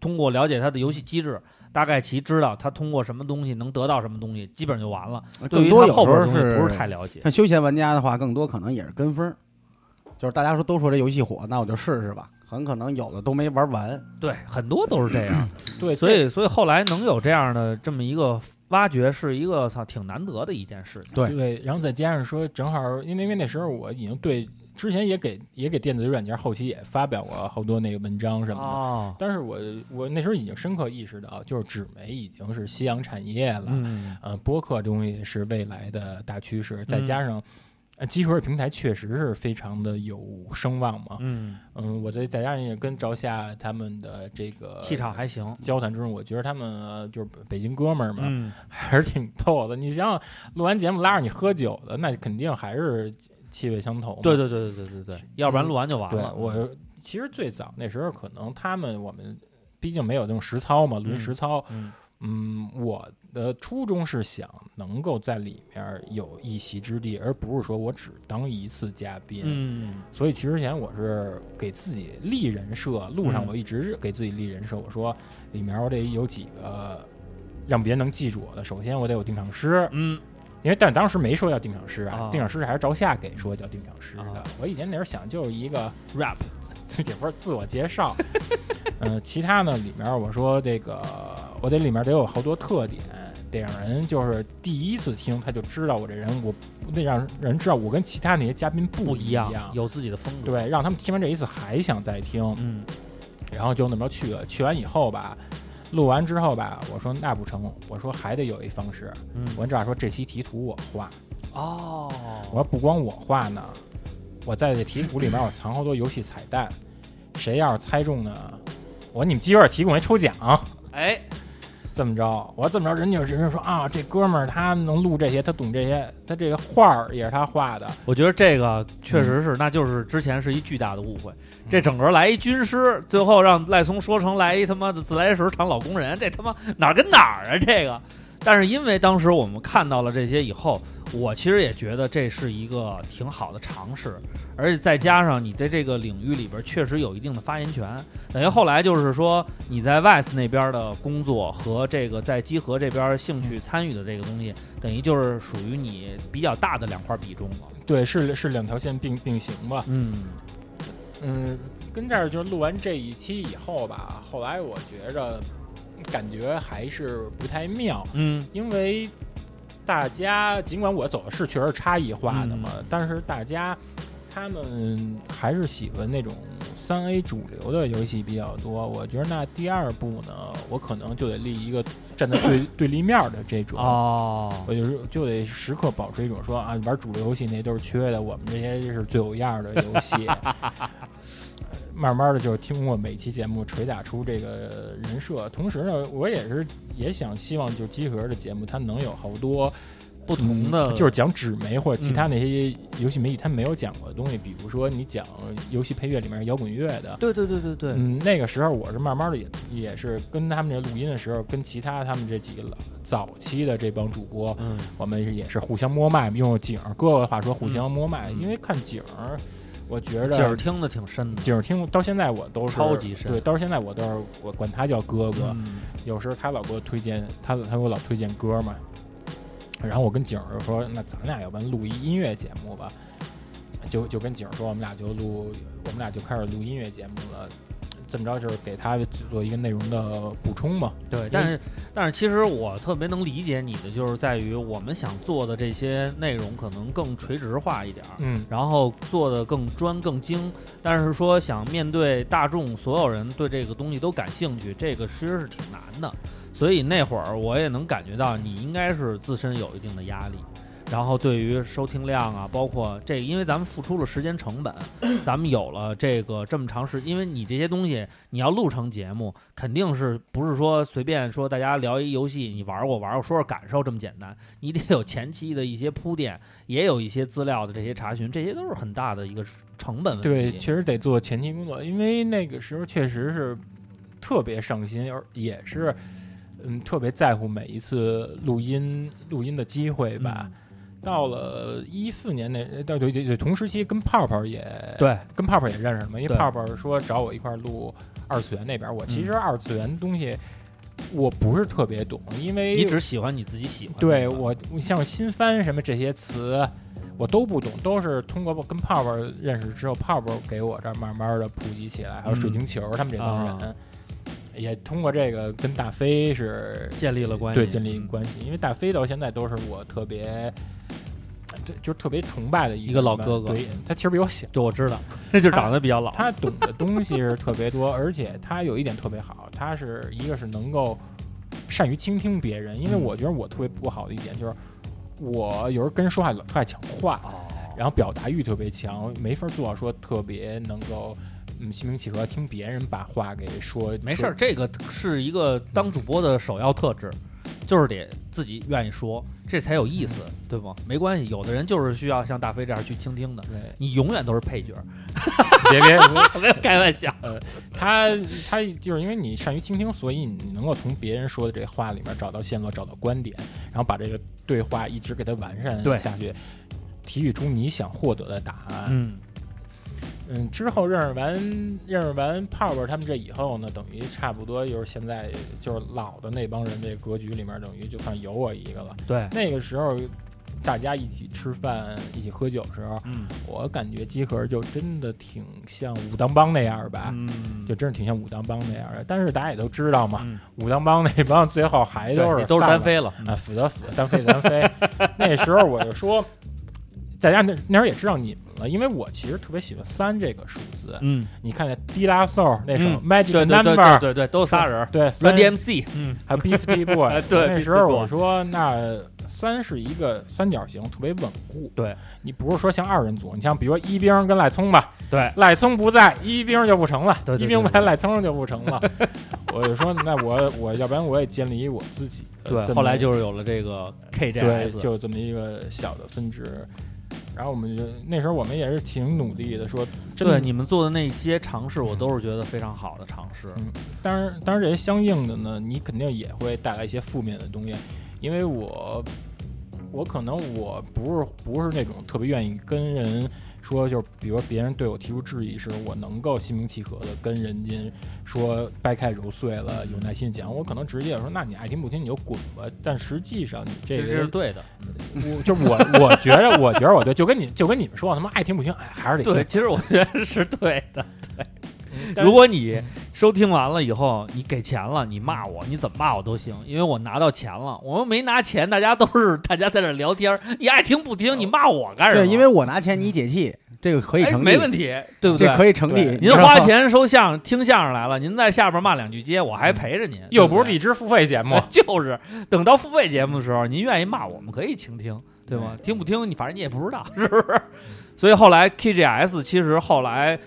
通过了解它的游戏机制，大概其知道它通过什么东西能得到什么东西，基本就完了。对
更
于
多
它
有时
后边的
候
东西
是
不是太了解。
像休闲玩家的话，更多可能也是跟风儿，就是大家说都说这游戏火，那我就试试吧。很可能有的都没玩完，
对，很多都是这样
(clears throat)
的。
对，
所
这
以，所以后来能有这样的这么一个挖掘，是一个操挺难得的一件事情。
对
对，然后再加上说，正好因为因为那时候我已经对之前也给也给电子软件后期也发表过好多那个文章什么的，
哦，
但是我我那时候已经深刻意识到，就是纸媒已经是夕阳产业了，嗯、
嗯，
播客东西是未来的大趋势，再
嗯
加上。呃，集合平台确实是非常的有声望嘛，
嗯，
嗯，我再再加上也跟朝夏他们的这个
气场还行。
交谈之中，我觉得他们呃就是北京哥们儿嘛，
嗯，
(laughs) 还是挺逗的。你想想，录完节目拉着你喝酒的，那肯定还是气味相投嘛。
对对对对对对对，要不然录完就完
对
了。
我其实最早那时候，可能他们我们毕竟没有这种实操嘛，
嗯
论实操。
嗯
嗯，我的初衷是想能够在里面有一席之地，而不是说我只当一次嘉宾。
嗯
所以去之前我是给自己立人设，路上
嗯
我一直是给自己立人设，我说里面我得有几个让别人能记住我的。首先我得有定场诗，
嗯
因为但当时没说要定场诗啊，
啊
定场诗还是朝夏给说叫定场诗的。
啊
我以前那时候想就是一个
，rap
也不是自我介绍， (laughs) 嗯、其他呢里面我说这个我得里面得有好多特点，得让人就是第一次听他就知道我这人，我我得让人知道我跟其他那些嘉宾
不
不
一
一
样，有自己的风格。，
对，让他们听完这一次还想再听，
嗯
然后就那么着去了。去完以后吧，录完之后吧，我说那不成，我说还得有一方式。
嗯，
我只要说这期题图我画，
哦，
我说不光我画呢，我在这题图里面我藏好多游戏彩蛋，谁要是猜中呢，我说你们鸡尾提供一抽奖，
哎，
这么着，我说这么着，人家人家说啊，这哥们儿他能录这些，他懂这些，他这个画儿也是他画的，
我觉得这个确实是，那就是之前是一巨大的误会。这整个来一军师，最后让赖松说成来一他妈的自来水厂老工人，这他妈哪儿跟哪儿啊？这个，但是因为当时我们看到了这些以后，我其实也觉得这是一个挺好的尝试，而且再加上你在这个领域里边确实有一定的发言权，等于后来就是说你在 VICE 那边的工作和这个在集合这边兴趣参与的这个东西，等于就是属于你比较大的两块比重了。
对，是是两条线并并行吧，
嗯
嗯，跟这儿就录完这一期以后吧，后来我觉着感觉还是不太妙，
嗯
因为大家尽管我走的是确实差异化的嘛，但是大家他们还是喜欢那种三 A 主流的游戏比较多。我觉得那第二步呢，我可能就得立一个站在对 (coughs) 对立面的这种。
哦
我就是就得时刻保持一种说啊，
(laughs)
玩主流游戏那都是缺的，我们这些是最有样儿的游戏。慢慢的就听过每期节目捶打出这个人设，同时呢，我也是也想希望就是集合的节目它能有好多
不同的嗯
嗯就是讲纸媒或者其他那些游戏媒体它没有讲过的东西，比如说你讲游戏配乐里面摇滚乐的，
对对对对对，
嗯，那个时候我是慢慢的也也是跟他们这录音的时候，跟其他他们这几个老早期的这帮主播，
嗯，
我们也是互相摸麦，用景儿哥哥的话说互相摸麦，
嗯
因为看景儿，我觉
劲儿
着
听的挺深的，
景儿听到现在我都是
超级深
对，到现在我都是我管他叫哥哥，
嗯
有时候他老给我推荐，他他给我老推荐歌嘛，然后我跟景儿说，那咱俩要不然录一音乐节目吧，就就跟景儿说，我们俩就录，我们俩就开始录音乐节目了。怎么着，就是给他做一个内容的补充嘛。
对，但是但是其实我特别能理解你的，就是在于我们想做的这些内容可能更垂直化一点儿，
嗯，
然后做的更专更精，但是说想面对大众所有人对这个东西都感兴趣，这个其实是挺难的。所以那会儿我也能感觉到你应该是自身有一定的压力，然后对于收听量啊，包括这因为咱们付出了时间成本，咱们有了这个这么长时，因为你这些东西你要录成节目，肯定是不是说随便说大家聊一游戏你玩过玩过说说感受这么简单，你得有前期的一些铺垫，也有一些资料的这些查询，这些都是很大的一个成本问题。
对，确实得做前期工作，因为那个时候确实是特别上心，而也是嗯特别在乎每一次录音录音的机会吧。
嗯
到了一四年那，呃到对对对，同时期跟泡泡也
对，
跟泡泡也认识了嘛，因为
对
泡泡说找我一块儿录二次元那边儿，我其实
嗯
二次元东西我不是特别懂，因为
你只喜欢你自己喜欢的。
对我我像新番什么这些词，我都不懂，都是通过跟泡泡认识之后，泡泡给我这儿慢慢的普及起来，还有水晶球他们这帮人，
嗯啊
也通过这个跟大飞是
建立了关系，嗯
对建立关系，因为大飞到现在都是我特别。这就是特别崇拜的一
一
个
个老
人吧
哥哥
对他其实比我小，
就我知
(laughs)
道，那就长得比较老。
他懂的东西是特别多，而且他有一点特别好，他是一个是能够善于倾听别人，
嗯
因为我觉得我特别不好的一点就是，我有时候跟人说话老特爱抢话，
哦
然后表达欲特别强，没法做到说特别能够嗯心平气和听别人把话给说。
没事儿，这个是一个当主播的首要特质，就是得自己愿意说，这才有意思，对吗？没关系，有的人就是需要像大飞这样去倾听的，
对，
你永远都是配角儿，
别别，
(laughs) 没有开玩笑。
他他就是因为你善于倾听，所以你能够从别人说的这话里面找到线索，找到观点，然后把这个对话一直给它完善
对
下去，提取出你想获得的答案。
嗯，
嗯，之后认识完认识完泡泡他们这以后呢，等于差不多就是现在就是老的那帮人这格局里面，等于就算有我一个了。
对，
那个时候。大家一起吃饭、一起喝酒的时候，
嗯
我感觉集合就真的挺像武当帮那样吧，
嗯，
就真是挺像武当帮那样的。但是大家也都知道嘛，
嗯
武当帮那帮最后还
对
都是
你都是
散
单
了
飞了，
啊，死的死，单飞的单飞。那时候我就说，在家那那时候也知道你们了，因为我其实特别喜欢三这个数字。
嗯，
你看那滴答 soul 那首
嗯
Magic
对对对
Number，
对对对，都是仨人儿
对
，Run
三
DMC，嗯，
还有 Beastie Boy，
(laughs) 对
那
Beastie
时候我
Boy
说那三是一个三角形，特别稳固。
对，
你不是说像二人组，你像比如说一兵跟赖聪吧，
对，
赖聪不在，一兵就不成了，
对对对
一兵不在，赖聪就不成了。我就说那我我要不然我也建立我自己的这
对，
么
后来就是有了这个
对，
KJS，
就这么一个小的分支。然后我们就那时候我们也是挺努力的，说真的
对你们做的那些尝试，我都是觉得非常好的尝试。
嗯当然，当然这些相应的呢，你肯定也会带来一些负面的东西，因为我，我可能我不是不是那种特别愿意跟人说，就是比如说别人对我提出质疑时，我能够心平气和的跟人家说掰开揉碎了，有耐心地讲，我可能直接说，那你爱听不听你就滚吧。但实际上你这
这
个
这是对的，
我就我我觉着，我觉着我对，就跟你就跟你们说，他妈爱听不听，哎，还是得
对，
听。
其实我觉得是对的。
但是
如果
嗯
你收听完了以后，你给钱了，你骂我，你怎么骂我都行，因为我拿到钱了。我又没拿钱，大家都是大家在这聊天儿，你爱听不听，你骂我干什么？
对，因为我拿钱你解气，这个可以
哎，
成立，
没问题，对不对？
这可以成立
对。
你
您
知道吗
花，钱收相听相声来了，您在下边骂两句街，我
嗯
还陪着您，
又
对
不是
对，
荔枝付费节目
(laughs) 就是等到付费节目的时候，您愿意骂我们可以倾听，对吗？
嗯
(laughs) 听不听你反正你也不知道，是不是？所以后来 KGS 其实后来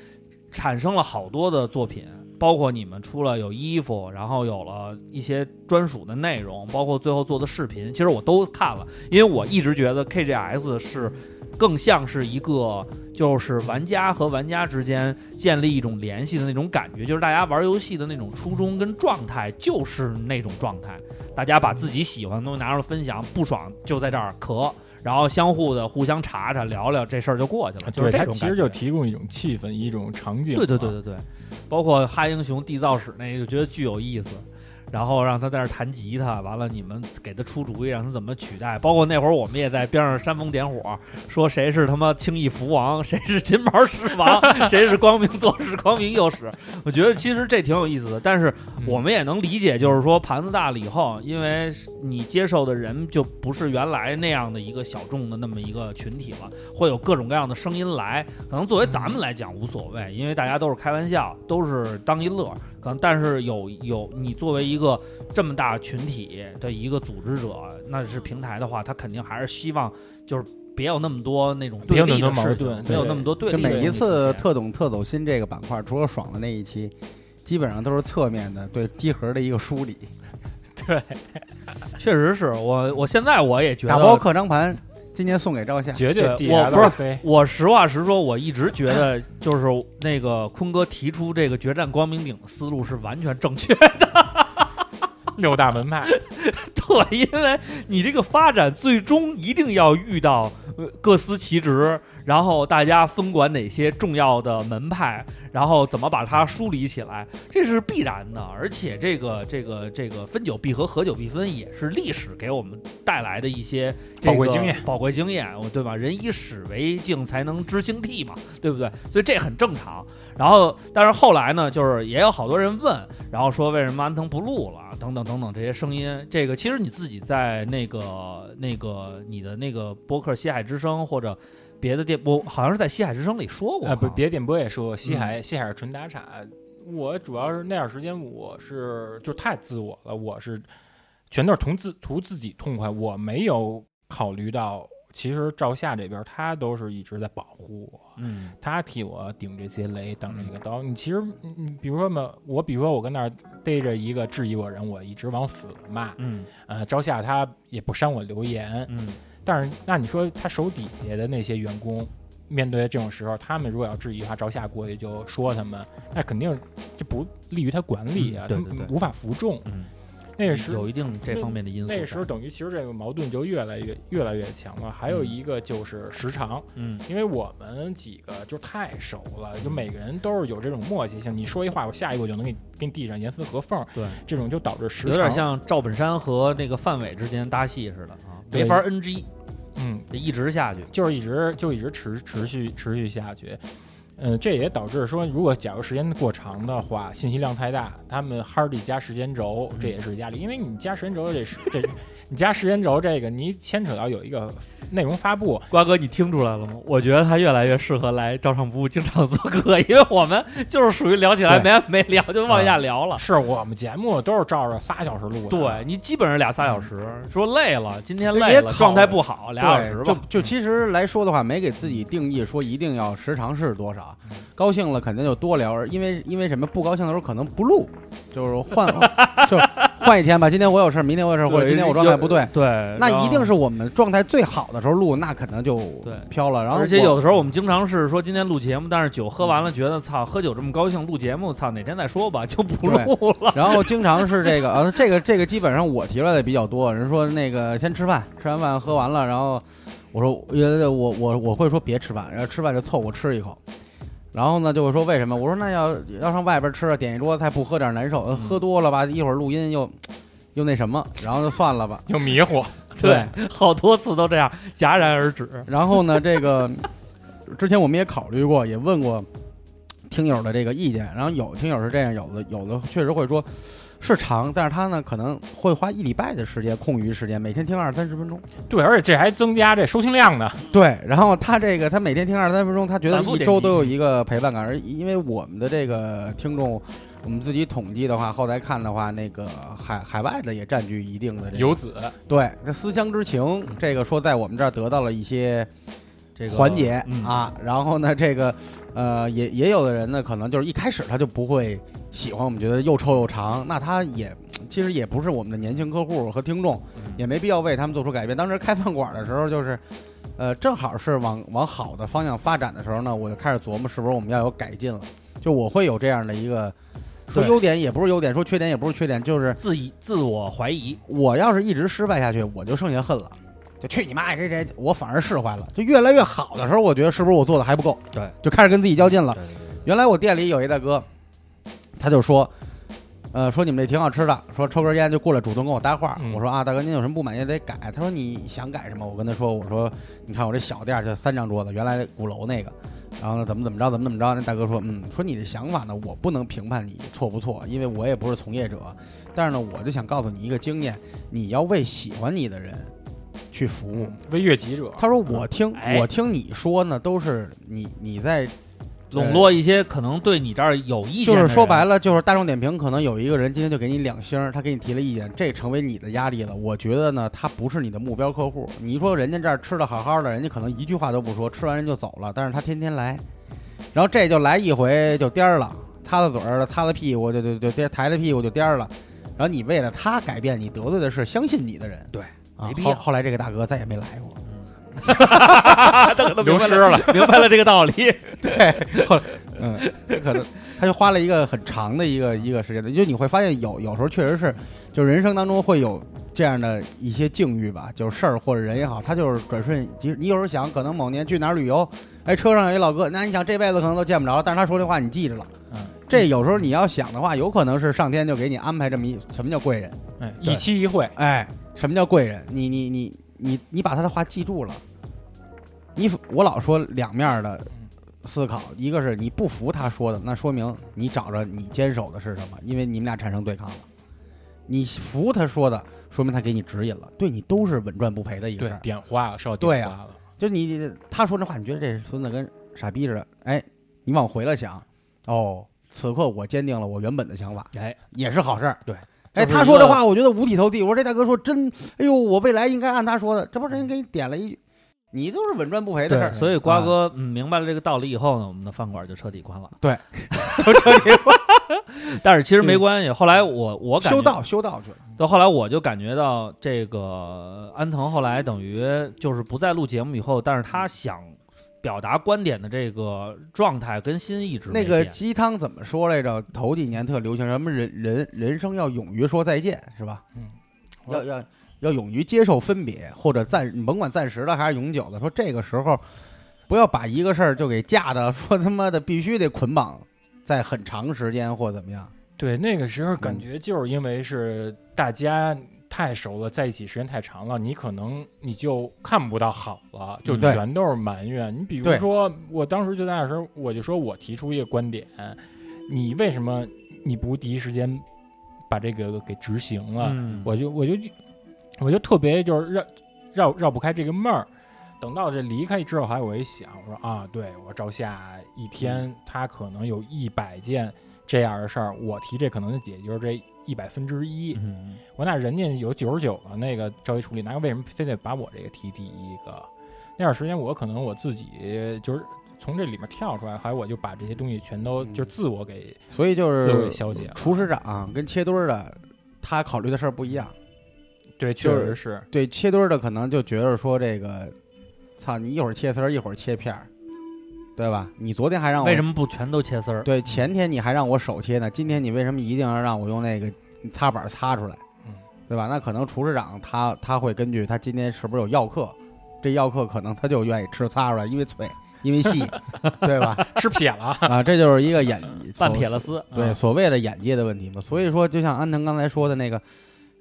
产生了好多的作品，包括你们出了有衣服，然后有了一些专属的内容，包括最后做的视频，其实我都看了，因为我一直觉得 KGS 是更像是一个就是玩家和玩家之间建立一种联系的那种感觉，就是大家玩游戏的那种初衷跟状态就是那种状态，大家把自己喜欢的东西拿出来分享，不爽就在这儿咳。然后相互的互相查查聊聊，这事儿就过去了，就是这
对它
种
其
感
实
觉
就提供一种气氛，一种场景。
对对对，对对，包括哈英雄缔造史那个，就觉得巨有意思。然后让他在那儿弹吉他，完了你们给他出主意，让他怎么取代。包括那会儿我们也在边上煽风点火，说谁是他妈轻易福王， (laughs) 谁是金毛狮王， (laughs) 谁是光明左使，光明右使。我觉得其实这挺有意思的，但是
嗯
我们也能理解，就是说盘子大了以后，因为你接受的人就不是原来那样的一个小众的那么一个群体了，会有各种各样的声音来。可能作为咱们来讲无所谓，因为大家都是开玩笑，都是当一乐儿。可能但是有有你作为一个这么大群体的一个组织者，那是平台的话，他肯定还是希望就是别有那么多那种
别
对
有那么
立的
多
事
矛
情
盾
别有
对
那么多对
就
立的
每一
东西出
次
现
特懂特走心这个板块，除了爽的那一期，基本上都是侧面的对机核的一个梳理。
确实是我我现在我也觉得
打包刻章盘，今天送给赵夏。
绝对
对
地
我
下
不是
乱飞。
我实话实说，我一直觉得就是那个坤哥提出这个决战光明顶的思路是完全正确的，
(laughs) 六大门派，
(laughs) 对，因为你这个发展最终一定要遇到呃各司其职，然后大家分管哪些重要的门派，然后怎么把它梳理起来，这是必然的。而且这个这个这个分久必合，合久必分，也是历史给我们带来的一些、这个
宝贵经验，
宝贵经验，我对吧？人以史为镜，才能知兴替嘛，对不对？所以这很正常。然后，但是后来呢，就是也有好多人问，然后说为什么安藤不录了，等等等等这些声音。这个其实你自己在那个那个你的那个播客《西海之声》或者别的电播，好像是在《西海之声》里说过哈。啊
呃，不，别点播也说
嗯
西海，西海是纯打岔。我主要是那段时间我是就太自我了，我是全都是图自图自己痛快，我没有考虑到其实赵夏这边他都是一直在保护我，
嗯
他替我顶这些雷，挡这个刀。你其实你你比如说嘛，我比如说我跟那儿逮着一个质疑我人，我一直往死了骂，
嗯
呃，赵夏他也不删我留言，
嗯
但是那你说他手底下的那些员工，面对这种时候，他们如果要质疑的话，朝下过去就说他们，那肯定就不利于他管理啊，
嗯对
他
对对
无法服众。
嗯，
那个时
有一定这方面的因素在。
那个时候等于其实这个矛盾就越来越越来越强了。还有
嗯
一个就是时长，
嗯
因为我们几个就太熟了，就每个人都是有这种默契性。你说一话，我下一个我就能给你给你递上严丝合缝。
对，
这种就导致时长
有点像赵本山和那个范伟之间搭戏似的啊，
对
没法 NG，
嗯，
得一直下去。
就是一直就一直持持续持续下去。嗯，这也导致说，如果假如时间过长的话，信息量太大，他们 hard 加时间轴，这也是压力。因为你加时间轴这是这，你加时间轴这个，你牵扯到有一个内容发布，
瓜哥，你听出来了吗？我觉得他越来越适合来照常不误，经常做客，因为我们就是属于聊起来没完没了，就往下
嗯
聊了。
是我们节目都是照着仨小时录的。
对你基本上俩仨小时，说累了，今天累
嗯也
了，
考
状态不好，俩小时
对，就
吧。嗯
就其实来说的话，没给自己定义说一定要时长是多少，
嗯
高兴了肯定就多聊，因为因为什么不高兴的时候可能不录，就是换就是换一天吧。今天我有事儿，明天我有事儿，
对
或者今天我状态不对，
对，
那
然后
一定是我们状态最好的时候录，那可能就
对
飘了。然后
而且
我
有的时候我们经常是说今天录节目，但是酒喝完了，觉得操，喝酒这么高兴，录节目，操，哪天再说吧，就不录了。
然后经常是这个啊，这个这个基本上我提出来的比较多。人说那个先吃饭，吃完饭喝完了，然后我说呃我我我会说别吃饭，然后吃饭就凑合吃一口。然后呢就会说为什么？我说那要要上外边吃，啊点一桌菜不喝点难受，呃喝多了吧一会儿录音又又那什么，然后就算了吧。
又迷糊，
对，好多次都这样戛然而止。
然后呢这个之前我们也考虑过，也问过听友的这个意见，然后有听友是这样，有的有的确实会说。是长，但是他呢可能会花一礼拜的时间，空余时间每天听二三十分钟。
对，而且这还增加这收听量呢。
对，然后他这个他每天听二三十分钟，他觉得
反复
一
点
周
击
都有一个陪伴感，而因为我们的这个听众，我们自己统计的话，后台看的话，那个海海外的也占据一定的这个
游子
对，这思乡之情，这个说在我们这儿得到了一些
这个
环节
嗯、，
啊。然后呢，这个呃，也也有的人呢，可能就是一开始他就不会喜欢，我们觉得又臭又长，那他也其实也不是我们的年轻客户和听众，
嗯
也没必要为他们做出改变。当时开饭馆的时候，就是呃，正好是往往好的方向发展的时候呢，我就开始琢磨是不是我们要有改进了，就我会有这样的一个。说
对
优点也不是优点，说缺点也不是缺点，就是
自以自我怀疑，
我要是一直失败下去，我就剩下恨了，就去你妈！这这，我反而释怀了。就越来越好的时候，我觉得是不是我做的还不够？
对，
就开始跟自己较劲了
对。
原来我店里有一大哥，他就说，呃，说你们这挺好吃的，说抽根烟就过来主动跟我搭话。
嗯
我说啊，大哥您有什么不满意得改。他说你想改什么？我跟他说，我说你看我这小店儿就三张桌子，原来鼓楼那个。然后呢，怎么怎么着，怎么怎么着？那大哥说，嗯，说你的想法呢，我不能评判你错不错，因为我也不是从业者。但是呢，我就想告诉你一个经验，你要为喜欢你的人去服务。
为悦己者，
他说我听
哎
我听你说呢，都是你你在
笼络一些可能对你这儿有意见
就
的人，
是说
(laughs)
白了，就是大众点评可能有一个人今天就给你两星儿，他给你提了意见，这成为你的压力了。我觉得呢，他不是你的目标客户。你说人家这儿吃的好好的，人家可能一句话都不说，吃完人就走了，但是他天天来，然后这就来一回就颠儿了，擦擦嘴儿了，擦擦屁股就就就颠，抬着屁股就颠儿了。然后你为了他改变，你得罪的是相信你的人。
对，
啊
没必
后
要
后来这个大哥再也没来过。
啊，他可能明
流
白
失
了，
了，
明白了这个道理。
对，后来嗯，可能他就花了一个很长的一个一个时间的，就你会发现有有时候确实是，就人生当中会有这样的一些境遇吧，就是事儿或者人也好，他就是转瞬即逝。你有时候想，可能某年去哪儿旅游，哎，车上有一老哥，那你想这辈子可能都见不着了，但是他说这话你记着了。
嗯，
这有时候你要想的话，有可能是上天就给你安排这么一什么叫贵人。
哎，
对
一期一会，
哎，什么叫贵人？你你你你你把他的话记住了。你我老说两面儿的思考，一个是你不服他说的，那说明你找着你坚守的是什么，因为你们俩产生对抗了。你服他说的，说明他给你指引了，对你都是稳赚不赔的一个
对
事儿，。
点化了，受
对
点
啊
化了，
就你他说这话，你觉得这孙子跟傻逼似的，哎，你往回了想，哦，此刻我坚定了我原本的想法，
哎，
也是好事儿。
对，
哎，
就是一
他说这
个
话，我觉得五体投地。我说这大哥说真，哎呦，我未来应该按他说的，这不是人给你点了一句，你都是稳赚不赔的事儿，
所以瓜
啊
哥、嗯、明白了这个道理以后呢，我们的饭馆就彻底关了。
对，
(laughs) 就彻底关。但是其实没关系，后来我我感觉
修道修道去了。
到后来我就感觉到这个安藤后来等于就是不再录节目以后，但是
嗯
他想表达观点的这个状态跟心一直没
那个
变
鸡汤怎么说来着？头几年特流行，什么人人人生要勇于说再见，是吧？
嗯，
要要要勇于接受分别，或者暂你甭管暂时的还是永久的，说这个时候不要把一个事儿就给架的，说他妈的必须得捆绑在很长时间或怎么样。
对，那个时候感
嗯
觉就是因为是大家太熟了，在一起时间太长了，你可能你就看不到好了，就
嗯对
全都是埋怨。你比如
对
说，我当时就在那时候，我就说我提出一个观点，你为什么你不第一时间把这个给执行了？
嗯，
我就我就我就特别就是绕绕绕不开这个闷儿。等到这离开之后，还有我一想，我说啊，对我照下一
嗯
天，他可能有一百件这样的事儿，我提这可能也就是这一百分之一。
嗯
我那人家有九十九个那个着急处理，那为什么非得把我这个提第一个？那段时间我可能我自己就是从这里面跳出来，还有我就把这些东西全都
嗯
就自我给、
所以就
自我给
是
消解了。
厨师长跟切墩儿的，他考虑的事儿不一样。
对，确
就是
实是，
对切墩儿的，可能就觉得说这个，操，你一会儿切丝儿，一会儿切片儿，对吧？你昨天还让我
为什么不全都切丝儿？嗯
对，前天你还让我手切呢，今天你为什么一定要让我用那个擦板擦出来
嗯？
对吧？那可能厨师长他他会根据他今天是不是有药客，这药客可能他就愿意吃擦出来，因为脆，因为
(laughs)
细，对吧？
吃撇
(laughs)
了啊。
啊，这就是一个眼
半撇了啊丝，
对，所谓的眼界的问题嘛。所以说，就像安藤刚才说的那个，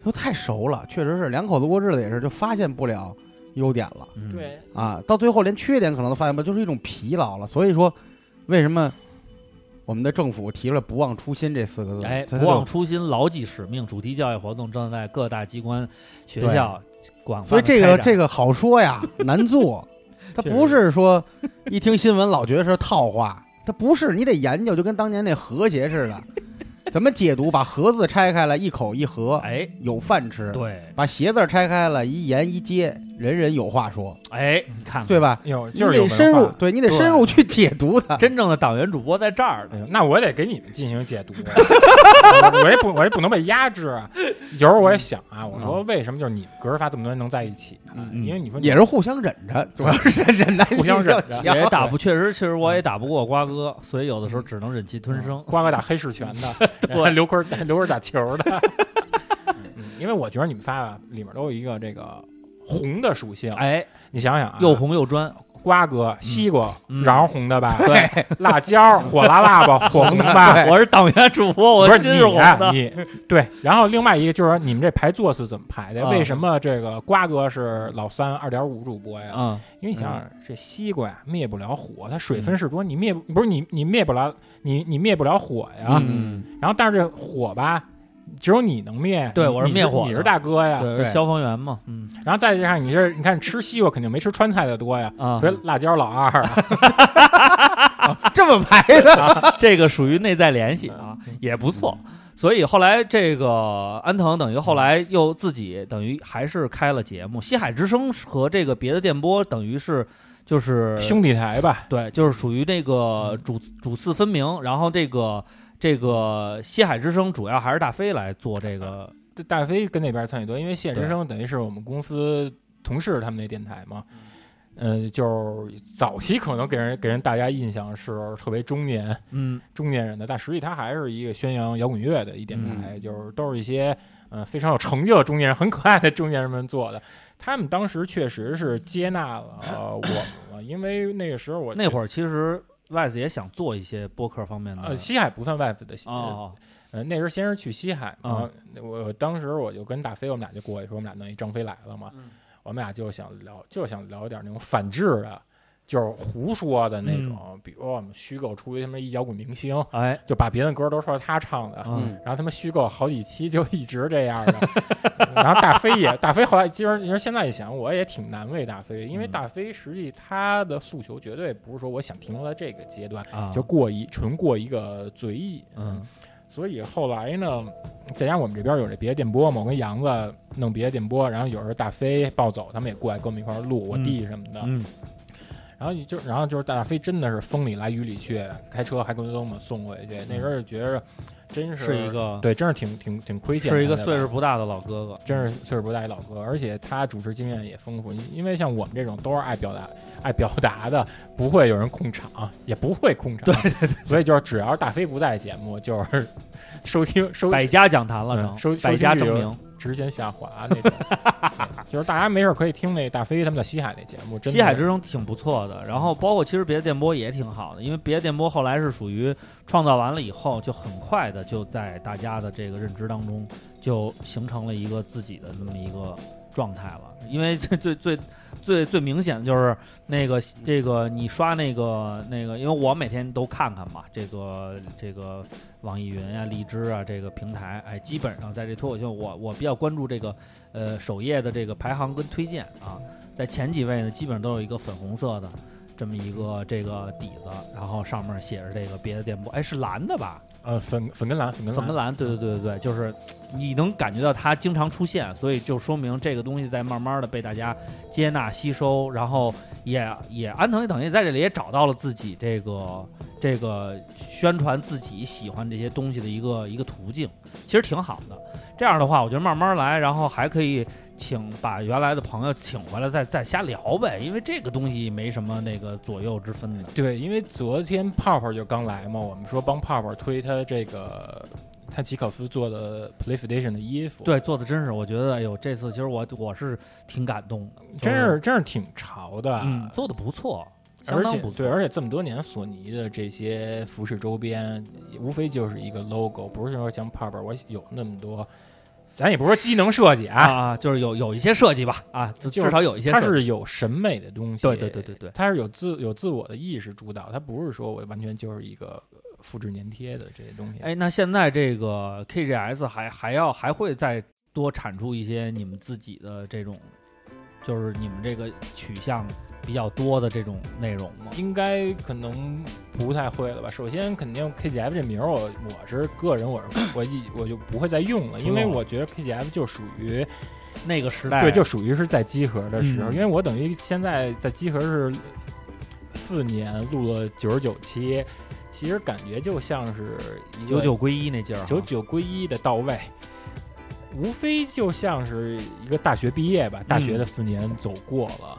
都太熟了，确实是两口子过日子也是，就发现不了优点了
嗯，
对，
啊，到最后连缺点可能都发现不了，就是一种疲劳了。所以说，为什么我们的政府提了“不忘初心”这四个字？
哎，
它
不忘
就。
初心，牢记使命。主题教育活动正在各大机关、学校广
所以这个这
个
个好说呀，难做。它不是说一听新闻老觉得是套话，它不是，你得研究，就跟当年那和谐似的，怎么解读？把“和”字拆开了，一口一和，
哎，
有饭吃。
对
把鞋子拆开了，一沿一接，人人有话说，
哎，你看看，
对吧？
哟，
你
就是有
得
文
深入
化，
对你得
对
深入去解读它。
真正的党员主播在这儿呢。
哎呦，那我得给你们进行解读，啊 (laughs) 我我也不我也不能被压制啊。有时候我也想啊，我说为什么就是你们格尔发这么多人能在一起啊？
嗯
因为你说你
也是互相忍着，主要是忍
(laughs)
耐力
互相忍着
比较强
也打不，确实，其实我也打不过瓜哥，所以有的时候只能忍气吞声。
瓜哥打黑市拳
(laughs)
的，然后刘坤儿刘坤儿打球的。 (laughs) 嗯因为我觉得你们仨啊，里面都有一个这个红的属性。
哎，
你想想啊，
又红又专，
瓜哥、西瓜
嗯，
瓤儿红的吧？
对，
辣
(laughs)
椒火辣辣吧，火红的吧？
我是党员主播，
不
我
是
心是
你
红
啊，
的。
你对。然后另外一个就是说，你们这排座次怎么排的？
啊
为什么这个瓜哥是老三二点五主播呀？
嗯，
因为你想想，这西瓜呀灭不了火，它水分是多，你灭不不是你你灭不了你你灭不了火呀。
嗯，
然后但是这火吧，只有你能灭。
对
你
我是
你
灭火的
你是大哥呀。
对，是消防员嘛，嗯
然后再加上你这，你看吃西瓜肯定没吃川菜的多呀，
啊
所，以辣椒
(laughs)
老二啊，
这么排的，
这个属于内在联系啊，也不错。所以后来这个安藤等于后来又自己等于还是开了节目，西海之声和这个别的电波等于是就是
兄弟台吧。
对，就是属于这个
嗯
主主次分明，然后这个这个西海之声主要还是大飞来做这个，
这大飞跟那边参与多，因为谢之声等于是我们公司同事他们那电台嘛。嗯、就是早期可能给人给人大家印象是特别中年
嗯
中年人的，但实际他还是一个宣扬摇滚乐的一电台，就是都是一些呃非常有成就的中年人、很可爱的中年人们做的。他们当时确实是接纳了、呃、我们了，因为那个时候我
那会
儿
儿其实 Wise 也想做一些播客方面的
呃西海不算外服的西，
哦，
呃那时候先是去西海嘛
啊，
我当时我就跟大飞我们俩就过去说我们俩弄一张飞来了嘛，我们俩就想聊就想聊点那种反制的，就是胡说的那种，比如我们虚构出一他妈一摇滚明星，
哎，
就把别的歌都说是他唱的，
嗯
然后他们虚构好几期就一直这样的，然后大
(laughs)
飞也大飞后来其实其实现在一想，我也挺难为大飞，因为
嗯
大飞实际他的诉求绝对不是说我想停留在这个阶段，
啊，
就过一纯过一个嘴瘾，
嗯
所以后来呢，再加上我们这边有这别的电波嘛，我跟杨子弄别的电波，然后有时候大飞暴走他们也过来跟我们一块儿录，我弟什么的，
嗯
然后就然后就是大飞真的是风里来雨里去，开车还给我们送回去，那时候就觉着真嗯是
是一个
对，真是挺挺挺亏欠他的吧，
是一个岁数不大的老哥哥，
真是岁数不大一老哥，而且他主持经验也丰富。因因为像我们这种都是爱表达、爱表达的，不会有人控场，也不会控场。对对对。所以就是只要是大飞不在节目，就是 (laughs) 收听收
百家讲坛了
嗯收
成，
收
百家
听率
争
有
鸣，
直线下滑啊那种。就是大家没事可以听那大飞他们在西海那节目，真的
西海之声挺不错的，然后包括其实别的电波也挺好的，因为别的电波后来是属于创造完了以后，就很快的就在大家的这个认知当中就形成了一个自己的这么一个状态了。因为这最最最最明显的就是那个这个你刷那个那个，因为我每天都看看嘛，这个这个网易云啊、荔枝啊这个平台，哎，基本上在这脱口秀，我我比较关注这个呃首页的这个排行跟推荐啊。在前几位呢，基本上都有一个粉红色的这么一个这个底子，然后上面写着这个别的电波，哎，是蓝的吧？
呃粉粉跟蓝粉跟
粉
蓝
跟蓝，对对对对对，就是你能感觉到它经常出现，所以就说明这个东西在慢慢的被大家接纳吸收，然后也也安藤等于在这里也找到了自己这个这个宣传自己喜欢这些东西的一个一个途径，其实挺好的。这样的话，我觉得慢慢来，然后还可以请把原来的朋友请回来再再瞎聊呗，因为这个东西没什么那个左右之分的。
对，因为昨天泡泡就刚来嘛，我们说帮泡泡推他这个他吉考夫做的 PlayStation 的衣服，
对，做的真是，我觉得，哎呦，这次其实我我是挺感动的，就
真是真是挺潮的，
嗯，做的不错，相
啊而
当
且
不错。
对，而且这么多年索尼的这些服饰周边，无非就是一个 logo，不是说像泡泡我有那么多，咱也不是说机能设计
啊
啊，
啊，就是有有一些设计吧，啊，就
就
至少有一些
它
设计
是嗯有审美的东西，
对对对对对
它是有自有自我的意识主导，它不是说我完全就是一个呃复制粘贴的这些东西。
哎，那现在这个 KGS 还还要还会再多产出一些你们自己的这种，就是你们这个取向比较多的这种内容吗？
应该可能不太会了吧？首先，肯定 KGF 这名儿，我我是个人，我是我一我就不会再用了，因为
用了
我觉得 KGF 就属于
那个时代，
对，就属于是在集合的时候，
嗯
因为我等于现在在集合是四年录了九十九期，其实感觉就像是一
九
个
九归一那劲儿哈，
九九归一的到位，无非就像是一个大学毕业吧，大
嗯
学的四年走过了。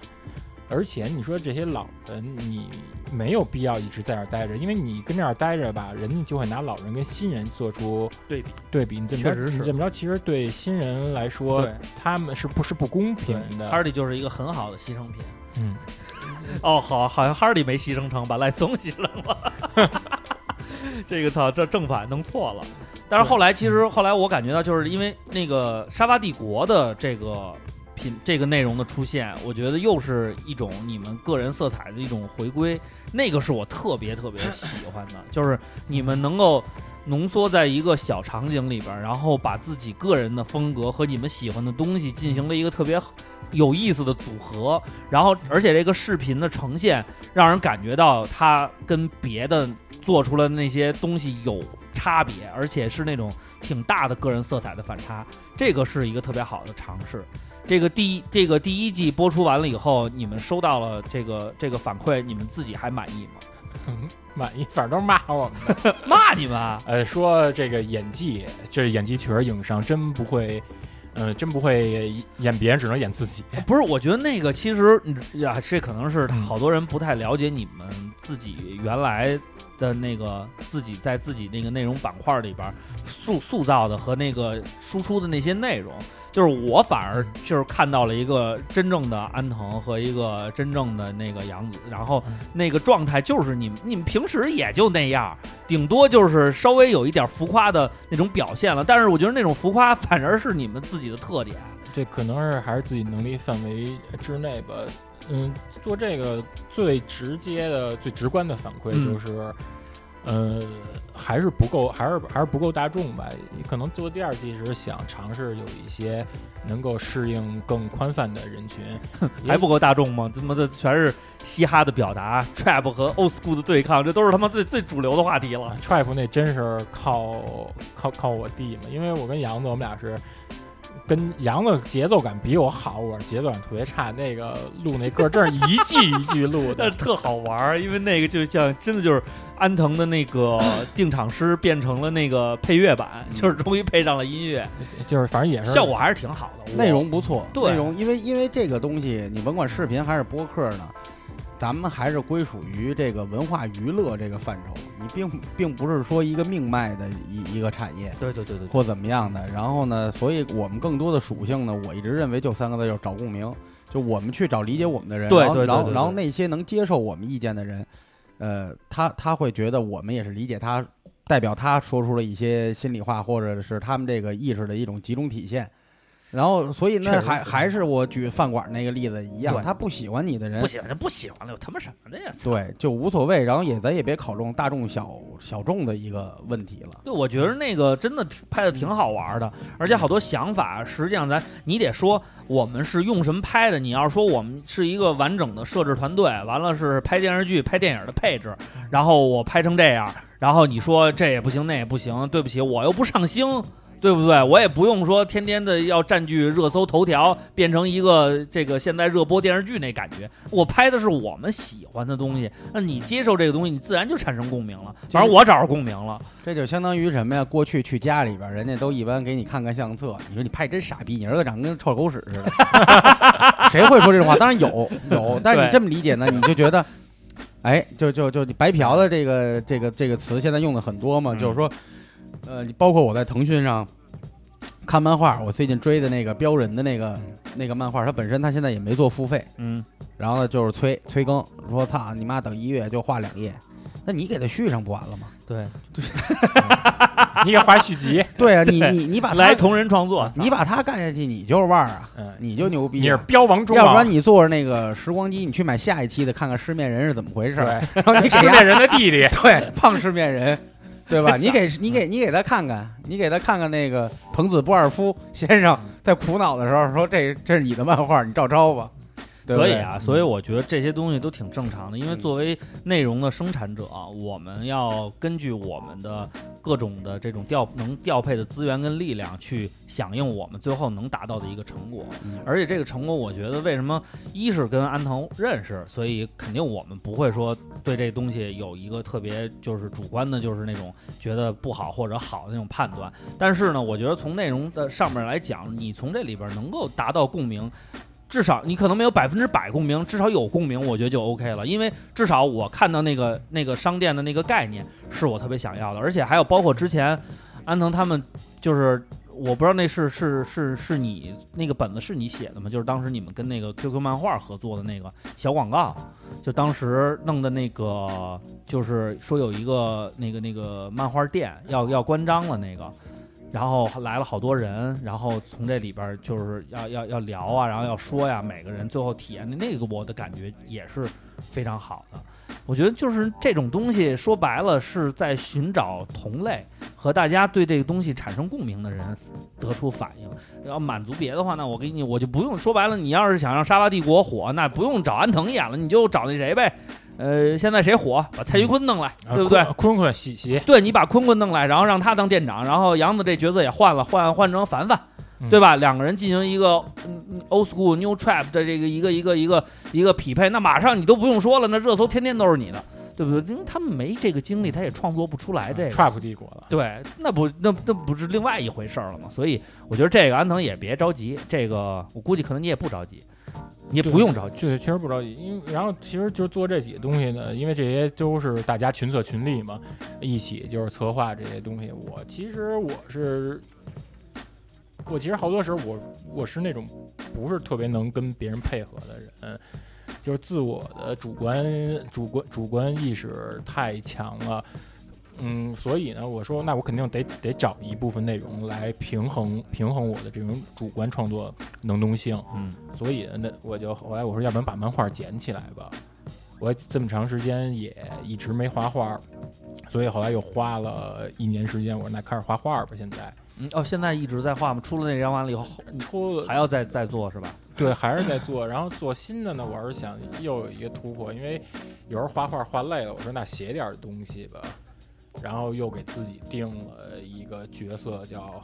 而且你说这些老人，你没有必要一直在这儿待着，因为你跟这儿待着吧，人家就会拿老人跟新人做出
对比。
对比，你这么
确
着
实是
你这么着，其实对新人来说，
对
他们是不是不公平的？
，Hardy 就是一个很好的牺牲品。
嗯，
(laughs) 哦，好，好像 Hardy 没牺牲成，把赖松牺牲了。 (laughs) 这个操，这正反弄错了。但是后来，其实后来我感觉到，就是因为那个沙发帝国的这个品这个内容的出现，我觉得又是一种你们个人色彩的一种回归。那个是我特别特别喜欢的，就是你们能够浓缩在一个小场景里边儿，然后把自己个人的风格和你们喜欢的东西进行了一个特别有意思的组合。然后而且这个视频的呈现让人感觉到它跟别的做出了那些东西有差别，而且是那种挺大的个人色彩的反差，这个是一个特别好的尝试。这个第一这个第一季播出完了以后，你们收到了这个这个反馈，你们自己还满意吗？
嗯满意，反正都骂我们。
骂你们啊！
呃，说这个演技，这演技确实硬伤，真不会，呃，真不会演别人，只能演自己。
不是，我觉得那个其实嗯呀，这可能是好多人不太了解你们自己原来的那个自己在自己那个内容板块里边塑塑造的和那个输出的那些内容。就是我反而就是看到了一个真正的安藤和一个真正的那个杨子，然后那个状态就是你们你们平时也就那样，顶多就是稍微有一点浮夸的那种表现了。但是我觉得那种浮夸反而是你们自己的特点。
(laughs) 这可能是还是自己能力范围之内吧。嗯，做这个最直接的、最直观的反馈
嗯
就是，呃，还是不够，还是还是不够大众吧。可能做第二季时想尝试有一些能够适应更宽泛的人群，
还不够大众吗？他妈的全是嘻哈的表达，trap 和 old school 的对抗，这都是他妈最最主流的话题了
啊。trap 那真是靠靠靠我弟嘛，因为我跟杨子我们俩是。跟杨子节奏感比我好，我是节奏感特别差。那个录那歌真是一句一句录的
(laughs) 但，是特好玩儿，因为那个就像真的就是安藤的那个定场诗变成了那个配乐版，就是终于配上了音乐，
就是反正也是
效果还是挺好的。我
内容不错，
对
内容因为因为这个东西，你甭管视频还是播客呢，咱们还是归属于这个文化娱乐这个范畴，你并并不是说一个命脉的一一个产业
对对对对，对
或怎么样的。然后呢，所以我们更多的属性呢，我一直认为就三个字，叫找共鸣，就我们去找理解我们的人，
对
然后
对对
然后
对对
然后那些能接受我们意见的人，呃，他他会觉得我们也是理解他。代表他说出了一些心里话，或者是他们这个意识的一种集中体现，然后，所以
确
那
实
还
是
还是我举饭馆那个例子一样
对，
他不喜欢你的人
不，喜欢就不喜欢了，有他妈什么的呀？操
对，就无所谓。然后也咱也别考中大众小小众的一个问题了。
对，我觉得那个真的挺拍的挺好玩的，而且好多想法，实际上咱你得说我们是用什么拍的。你要说我们是一个完整的摄制团队，完了是拍电视剧、拍电影的配置，然后我拍成这样，然后你说这也不行，那也不行，对不起，我又不上星。对不对？我也不用说天天的要占据热搜头条，变成一个这个现在热播电视剧那感觉。我拍的是我们喜欢的东西，那你接受这个东西，你自然就产生共鸣了。反正我找着共鸣了。
这就相当于什么呀？过去去家里边儿，人家都一般给你看看相册，你说你拍真傻逼，你儿子长得跟臭狗屎似
(laughs)
的，谁会说这种话？当然有有，但是你
对
这么理解呢，你就觉得，哎，就就就你白嫖的这个这个这个词现在用的很多嘛，
嗯
就是说，呃，你包括我在腾讯上。看漫画，我最近追的那个标人的那个那个漫画，它本身它现在也没做付费，
嗯，
然后呢就是催催更，说操你妈等一月就画两页，那你给它续上不完了
(laughs)
吗？
对，
你给划续集，
对啊，你你你把它
来同人创作，
你把它干下去，你就是腕儿啊，
嗯，
你就牛
你
逼
是
啊。
标王中
要不然
王，
你坐着那个时光机，你去买下一期的，看看失面人是怎么回事儿，
对，
然
(laughs)
后你给
失
他，
面人的弟 (laughs) 弟
对胖失面人，对吧？你
(laughs)
给你给你给他看看，你给他看看那个藤子不二夫先生在苦恼的时候说这这是你的漫画，你照抄吧。对不
所
对嗯
以啊，所以我觉得这些东西都挺正常的，因为作为内容的生产者啊，我们要根据我们的各种的这种调能调配的资源跟力量去响应我们最后能达到的一个成果。
嗯
而且这个成果，我觉得为什么一是跟安藤认识，所以肯定我们不会说对这东西有一个特别就是主观的，就是那种觉得不好或者好的那种判断。但是呢，我觉得从内容的上面来讲，你从这里边能够达到共鸣。至少你可能没有百分之百共鸣，至少有共鸣，我觉得就 OK 了。因为至少我看到那个那个商店的那个概念是我特别想要的，而且还有包括之前安藤他们就是。我不知道那是是是是你那个本子是你写的吗？就是当时你们跟那个 QQ 漫画合作的那个小广告，就当时弄的那个，就是说有一个那个那个漫画店要要关张了那个，然后来了好多人，然后从这里边儿就是要要要聊啊，然后要说呀，每个人最后体验的那个，我的感觉也是非常好的。我觉得就是这种东西，说白了是在寻找同类和大家对这个东西产生共鸣的人得出反应。要满足别的话，那我给你我就不用说白了。你要是想让《沙发帝国》火，那不用找安藤演了，你就找那谁呗。呃，现在谁火，把蔡徐坤弄来，
啊
对不对？
坤坤坤喜喜，
对你把坤坤弄来，然后让他当店长，然后杨子这角色也换了，换换成凡凡
嗯，
对吧？两个人进行一个嗯嗯 old school new trap 的这个一个一个一个一个匹配，那马上你都不用说了，那热搜天天都是你的，对不对？因为他们没这个精力，他也创作不出来哎这个。
嗯 trap 帝国了。
对，那不那那不是另外一回事儿了吗？所以我觉得这个安藤也别着急，这个我估计可能你也不着急，你也
对
不用着急。
确确实不着急，因为然后其实就是做这几个东西呢，因为这些都是大家群策群力嘛，一起就是策划这些东西。我其实我是，我其实好多时候我我是那种不是特别能跟别人配合的人，就是自我的主观主观主观意识太强了。嗯，所以呢，我说那我肯定得得找一部分内容来平衡平衡我的这种主观创作能动性。
嗯，
所以呢，那我就后来我说，要不然把漫画捡起来吧。我这么长时间也一直没画画，所以后来又花了一年时间。我说那开始画画吧，现在
嗯哦，现在一直在画吗？出了那张完了以后，
出了
还要再再做是吧？
对还是在做，然后做新的呢，我是想又有一个突破，因为有时候画画画累了，我说那写点东西吧，然后又给自己定了一个角色叫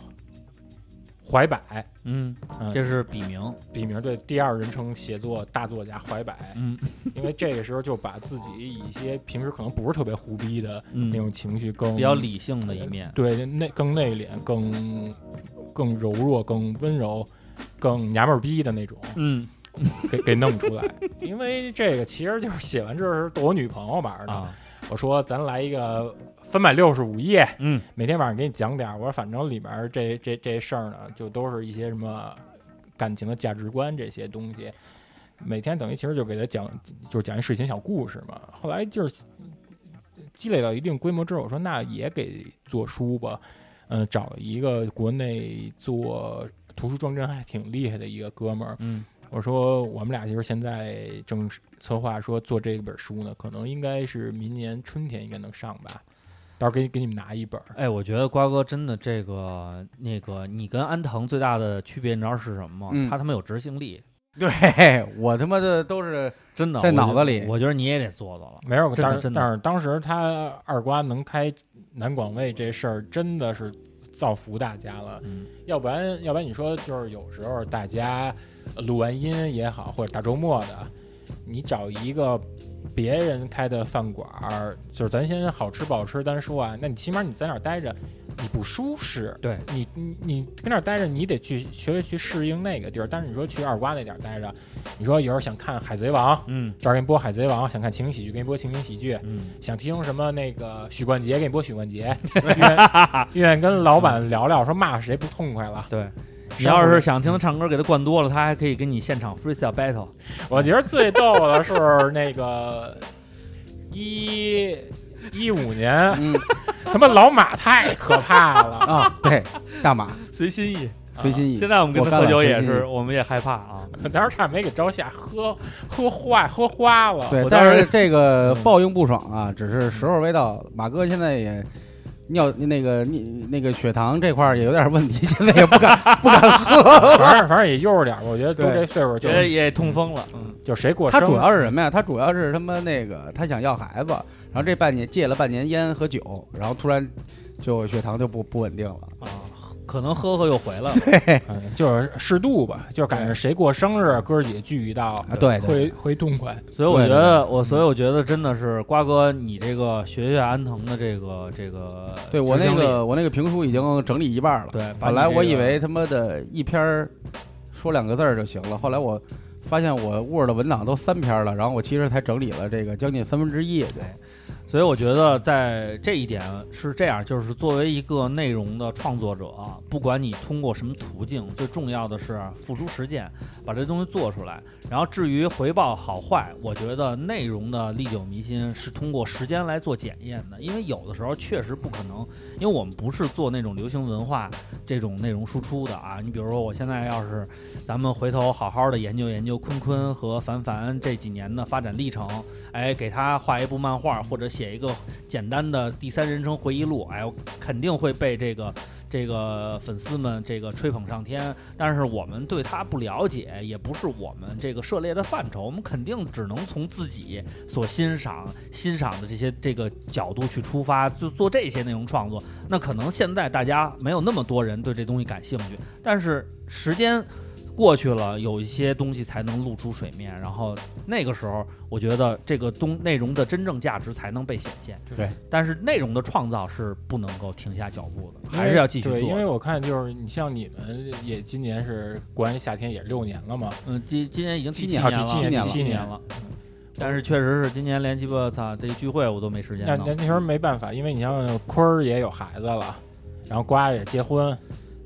怀柏，
嗯，
嗯
这是笔名。
笔名对第二人称写作大作家怀柏，
嗯，
(laughs) 因为这个时候就把自己一些平时可能不是特别胡逼的
嗯
那种情绪更
比较理性的一面。
对内更内敛、更更柔弱、更温柔、更娘们儿逼的那种
嗯
给给弄出来。 (laughs) 因为这个其实就是写完这是逗我女朋友玩
嗯
的，
啊，
我说咱来一个三百六十五页，
嗯
每天晚上给你讲点儿。我说反正里面儿这这这事儿呢，就都是一些什么感情的价值观这些东西。每天等于其实就给他讲，就是讲一睡前小故事嘛。后来就是积累到一定规模之后，我说那也给做书吧，嗯，找一个国内做图书装帧还挺厉害的一个哥们儿，
嗯
我说我们俩就是现在正策划说做这本书呢，可能应该是明年春天应该能上吧，到时候给你给你们拿一本儿。
哎，我觉得瓜哥真的这个那个，你跟安藤最大的区别，你知道是什么吗？
嗯
他他妈有执行力，
对我他妈的都是
真的
在
我觉得
脑子里
我觉得你也得做做了。
没有，
真的
但是
真的
但是当时他二瓜能开南广卫这事儿，真的是造福大家了。
嗯
要不然，要不然你说就是有时候大家呃录完音也好，或者大周末的，你找一个别人开的饭馆儿，就是咱先好吃不好吃单说啊，那你起码你在那儿待着，你不舒适。
对
你你你跟那儿待着，你得去学着去适应那个地儿。但是你说去二瓜那点儿待着，你说有时候想看《海贼王》，
嗯
这儿给你播《海贼王》，想看情景喜剧，给你播情景喜剧；
嗯，
想听什么那个许冠杰，给你播许冠杰。愿愿意跟老板聊聊，说骂谁不痛快了。
对。你
生活
要是想听他唱歌，给他灌多了，他还可以跟你现场 freestyle battle。
我觉得最逗的是那个一一五年，
嗯
他妈老马太可怕了。
啊，对，大马
(laughs) 随心意。
随心
(laughs)
意。
现在我们跟
嗯我
他
干
喝
了
酒也
随心意
是，我们也害怕啊。
当时差点没给招下，喝喝坏，喝花了。
对
啊我，当
但
时
是这个
嗯
报应不爽啊，只是时候未到。马哥现在也尿那个你那个血糖这块儿也有点问题， (laughs) 现在也不
(laughs)
敢不敢喝。
反正反正也悠着点儿，我觉得都
对
这岁数就
觉得也痛风了，嗯，
就谁过
他
生
主要是什
么？
么呀？他主要是他妈那个他想要孩子，然后这半年戒了半年烟和酒，然后突然就血糖就不不稳定了。
啊，可能喝喝又回来了，
嗯就是适度吧，就是赶上谁过生日，哥儿几个聚一道，
啊对对
会会痛快。
所以我觉
对嗯对
得我，所以我觉得真的是瓜哥，你这个学学安藤的这个这个
对我
执
那
行力，
个我那个评书已经整理一半了。
对，把
本
你
来我
这个
以为他妈的一篇儿说两个字儿就行了，后来我发现我 Word 文档都三篇了，然后我其实才整理了这个将近三分之一。
所以我觉得在这一点是这样，就是作为一个内容的创作者，啊不管你通过什么途径，最重要的是付诸实践，把这东西做出来。然后至于回报好坏，我觉得内容的历久弥新是通过时间来做检验的，因为有的时候确实不可能，因为我们不是做那种流行文化这种内容输出的啊。你比如说，我现在要是咱们回头好好的研究研究坤坤和凡凡这几年的发展历程，哎，给他画一部漫画或者写一个简单的第三人称回忆录，哎，我肯定会被这个这个粉丝们这个吹捧上天。但是我们对他不了解，也不是我们这个涉猎的范畴，我们肯定只能从自己所欣赏欣赏的这些这个角度去出发，就做这些内容创作。那可能现在大家没有那么多人对这东西感兴趣，但是时间。过去了，有一些东西才能露出水面，然后那个时候，我觉得这个东内容的真正价值才能被显现。
对，
但是内容的创造是不能够停下脚步的，
因为
还是要继续
对，因
做
为
的。
我看就是你像你们也今年是国安夏天也六年了嘛，
嗯，今今年已经第
第
七
七
年啊
年
了，
第七年
年
第七年
了。但是确实是今年连鸡巴操这聚会我都没时间
那
弄
那。那时候没办法，因为你像坤儿也有孩子了，然后瓜也结婚，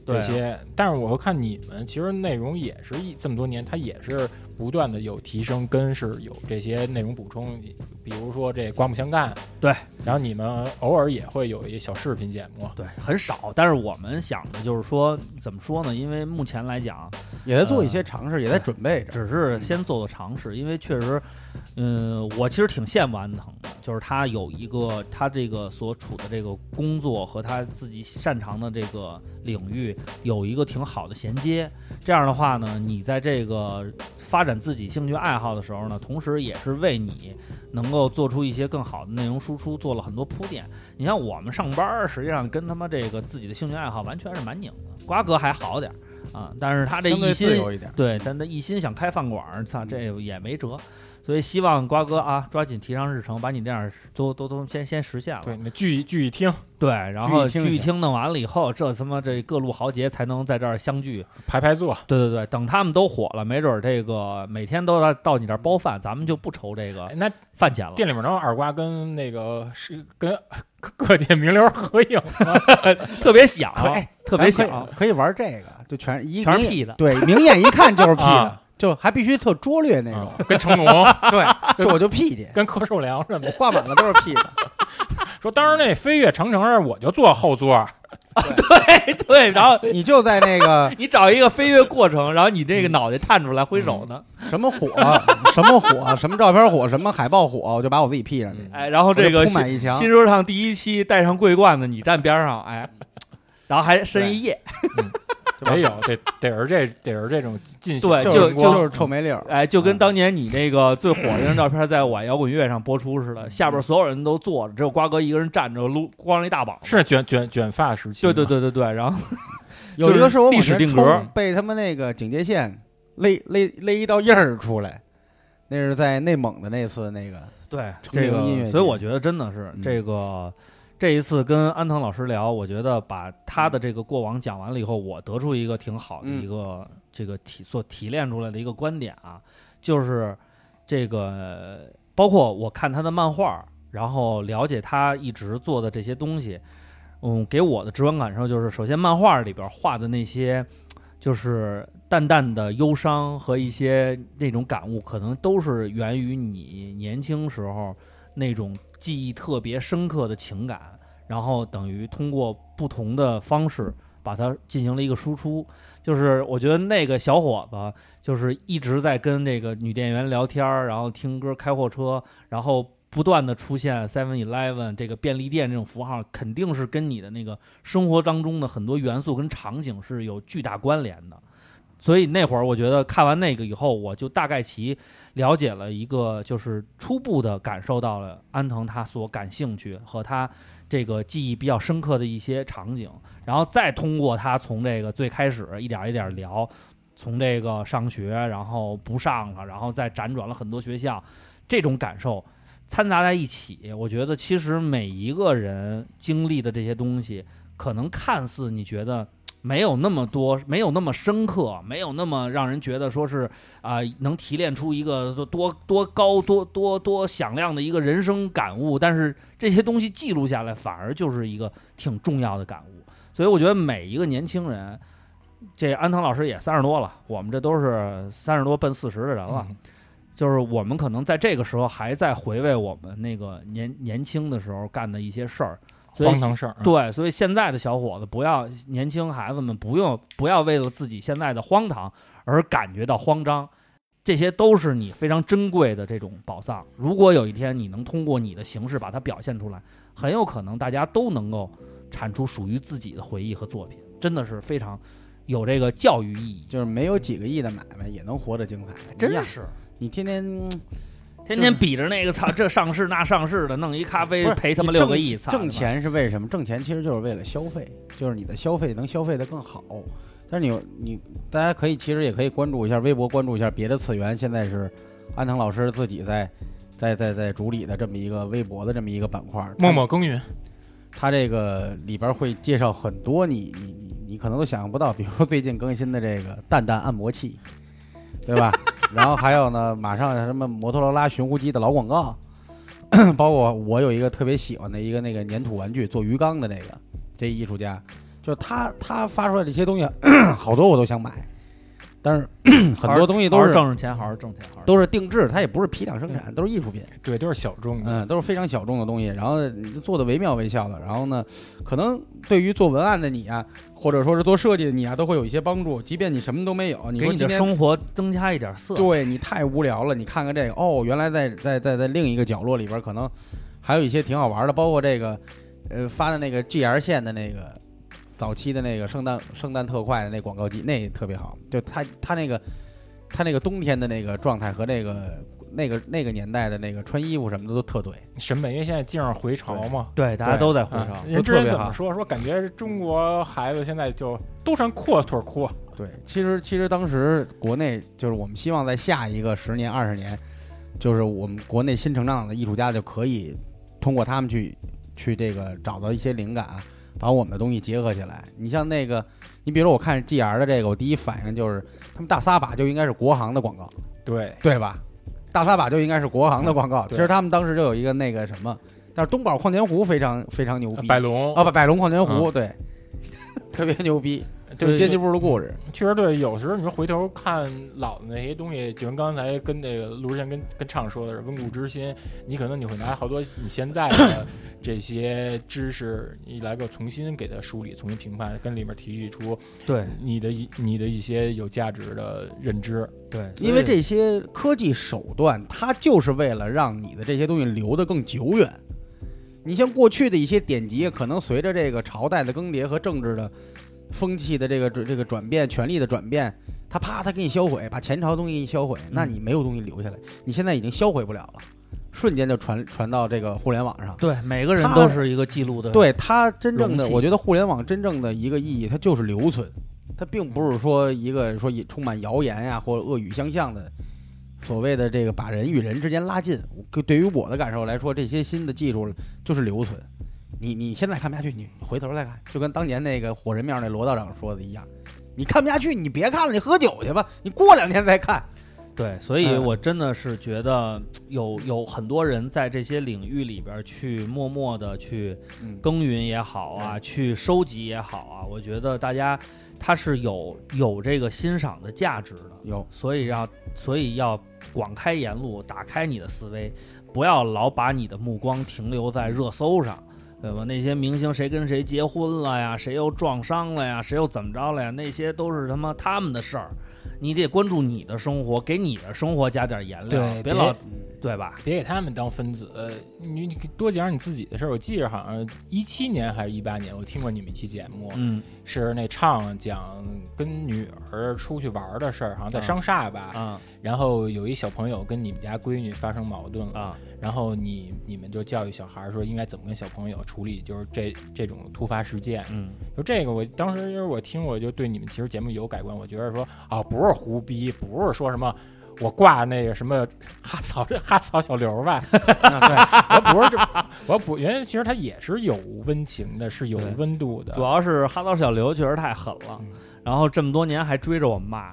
对
这
啊
些。但是我看你们其实内容也是一这么多年，它也是不断的有提升，跟是有这些内容补充，比如说这刮目相看，
对。
然后你们偶尔也会有一小视频节目，
对，很少。但是我们想的就是说，怎么说呢？因为目前来讲，
也在做一些尝试，也在
嗯
准备着。
只是先做做尝试，因为确实，嗯，我其实挺羡慕安藤的，就是他有一个他这个所处的这个工作和他自己擅长的这个领域有一个挺好的衔接。这样的话呢，你在这个发展自己兴趣爱好的时候呢，同时也是为你能够做出一些更好的内容输出做了很多铺垫。你像我们上班儿，实际上跟他妈这个自己的兴趣爱好完全是蛮拧的。瓜哥还好点儿啊，但是他这
相对
一
自
心
由一点，
对，但他一心想开饭馆儿，
嗯
操，这也没辙。所以希望瓜哥啊，抓紧提上日程，把你这样都都都先先实现了。
对，你们聚一聚一听，
对然
聚一
后
厅
剧
去
厅弄完了以后，这他妈这各路豪杰才能在这儿相聚。
排排坐，
对对对，等他们都火了，没准儿这个每天都到到你这儿包饭，咱们就不愁这个
哎那
饭钱了。
店里面能有二瓜跟那个是跟各界名流合影吗？
特别响，
可哎，
特别
咱
响
可以，可以玩这个，就全一
全是
明
屁的。
对，明眼一看就是屁的
啊，
就还必须特拙劣那种
啊。跟成龙、
对，就我就屁去，
跟柯受良什么的，
挂满了都是屁
(laughs)
的。
说当时那飞跃长城上我就坐后座，
对对，然后
你就在那个
你找一个飞跃过程，然后你
嗯
这个脑袋探出来挥手呢，
什么火，什么火，什么照片火，什么海报火，我就把我自己 P 上去。
哎，然后这
我
个
就铺满一墙
新，说唱第一期带上桂冠子，你站边上，哎，
嗯
然后还伸一夜，
得有得得是这得是这种进行，
对
就是
就就
就是臭没溜儿。
哎，就跟当年你那个最火的那张照片在我摇滚乐上播出似的，
嗯
下边所有人都坐着，只有瓜哥一个人站着，撸光了一大膀子。
是卷卷卷发时期，
对对，对对对，然后
有一个是我往
历史
前
定
冲
格，
被他们那个警戒线勒勒勒一道印儿出来，那是在内蒙的那次那个。
对
成
这
名音乐
个，
节
所以我觉得真的是
嗯
这个。这一次跟安藤老师聊，我觉得把他的这个过往讲完了以后，我得出一个挺好的
嗯
一个、这个提所提炼出来的一个观点啊，就是这个包括我看他的漫画，然后了解他一直做的这些东西，嗯，给我的直观感受就是，首先漫画里边画的那些，就是淡淡的忧伤和一些那种感悟，可能都是源于你年轻时候那种记忆特别深刻的情感，然后等于通过不同的方式把它进行了一个输出。就是我觉得那个小伙子就是一直在跟这个女店员聊天儿，然后听歌、开货车，然后不断的出现 Seven Eleven 这个便利店这种符号，肯定是跟你的那个生活当中的很多元素跟场景是有巨大关联的。所以那会儿我觉得看完那个以后，我就大概其了解了一个，就是初步的感受到了安藤他所感兴趣和他这个记忆比较深刻的一些场景，然后再通过他从这个最开始一点一点聊，从这个上学，然后不上了，然后再辗转了很多学校，这种感受掺杂在一起，我觉得其实每一个人经历的这些东西，可能看似你觉得。没有那么多，没有那么深刻，没有那么让人觉得说是啊、能提炼出一个多多多高、多多多响亮的一个人生感悟。但是这些东西记录下来，反而就是一个挺重要的感悟。所以我觉得每一个年轻人，这安藤老师也三十多了，我们这都是三十多奔四十的人了。
嗯
就是我们可能在这个时候还在回味我们那个年年轻的时候干的一些事儿，所以
荒唐事儿。嗯
对，所以现在的小伙子不要，年轻孩子们不用不要为了自己现在的荒唐而感觉到慌张，这些都是你非常珍贵的这种宝藏。如果有一天你能通过你的形式把它表现出来，很有可能大家都能够产出属于自己的回忆和作品，真的是非常有这个教育意义。
就是没有几个亿的买卖也能活得精彩，一
嗯真
样
是，
你天天
天天比着那个操，这上市那上市的，弄一咖啡
不是
赔他妈
你
六
挣
个
钱
亿，操
挣
他妈！
钱是为什么？挣钱其实就是为了消费，就是你的消费能消费的更好。但是你你大家可以其实也可以关注一下微博，关注一下别的次元。现在是安藤老师自己在在在在主理的这么一个微博的这么一个板块，
默默耕耘，
他这个里边会介绍很多你你你你可能都想象不到，比如说最近更新的这个蛋蛋按摩器，对吧？然后还有呢，马上什么摩托罗拉寻呼机的老广告， (coughs) 包括我有一个特别喜欢的一个那个粘土玩具做鱼缸的那个这艺术家，就是他他发出来这些东西， (coughs) 好多我都想买，但是 (coughs) 很多东西都
好好
是
挣着钱，好好挣钱，好好
都是定制，它也不是批量生产，都是艺术品。
嗯对，都是小众的。
嗯，都是非常小众的东西，然后做的惟妙惟肖的，然后呢，可能对于做文案的你啊，或者说是做设计的你啊，都会有一些帮助。即便你什么都没有，你
给
说
你
今
的
天
生活增加一点色彩。
对你太无聊了，你看看这个，哦，原来在在在在另一个角落里边，可能还有一些挺好玩的，包括这个，呃，发的那个 GR 线的那个早期的那个圣诞圣诞特快的那广告机，那也特别好，就它它那个它那个冬天的那个状态和那个那个那个年代的那个穿衣服什么的都特对。
嗯
审美因为现在进入回潮嘛，
对，大家
对
都在回
啊
潮。
人之前怎么说？说感觉中国孩子现在就都穿阔腿裤，
对，其实其实当时国内就是我们希望在下一个十年二十年，就是我们国内新成长的艺术家就可以通过他们去去这个找到一些灵感，啊把我们的东西结合起来。你像那个，你比如我看 G R 的这个，我第一反应就是他们大撒把就应该是国行的广告，
对，
对吧？大撒把就应该是国行的广 (laughs) 告。其
对
实他们当时就有一个那个什么，但是东宝矿泉湖非常非常牛逼，
百呃龙
啊，百百龙矿泉湖、 (laughs) 对，特别牛逼，就是阶级部的故事。
确实对，有时候你说回头看老的那些东西，就跟刚才跟那个卢志祥跟跟畅说的是温故知新，你可能你会拿好多你现在的这些知识，你来个重新给它梳理、重新评判，跟里面提取出
对
你的一你的一些有价值的认知。
对，
嗯因为这些科技手段，它就是为了让你的这些东西留得更久远。你像过去的一些典籍，可能随着这个朝代的更迭和政治的风气的这个这个转变、权力的转变，它啪，它给你销毁，把前朝的东西给你销毁，那你没有东西留下来，你现在已经销毁不了了，瞬间就传传到这个互联网上。
对每个人
他
都是一个记录的，
对它真正
容
的，
器
我觉得互联网真正的一个意义，它就是留存，它并不是说一个说也充满谣言呀、或者恶语相向的所谓的这个把人与人之间拉近。我对于我的感受来说，这些新的技术就是留存。你你现在看不下去，你回头再看，就跟当年那个火神庙那罗道长说的一样，你看不下去，你别看了，你喝酒去吧，你过两天再看。
对，所以
嗯
我真的是觉得有有很多人在这些领域里边去默默的去
嗯
耕耘也好啊，去收集也好啊，我觉得大家他是有有这个欣赏的价值的，
有
所以要所以要广开言路，打开你的思维，不要老把你的目光停留在热搜上，对吧？那些明星谁跟谁结婚了呀，谁又撞伤了呀，谁又怎么着了呀，那些都是他妈他们的事儿。你得关注你的生活，给你的生活加点颜料，
对
别
别
老对吧？
别给他们当分子，呃你你多讲讲你自己的事儿。我记着好像一七年还是一八年，我听过你们一期节目，
嗯
是那唱讲跟女儿出去玩儿的事儿，好像在
啊
商厦吧。
啊
然后有一小朋友跟你们家闺女发生矛盾了，
啊
然后你你们就教育小孩儿说应该怎么跟小朋友处理，就是这这种突发事件。
嗯，
就这个，我当时因为我听，我就对你们其实节目有改观，我觉得说啊，不是胡逼，不是说什么。我挂那个什么哈草哈草小刘吧，对，我不是这，我不原来其实他也是有温情的，是有
对
温度的
主，要是哈刀小刘确实太狠了
嗯，
然后这么多年还追着我们骂，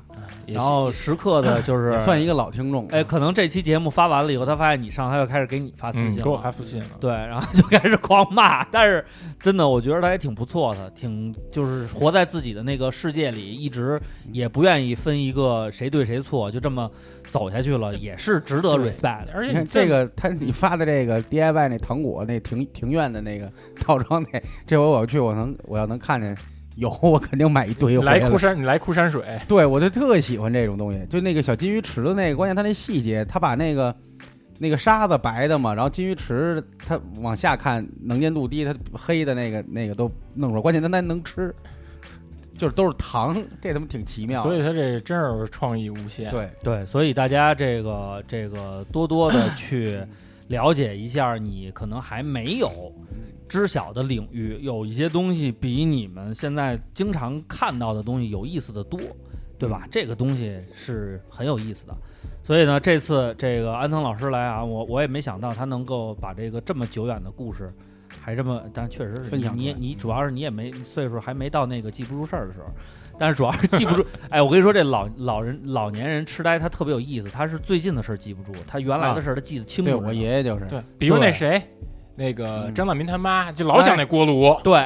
也
然后
是
时刻的就是
也算一个老听众了。
哎，可能这期节目发完了以后，他发现你上，他又开始给你发私
嗯
信
给我
了。
发私信了，
对，然后就开始狂骂，但是真的，我觉得他也挺不错的，挺就是活在自己的那个世界里，一直也不愿意分一个谁对谁错，就这么走下去了，也是值得
对
respect 的。
而
你
且
看
你
这个，他你发的这个 DIY 那糖果那庭庭院的那个套装那，这回我去我能我要能看见有，我肯定买一堆
你
回
来
来
枯。山，你来枯山水，
对，我就特喜欢这种东西，就那个小金鱼池的那个，关键它那细节，它把那个那个沙子白的嘛，然后金鱼池它往下看能见度低，它黑的那个那个都弄出来，关键它还能吃，就是都是糖，这他妈挺奇妙的。
所以他这真是创意无限。
对，
对，所以大家这个这个多多
(coughs)
的去了解一下，你可能还没有知晓的领域，有一些东西比你们现在经常看到的东西有意思的多，对
嗯
吧？这个东西是很有意思的。所以呢，这次这个安藤老师来啊，我我也没想到他能够把这个这么久远的故事，还这么，但确实是
分
你
享出
你
来嗯
你主要是你也没岁数还没到那个记不住事儿的时候，但是主要是记不住。哎，我跟你说，这老老人老年人痴呆，他特别有意思，他是最近的事儿记不住，他原来的事儿他记得清楚
啊对
着呢。
我爷爷就是，
对，比如那
对
谁，那个
嗯
张大民他妈就老想那锅炉，
对，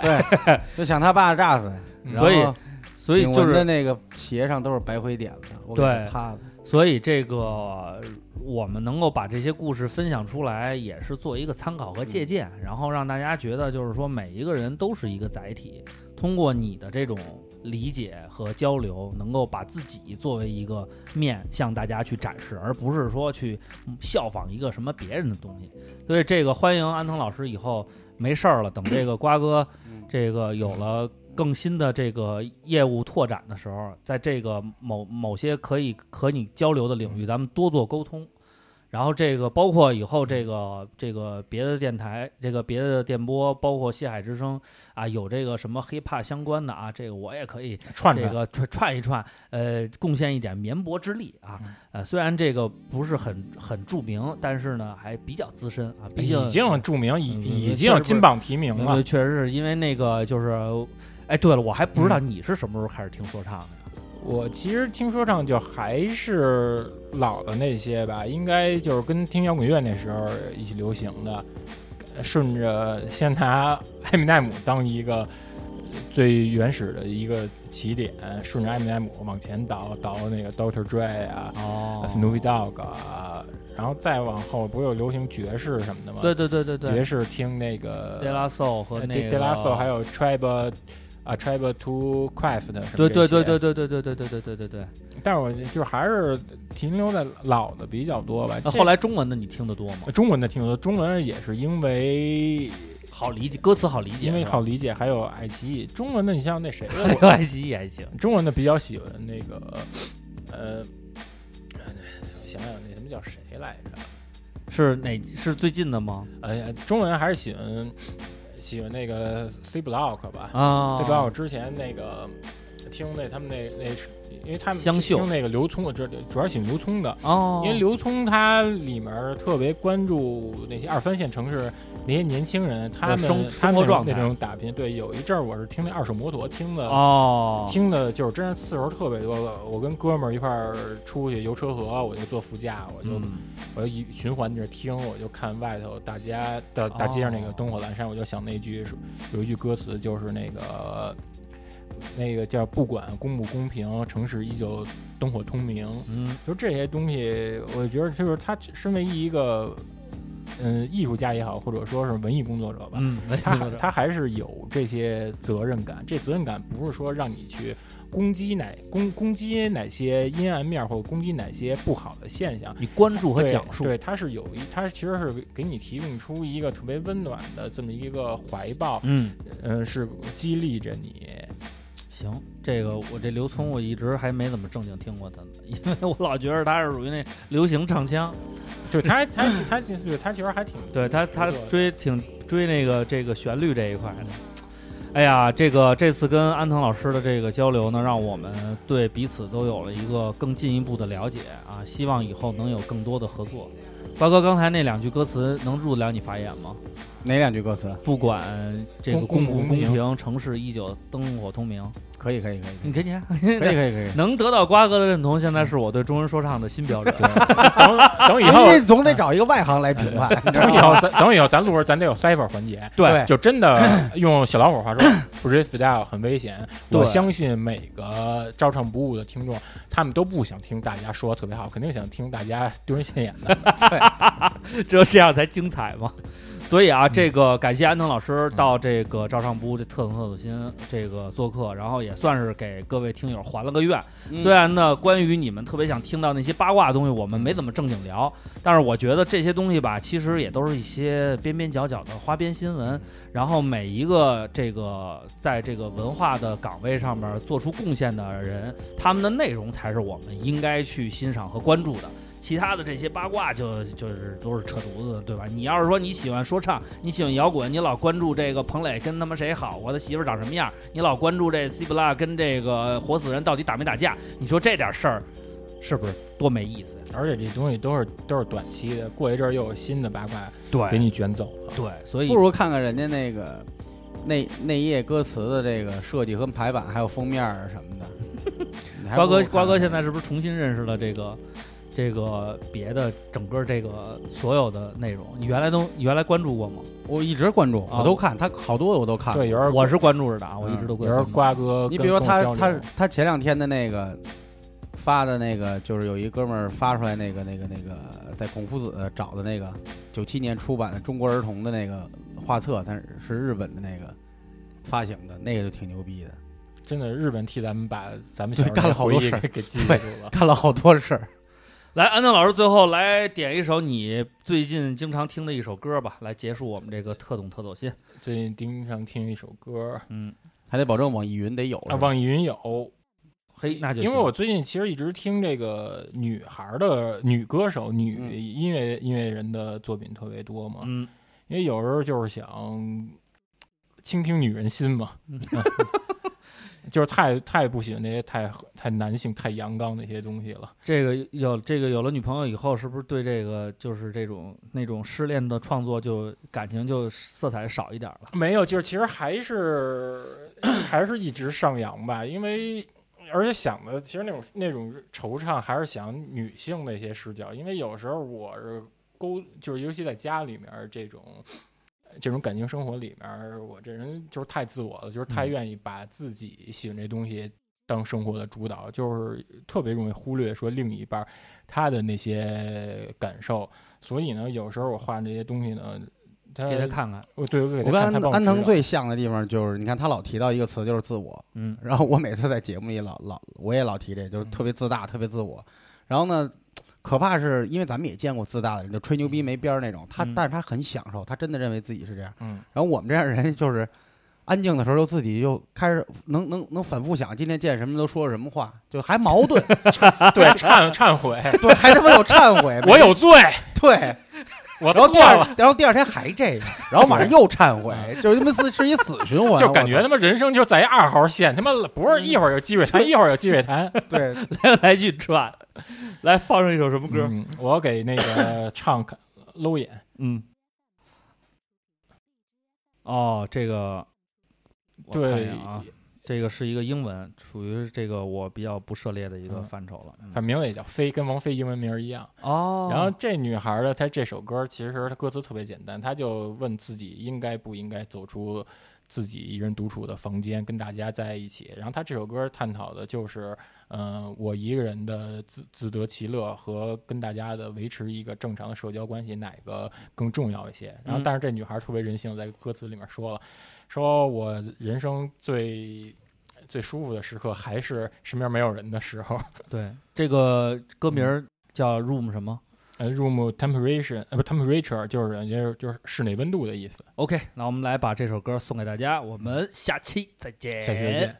就想他爸炸死，
嗯
然
所以
后
所以
顶
就
文的
是
那个鞋上都是白灰点子，我给
对
他擦的。
所以这个我们能够把这些故事分享出来，也是做一个参考和借鉴，然后让大家觉得就是说每一个人都是一个载体，通过你的这种。理解和交流，能够把自己作为一个面向大家去展示，而不是说去嗯效仿一个什么别人的东西。所以这个欢迎安藤老师以后没事儿了，等这个瓜哥
嗯
这个有了更新的这个业务拓展的时候，在这个某某些可以和你交流的领域，咱们多做沟通。然后这个包括以后这
嗯
个这个别的电台，这个别的电波，包括西海之声啊，有这个什么 hiphop 相关的啊，这个我也可以
串
这
着。
个串串一串，呃，贡献一点绵薄之力啊
嗯。
呃，虽然这个不是很很著名，但是呢还比较资深啊，毕竟
已经著名，已
嗯
已
确
经
实
有
不
金
是
榜题名
对
了
对，。确实是因为那个就是，哎，对了，我还不知道
嗯
你是什么时候开始听说唱的呀？
我其实听说唱就还是老的那些吧，应该就是跟听摇滚乐那时候一起流行的，呃顺着先拿艾米奈姆当一个最原始的一个起点，顺着艾米奈姆往前倒，倒那个 Doctor Dre 啊、
哦
Snoopy Dogg 啊，然后再往后不是有流行爵士什么的吗？
对，对对对
爵
对
士听那个
d e La Soul 和那个
d e La Soul 还有 Tribe 啊 Tribe to Craft 的什么
对对对
这
对
些
对对对对对对对对对。
但是我就是还是停留在老的比较多吧。
那
这
后来中文的你听得多吗？
中文的听得多，中文也是因为
好理解，歌词好理解，
因为
是吧
好。理解，还有爱奇艺中文的，你像那谁的，
有爱奇艺 (laughs) 还行，
我 (laughs) 中文的比较喜欢那个呃，我想想那他们叫谁来着？
是哪是最近的吗？
哎呀，中文还是喜欢喜欢那个 C Block 吧。
啊，
C Block 之前那个听那他们那那，因为他们
香秀
听那个刘聪，主主要喜欢刘聪的。
哦，
因为刘聪他里面儿特别关注那些二三线城市那些年轻人，他们
生生
他们
活状态
那种打拼。对，有一阵儿我是听那二手摩托听的，
哦，
听的就是真是次数特别多。我跟哥们儿一块儿出去游车河，我就坐副驾，我就、
嗯
我就一循环着听，我就看外头大家的大街上那个灯火阑珊，我就想那句是有一句歌词就是那个。那个叫不管公不公平，城市依旧灯火通明。
嗯
就这些东西，我觉得就是他身为一个嗯艺术家也好，或者说是文艺工作者吧，
嗯，
(laughs)
文艺
他
工作者
他还是有这些责任感。这责任感不是说让你去攻击哪攻攻击哪些阴暗面，或者攻击哪些不好的现象。
你关注和
对
讲述，
对，它是有一，它其实是给你提供出一个特别温暖的这么一个怀抱，
嗯，
嗯，是激励着你。
行，这个我这刘聪我一直还没怎么正经听过他呢，因为我老觉得他是属于那流行唱腔，
对他，他他对他其实还挺
对他他
不错的
追挺追那个这个旋律这一块的。哎呀，这个这次跟安藤老师的这个交流呢，让我们对彼此都有了一个更进一步的了解啊，希望以后能有更多的合作。瓜哥刚才那两句歌词能入得了你法眼吗？
哪两句歌词？
不管这个
公
公
公
不
不
公
公平
平，城市依旧灯火通明。
可以，可以，可以，
你给啊你看，
可以，可以，可以。
能得到瓜哥的认同，现在是我对中文说唱的新标准。
等等以后
啊你，总得找一个外行来
(laughs)
评判，你知道
等以
吗
后咱等以后咱录时咱得有 cipher 环节，
对
就真的用小老虎
(laughs)
话说，freestyle 很危险。我
对
相信每个照唱不误的听众，他们都不想听大家说得特别好，肯定想听大家丢人现眼的。
只有这样才精彩嘛。所以啊，这个感谢安藤老师到这个照上部这特种特种心这个做客，然后也算是给各位听友还了个愿。
嗯
虽然呢，关于你们特别想听到那些八卦的东西，我们没怎么正经聊，但是我觉得这些东西吧，其实也都是一些边边角角的花边新闻。然后每一个这个在这个文化的岗位上面做出贡献的人，他们的内容才是我们应该去欣赏和关注的。其他的这些八卦就就是都是扯犊子的，对吧？你要是说你喜欢说唱，你喜欢摇滚，你老关注这个彭磊跟他妈谁好，我的媳妇儿长什么样，你老关注这 C 布拉跟这个活死人到底打没打架，你说这点事儿是不是多没意思呀？
而且这东西都是都是短期的，过一阵儿又有新的八卦给
对
你卷走了。
对，所以
不如看看人家那个内内页歌词的这个设计和排版，还有封面儿什么的。
(laughs)
你还
瓜
不如
哥
看
瓜哥
看
现在是不是重新认识了这个这个别的整个这个所有的内容？你原来都你原来关注过吗？
我一直关注，
啊
我都看他好多我都看。
对，有时候
我是关注着的啊，我一直都
有
关
时候
注。
瓜哥
你
跟，
比如说
跟
他
我交
他
流
他前两天的那个发的那个，就是有一哥们儿发出来那个那个那个，在孔夫子找的那个九七年出版的中国儿童的那个画册，但是是日本的那个发行的，那个就挺牛逼的，
真的日本替咱们把咱们小时候
对干了好多
的回忆
事儿
给给记住了。
干了好多事儿。
来，安正老师最后来点一首你最近经常听的一首歌吧，来结束我们这个特懂特走心。
最近经常听一首
(laughs)
歌
嗯，
还得保证网易云得有
啊，网易云有，
嘿，那就
因为
行
我最近其实一直听这个女孩儿的女歌手、女
嗯
音乐音乐人的作品特别多嘛，
嗯，
因为有时候就是想倾听女人心嘛，
嗯
(laughs) 就是太太不喜欢那些太太男性、太阳刚那些东西了。
这个有这个有了女朋友以后，是不是对这个就是这种那种失恋的创作就感情就色彩少一点了？
没有，就是其实还是 (clears throat) 还是一直上扬吧，因为。而且想的其实那种那种惆怅，还是想女性的一些视角，因为有时候我是沟，就是尤其在家里面儿这种这种感情生活里面儿，我这人就是太自我了，就是太
嗯
愿意把自己喜欢这东西当生活的主导，就是特别容易忽略说另一半儿他的那些感受。所以呢，有时候我画这些东西呢，他
给他，看看，
我对，我给
我
他
跟
看
安
他帮啊我
安
指
藤
导
最像的地方就是，你看他老提到一个词就是自我，
嗯，
然后我每次在节目里老老我也老提这，
嗯
就是特别自大，特别自我。然后呢，可怕是因为咱们也见过自大的人，就吹牛逼没边儿那种。他
嗯
但是他很享受，他真的认为自己是这样。
嗯，
然后我们这样人就是安静的时候，就自己就开始能能能反复想今天见什么都说什么话，就还矛盾，
(laughs) 对忏忏悔，
对，还他妈有忏悔，
哎 (laughs) 我有罪，
对。
(laughs) 我
然后
错
第二
了。，
然后第二天还这个，然后晚上又忏悔，就是他妈是是一死循环，
(laughs) 就感觉
我操
他妈人生就在一二号线，他妈不是一会儿有积水潭，一会儿有积水潭。
对
(laughs) 来来去转，来放上一首什么歌？
嗯，我给那个唱看搂眼，
嗯，哦，这个我看一
对
眼啊，这个是一个英文，属于这个我比较不涉猎的一个
嗯
范畴了。嗯
反正名字也叫飞，跟王菲英文名儿一样。
哦，
然后这女孩儿的，她这首歌儿其实她歌词特别简单，她就问自己应该不应该走出自己一人独处的房间，跟大家在一起。然后他这首歌探讨的就是，嗯、我一个人的自自得其乐和跟大家的维持一个正常的社交关系，哪个更重要一些？然后，
嗯
但是这女孩特别人性，在歌词里面说了，说我人生最最舒服的时刻还是身边没有人的时候。
对，这个歌
嗯
名儿叫 Room 什么
呃，room temperature，呃，不，temperature 就是就是就是室内温度的意思。
？OK，那我们来把这首歌送给大家，我们下期再见，
下期再
哎
见。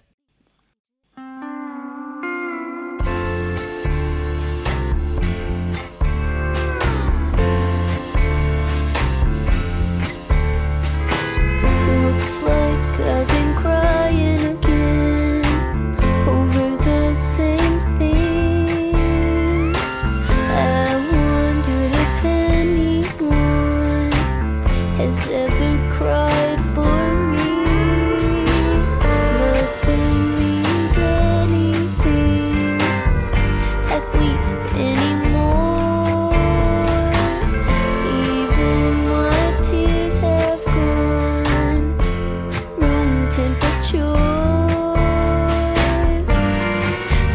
Looks like I've been crying again over the same thing. I wonder if anyone has ever cried for me. Nothing means anything, at least anymore. Even my tears have gone room temperature.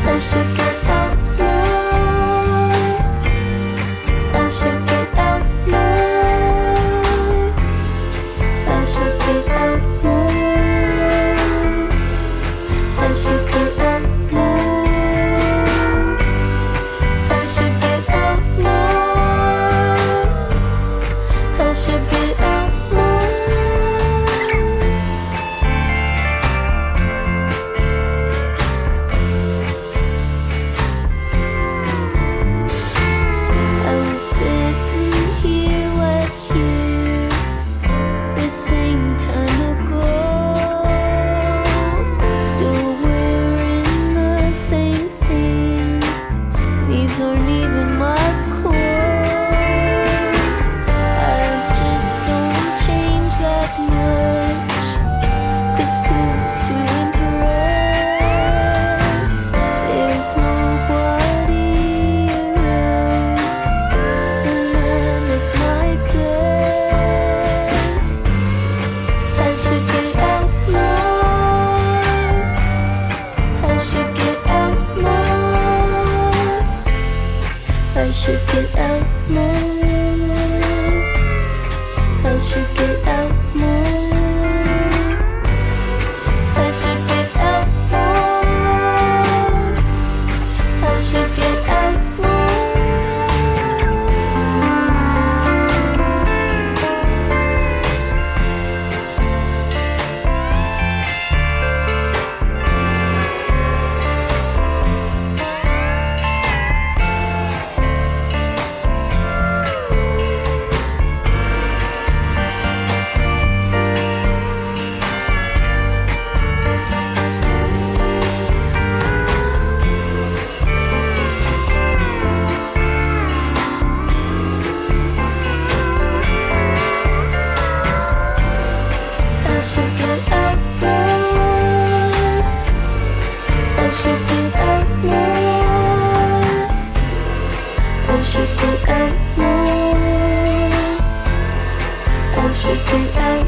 I should get out more. I should get out more. I should get out more. I should get out more. I should get out more. I should get out more. I was sitting here last year, the same time ago, still wearing the same thing. These aren't even my clothes. I just don't change that much. 'Cause who's to impress? There's nobody around. And I'm at my best. I should get out more. I should get out more. I should get out more. I should get out more. I should get out more. I should get out more. I should get out more. I should get out more. I should get out more. I should get out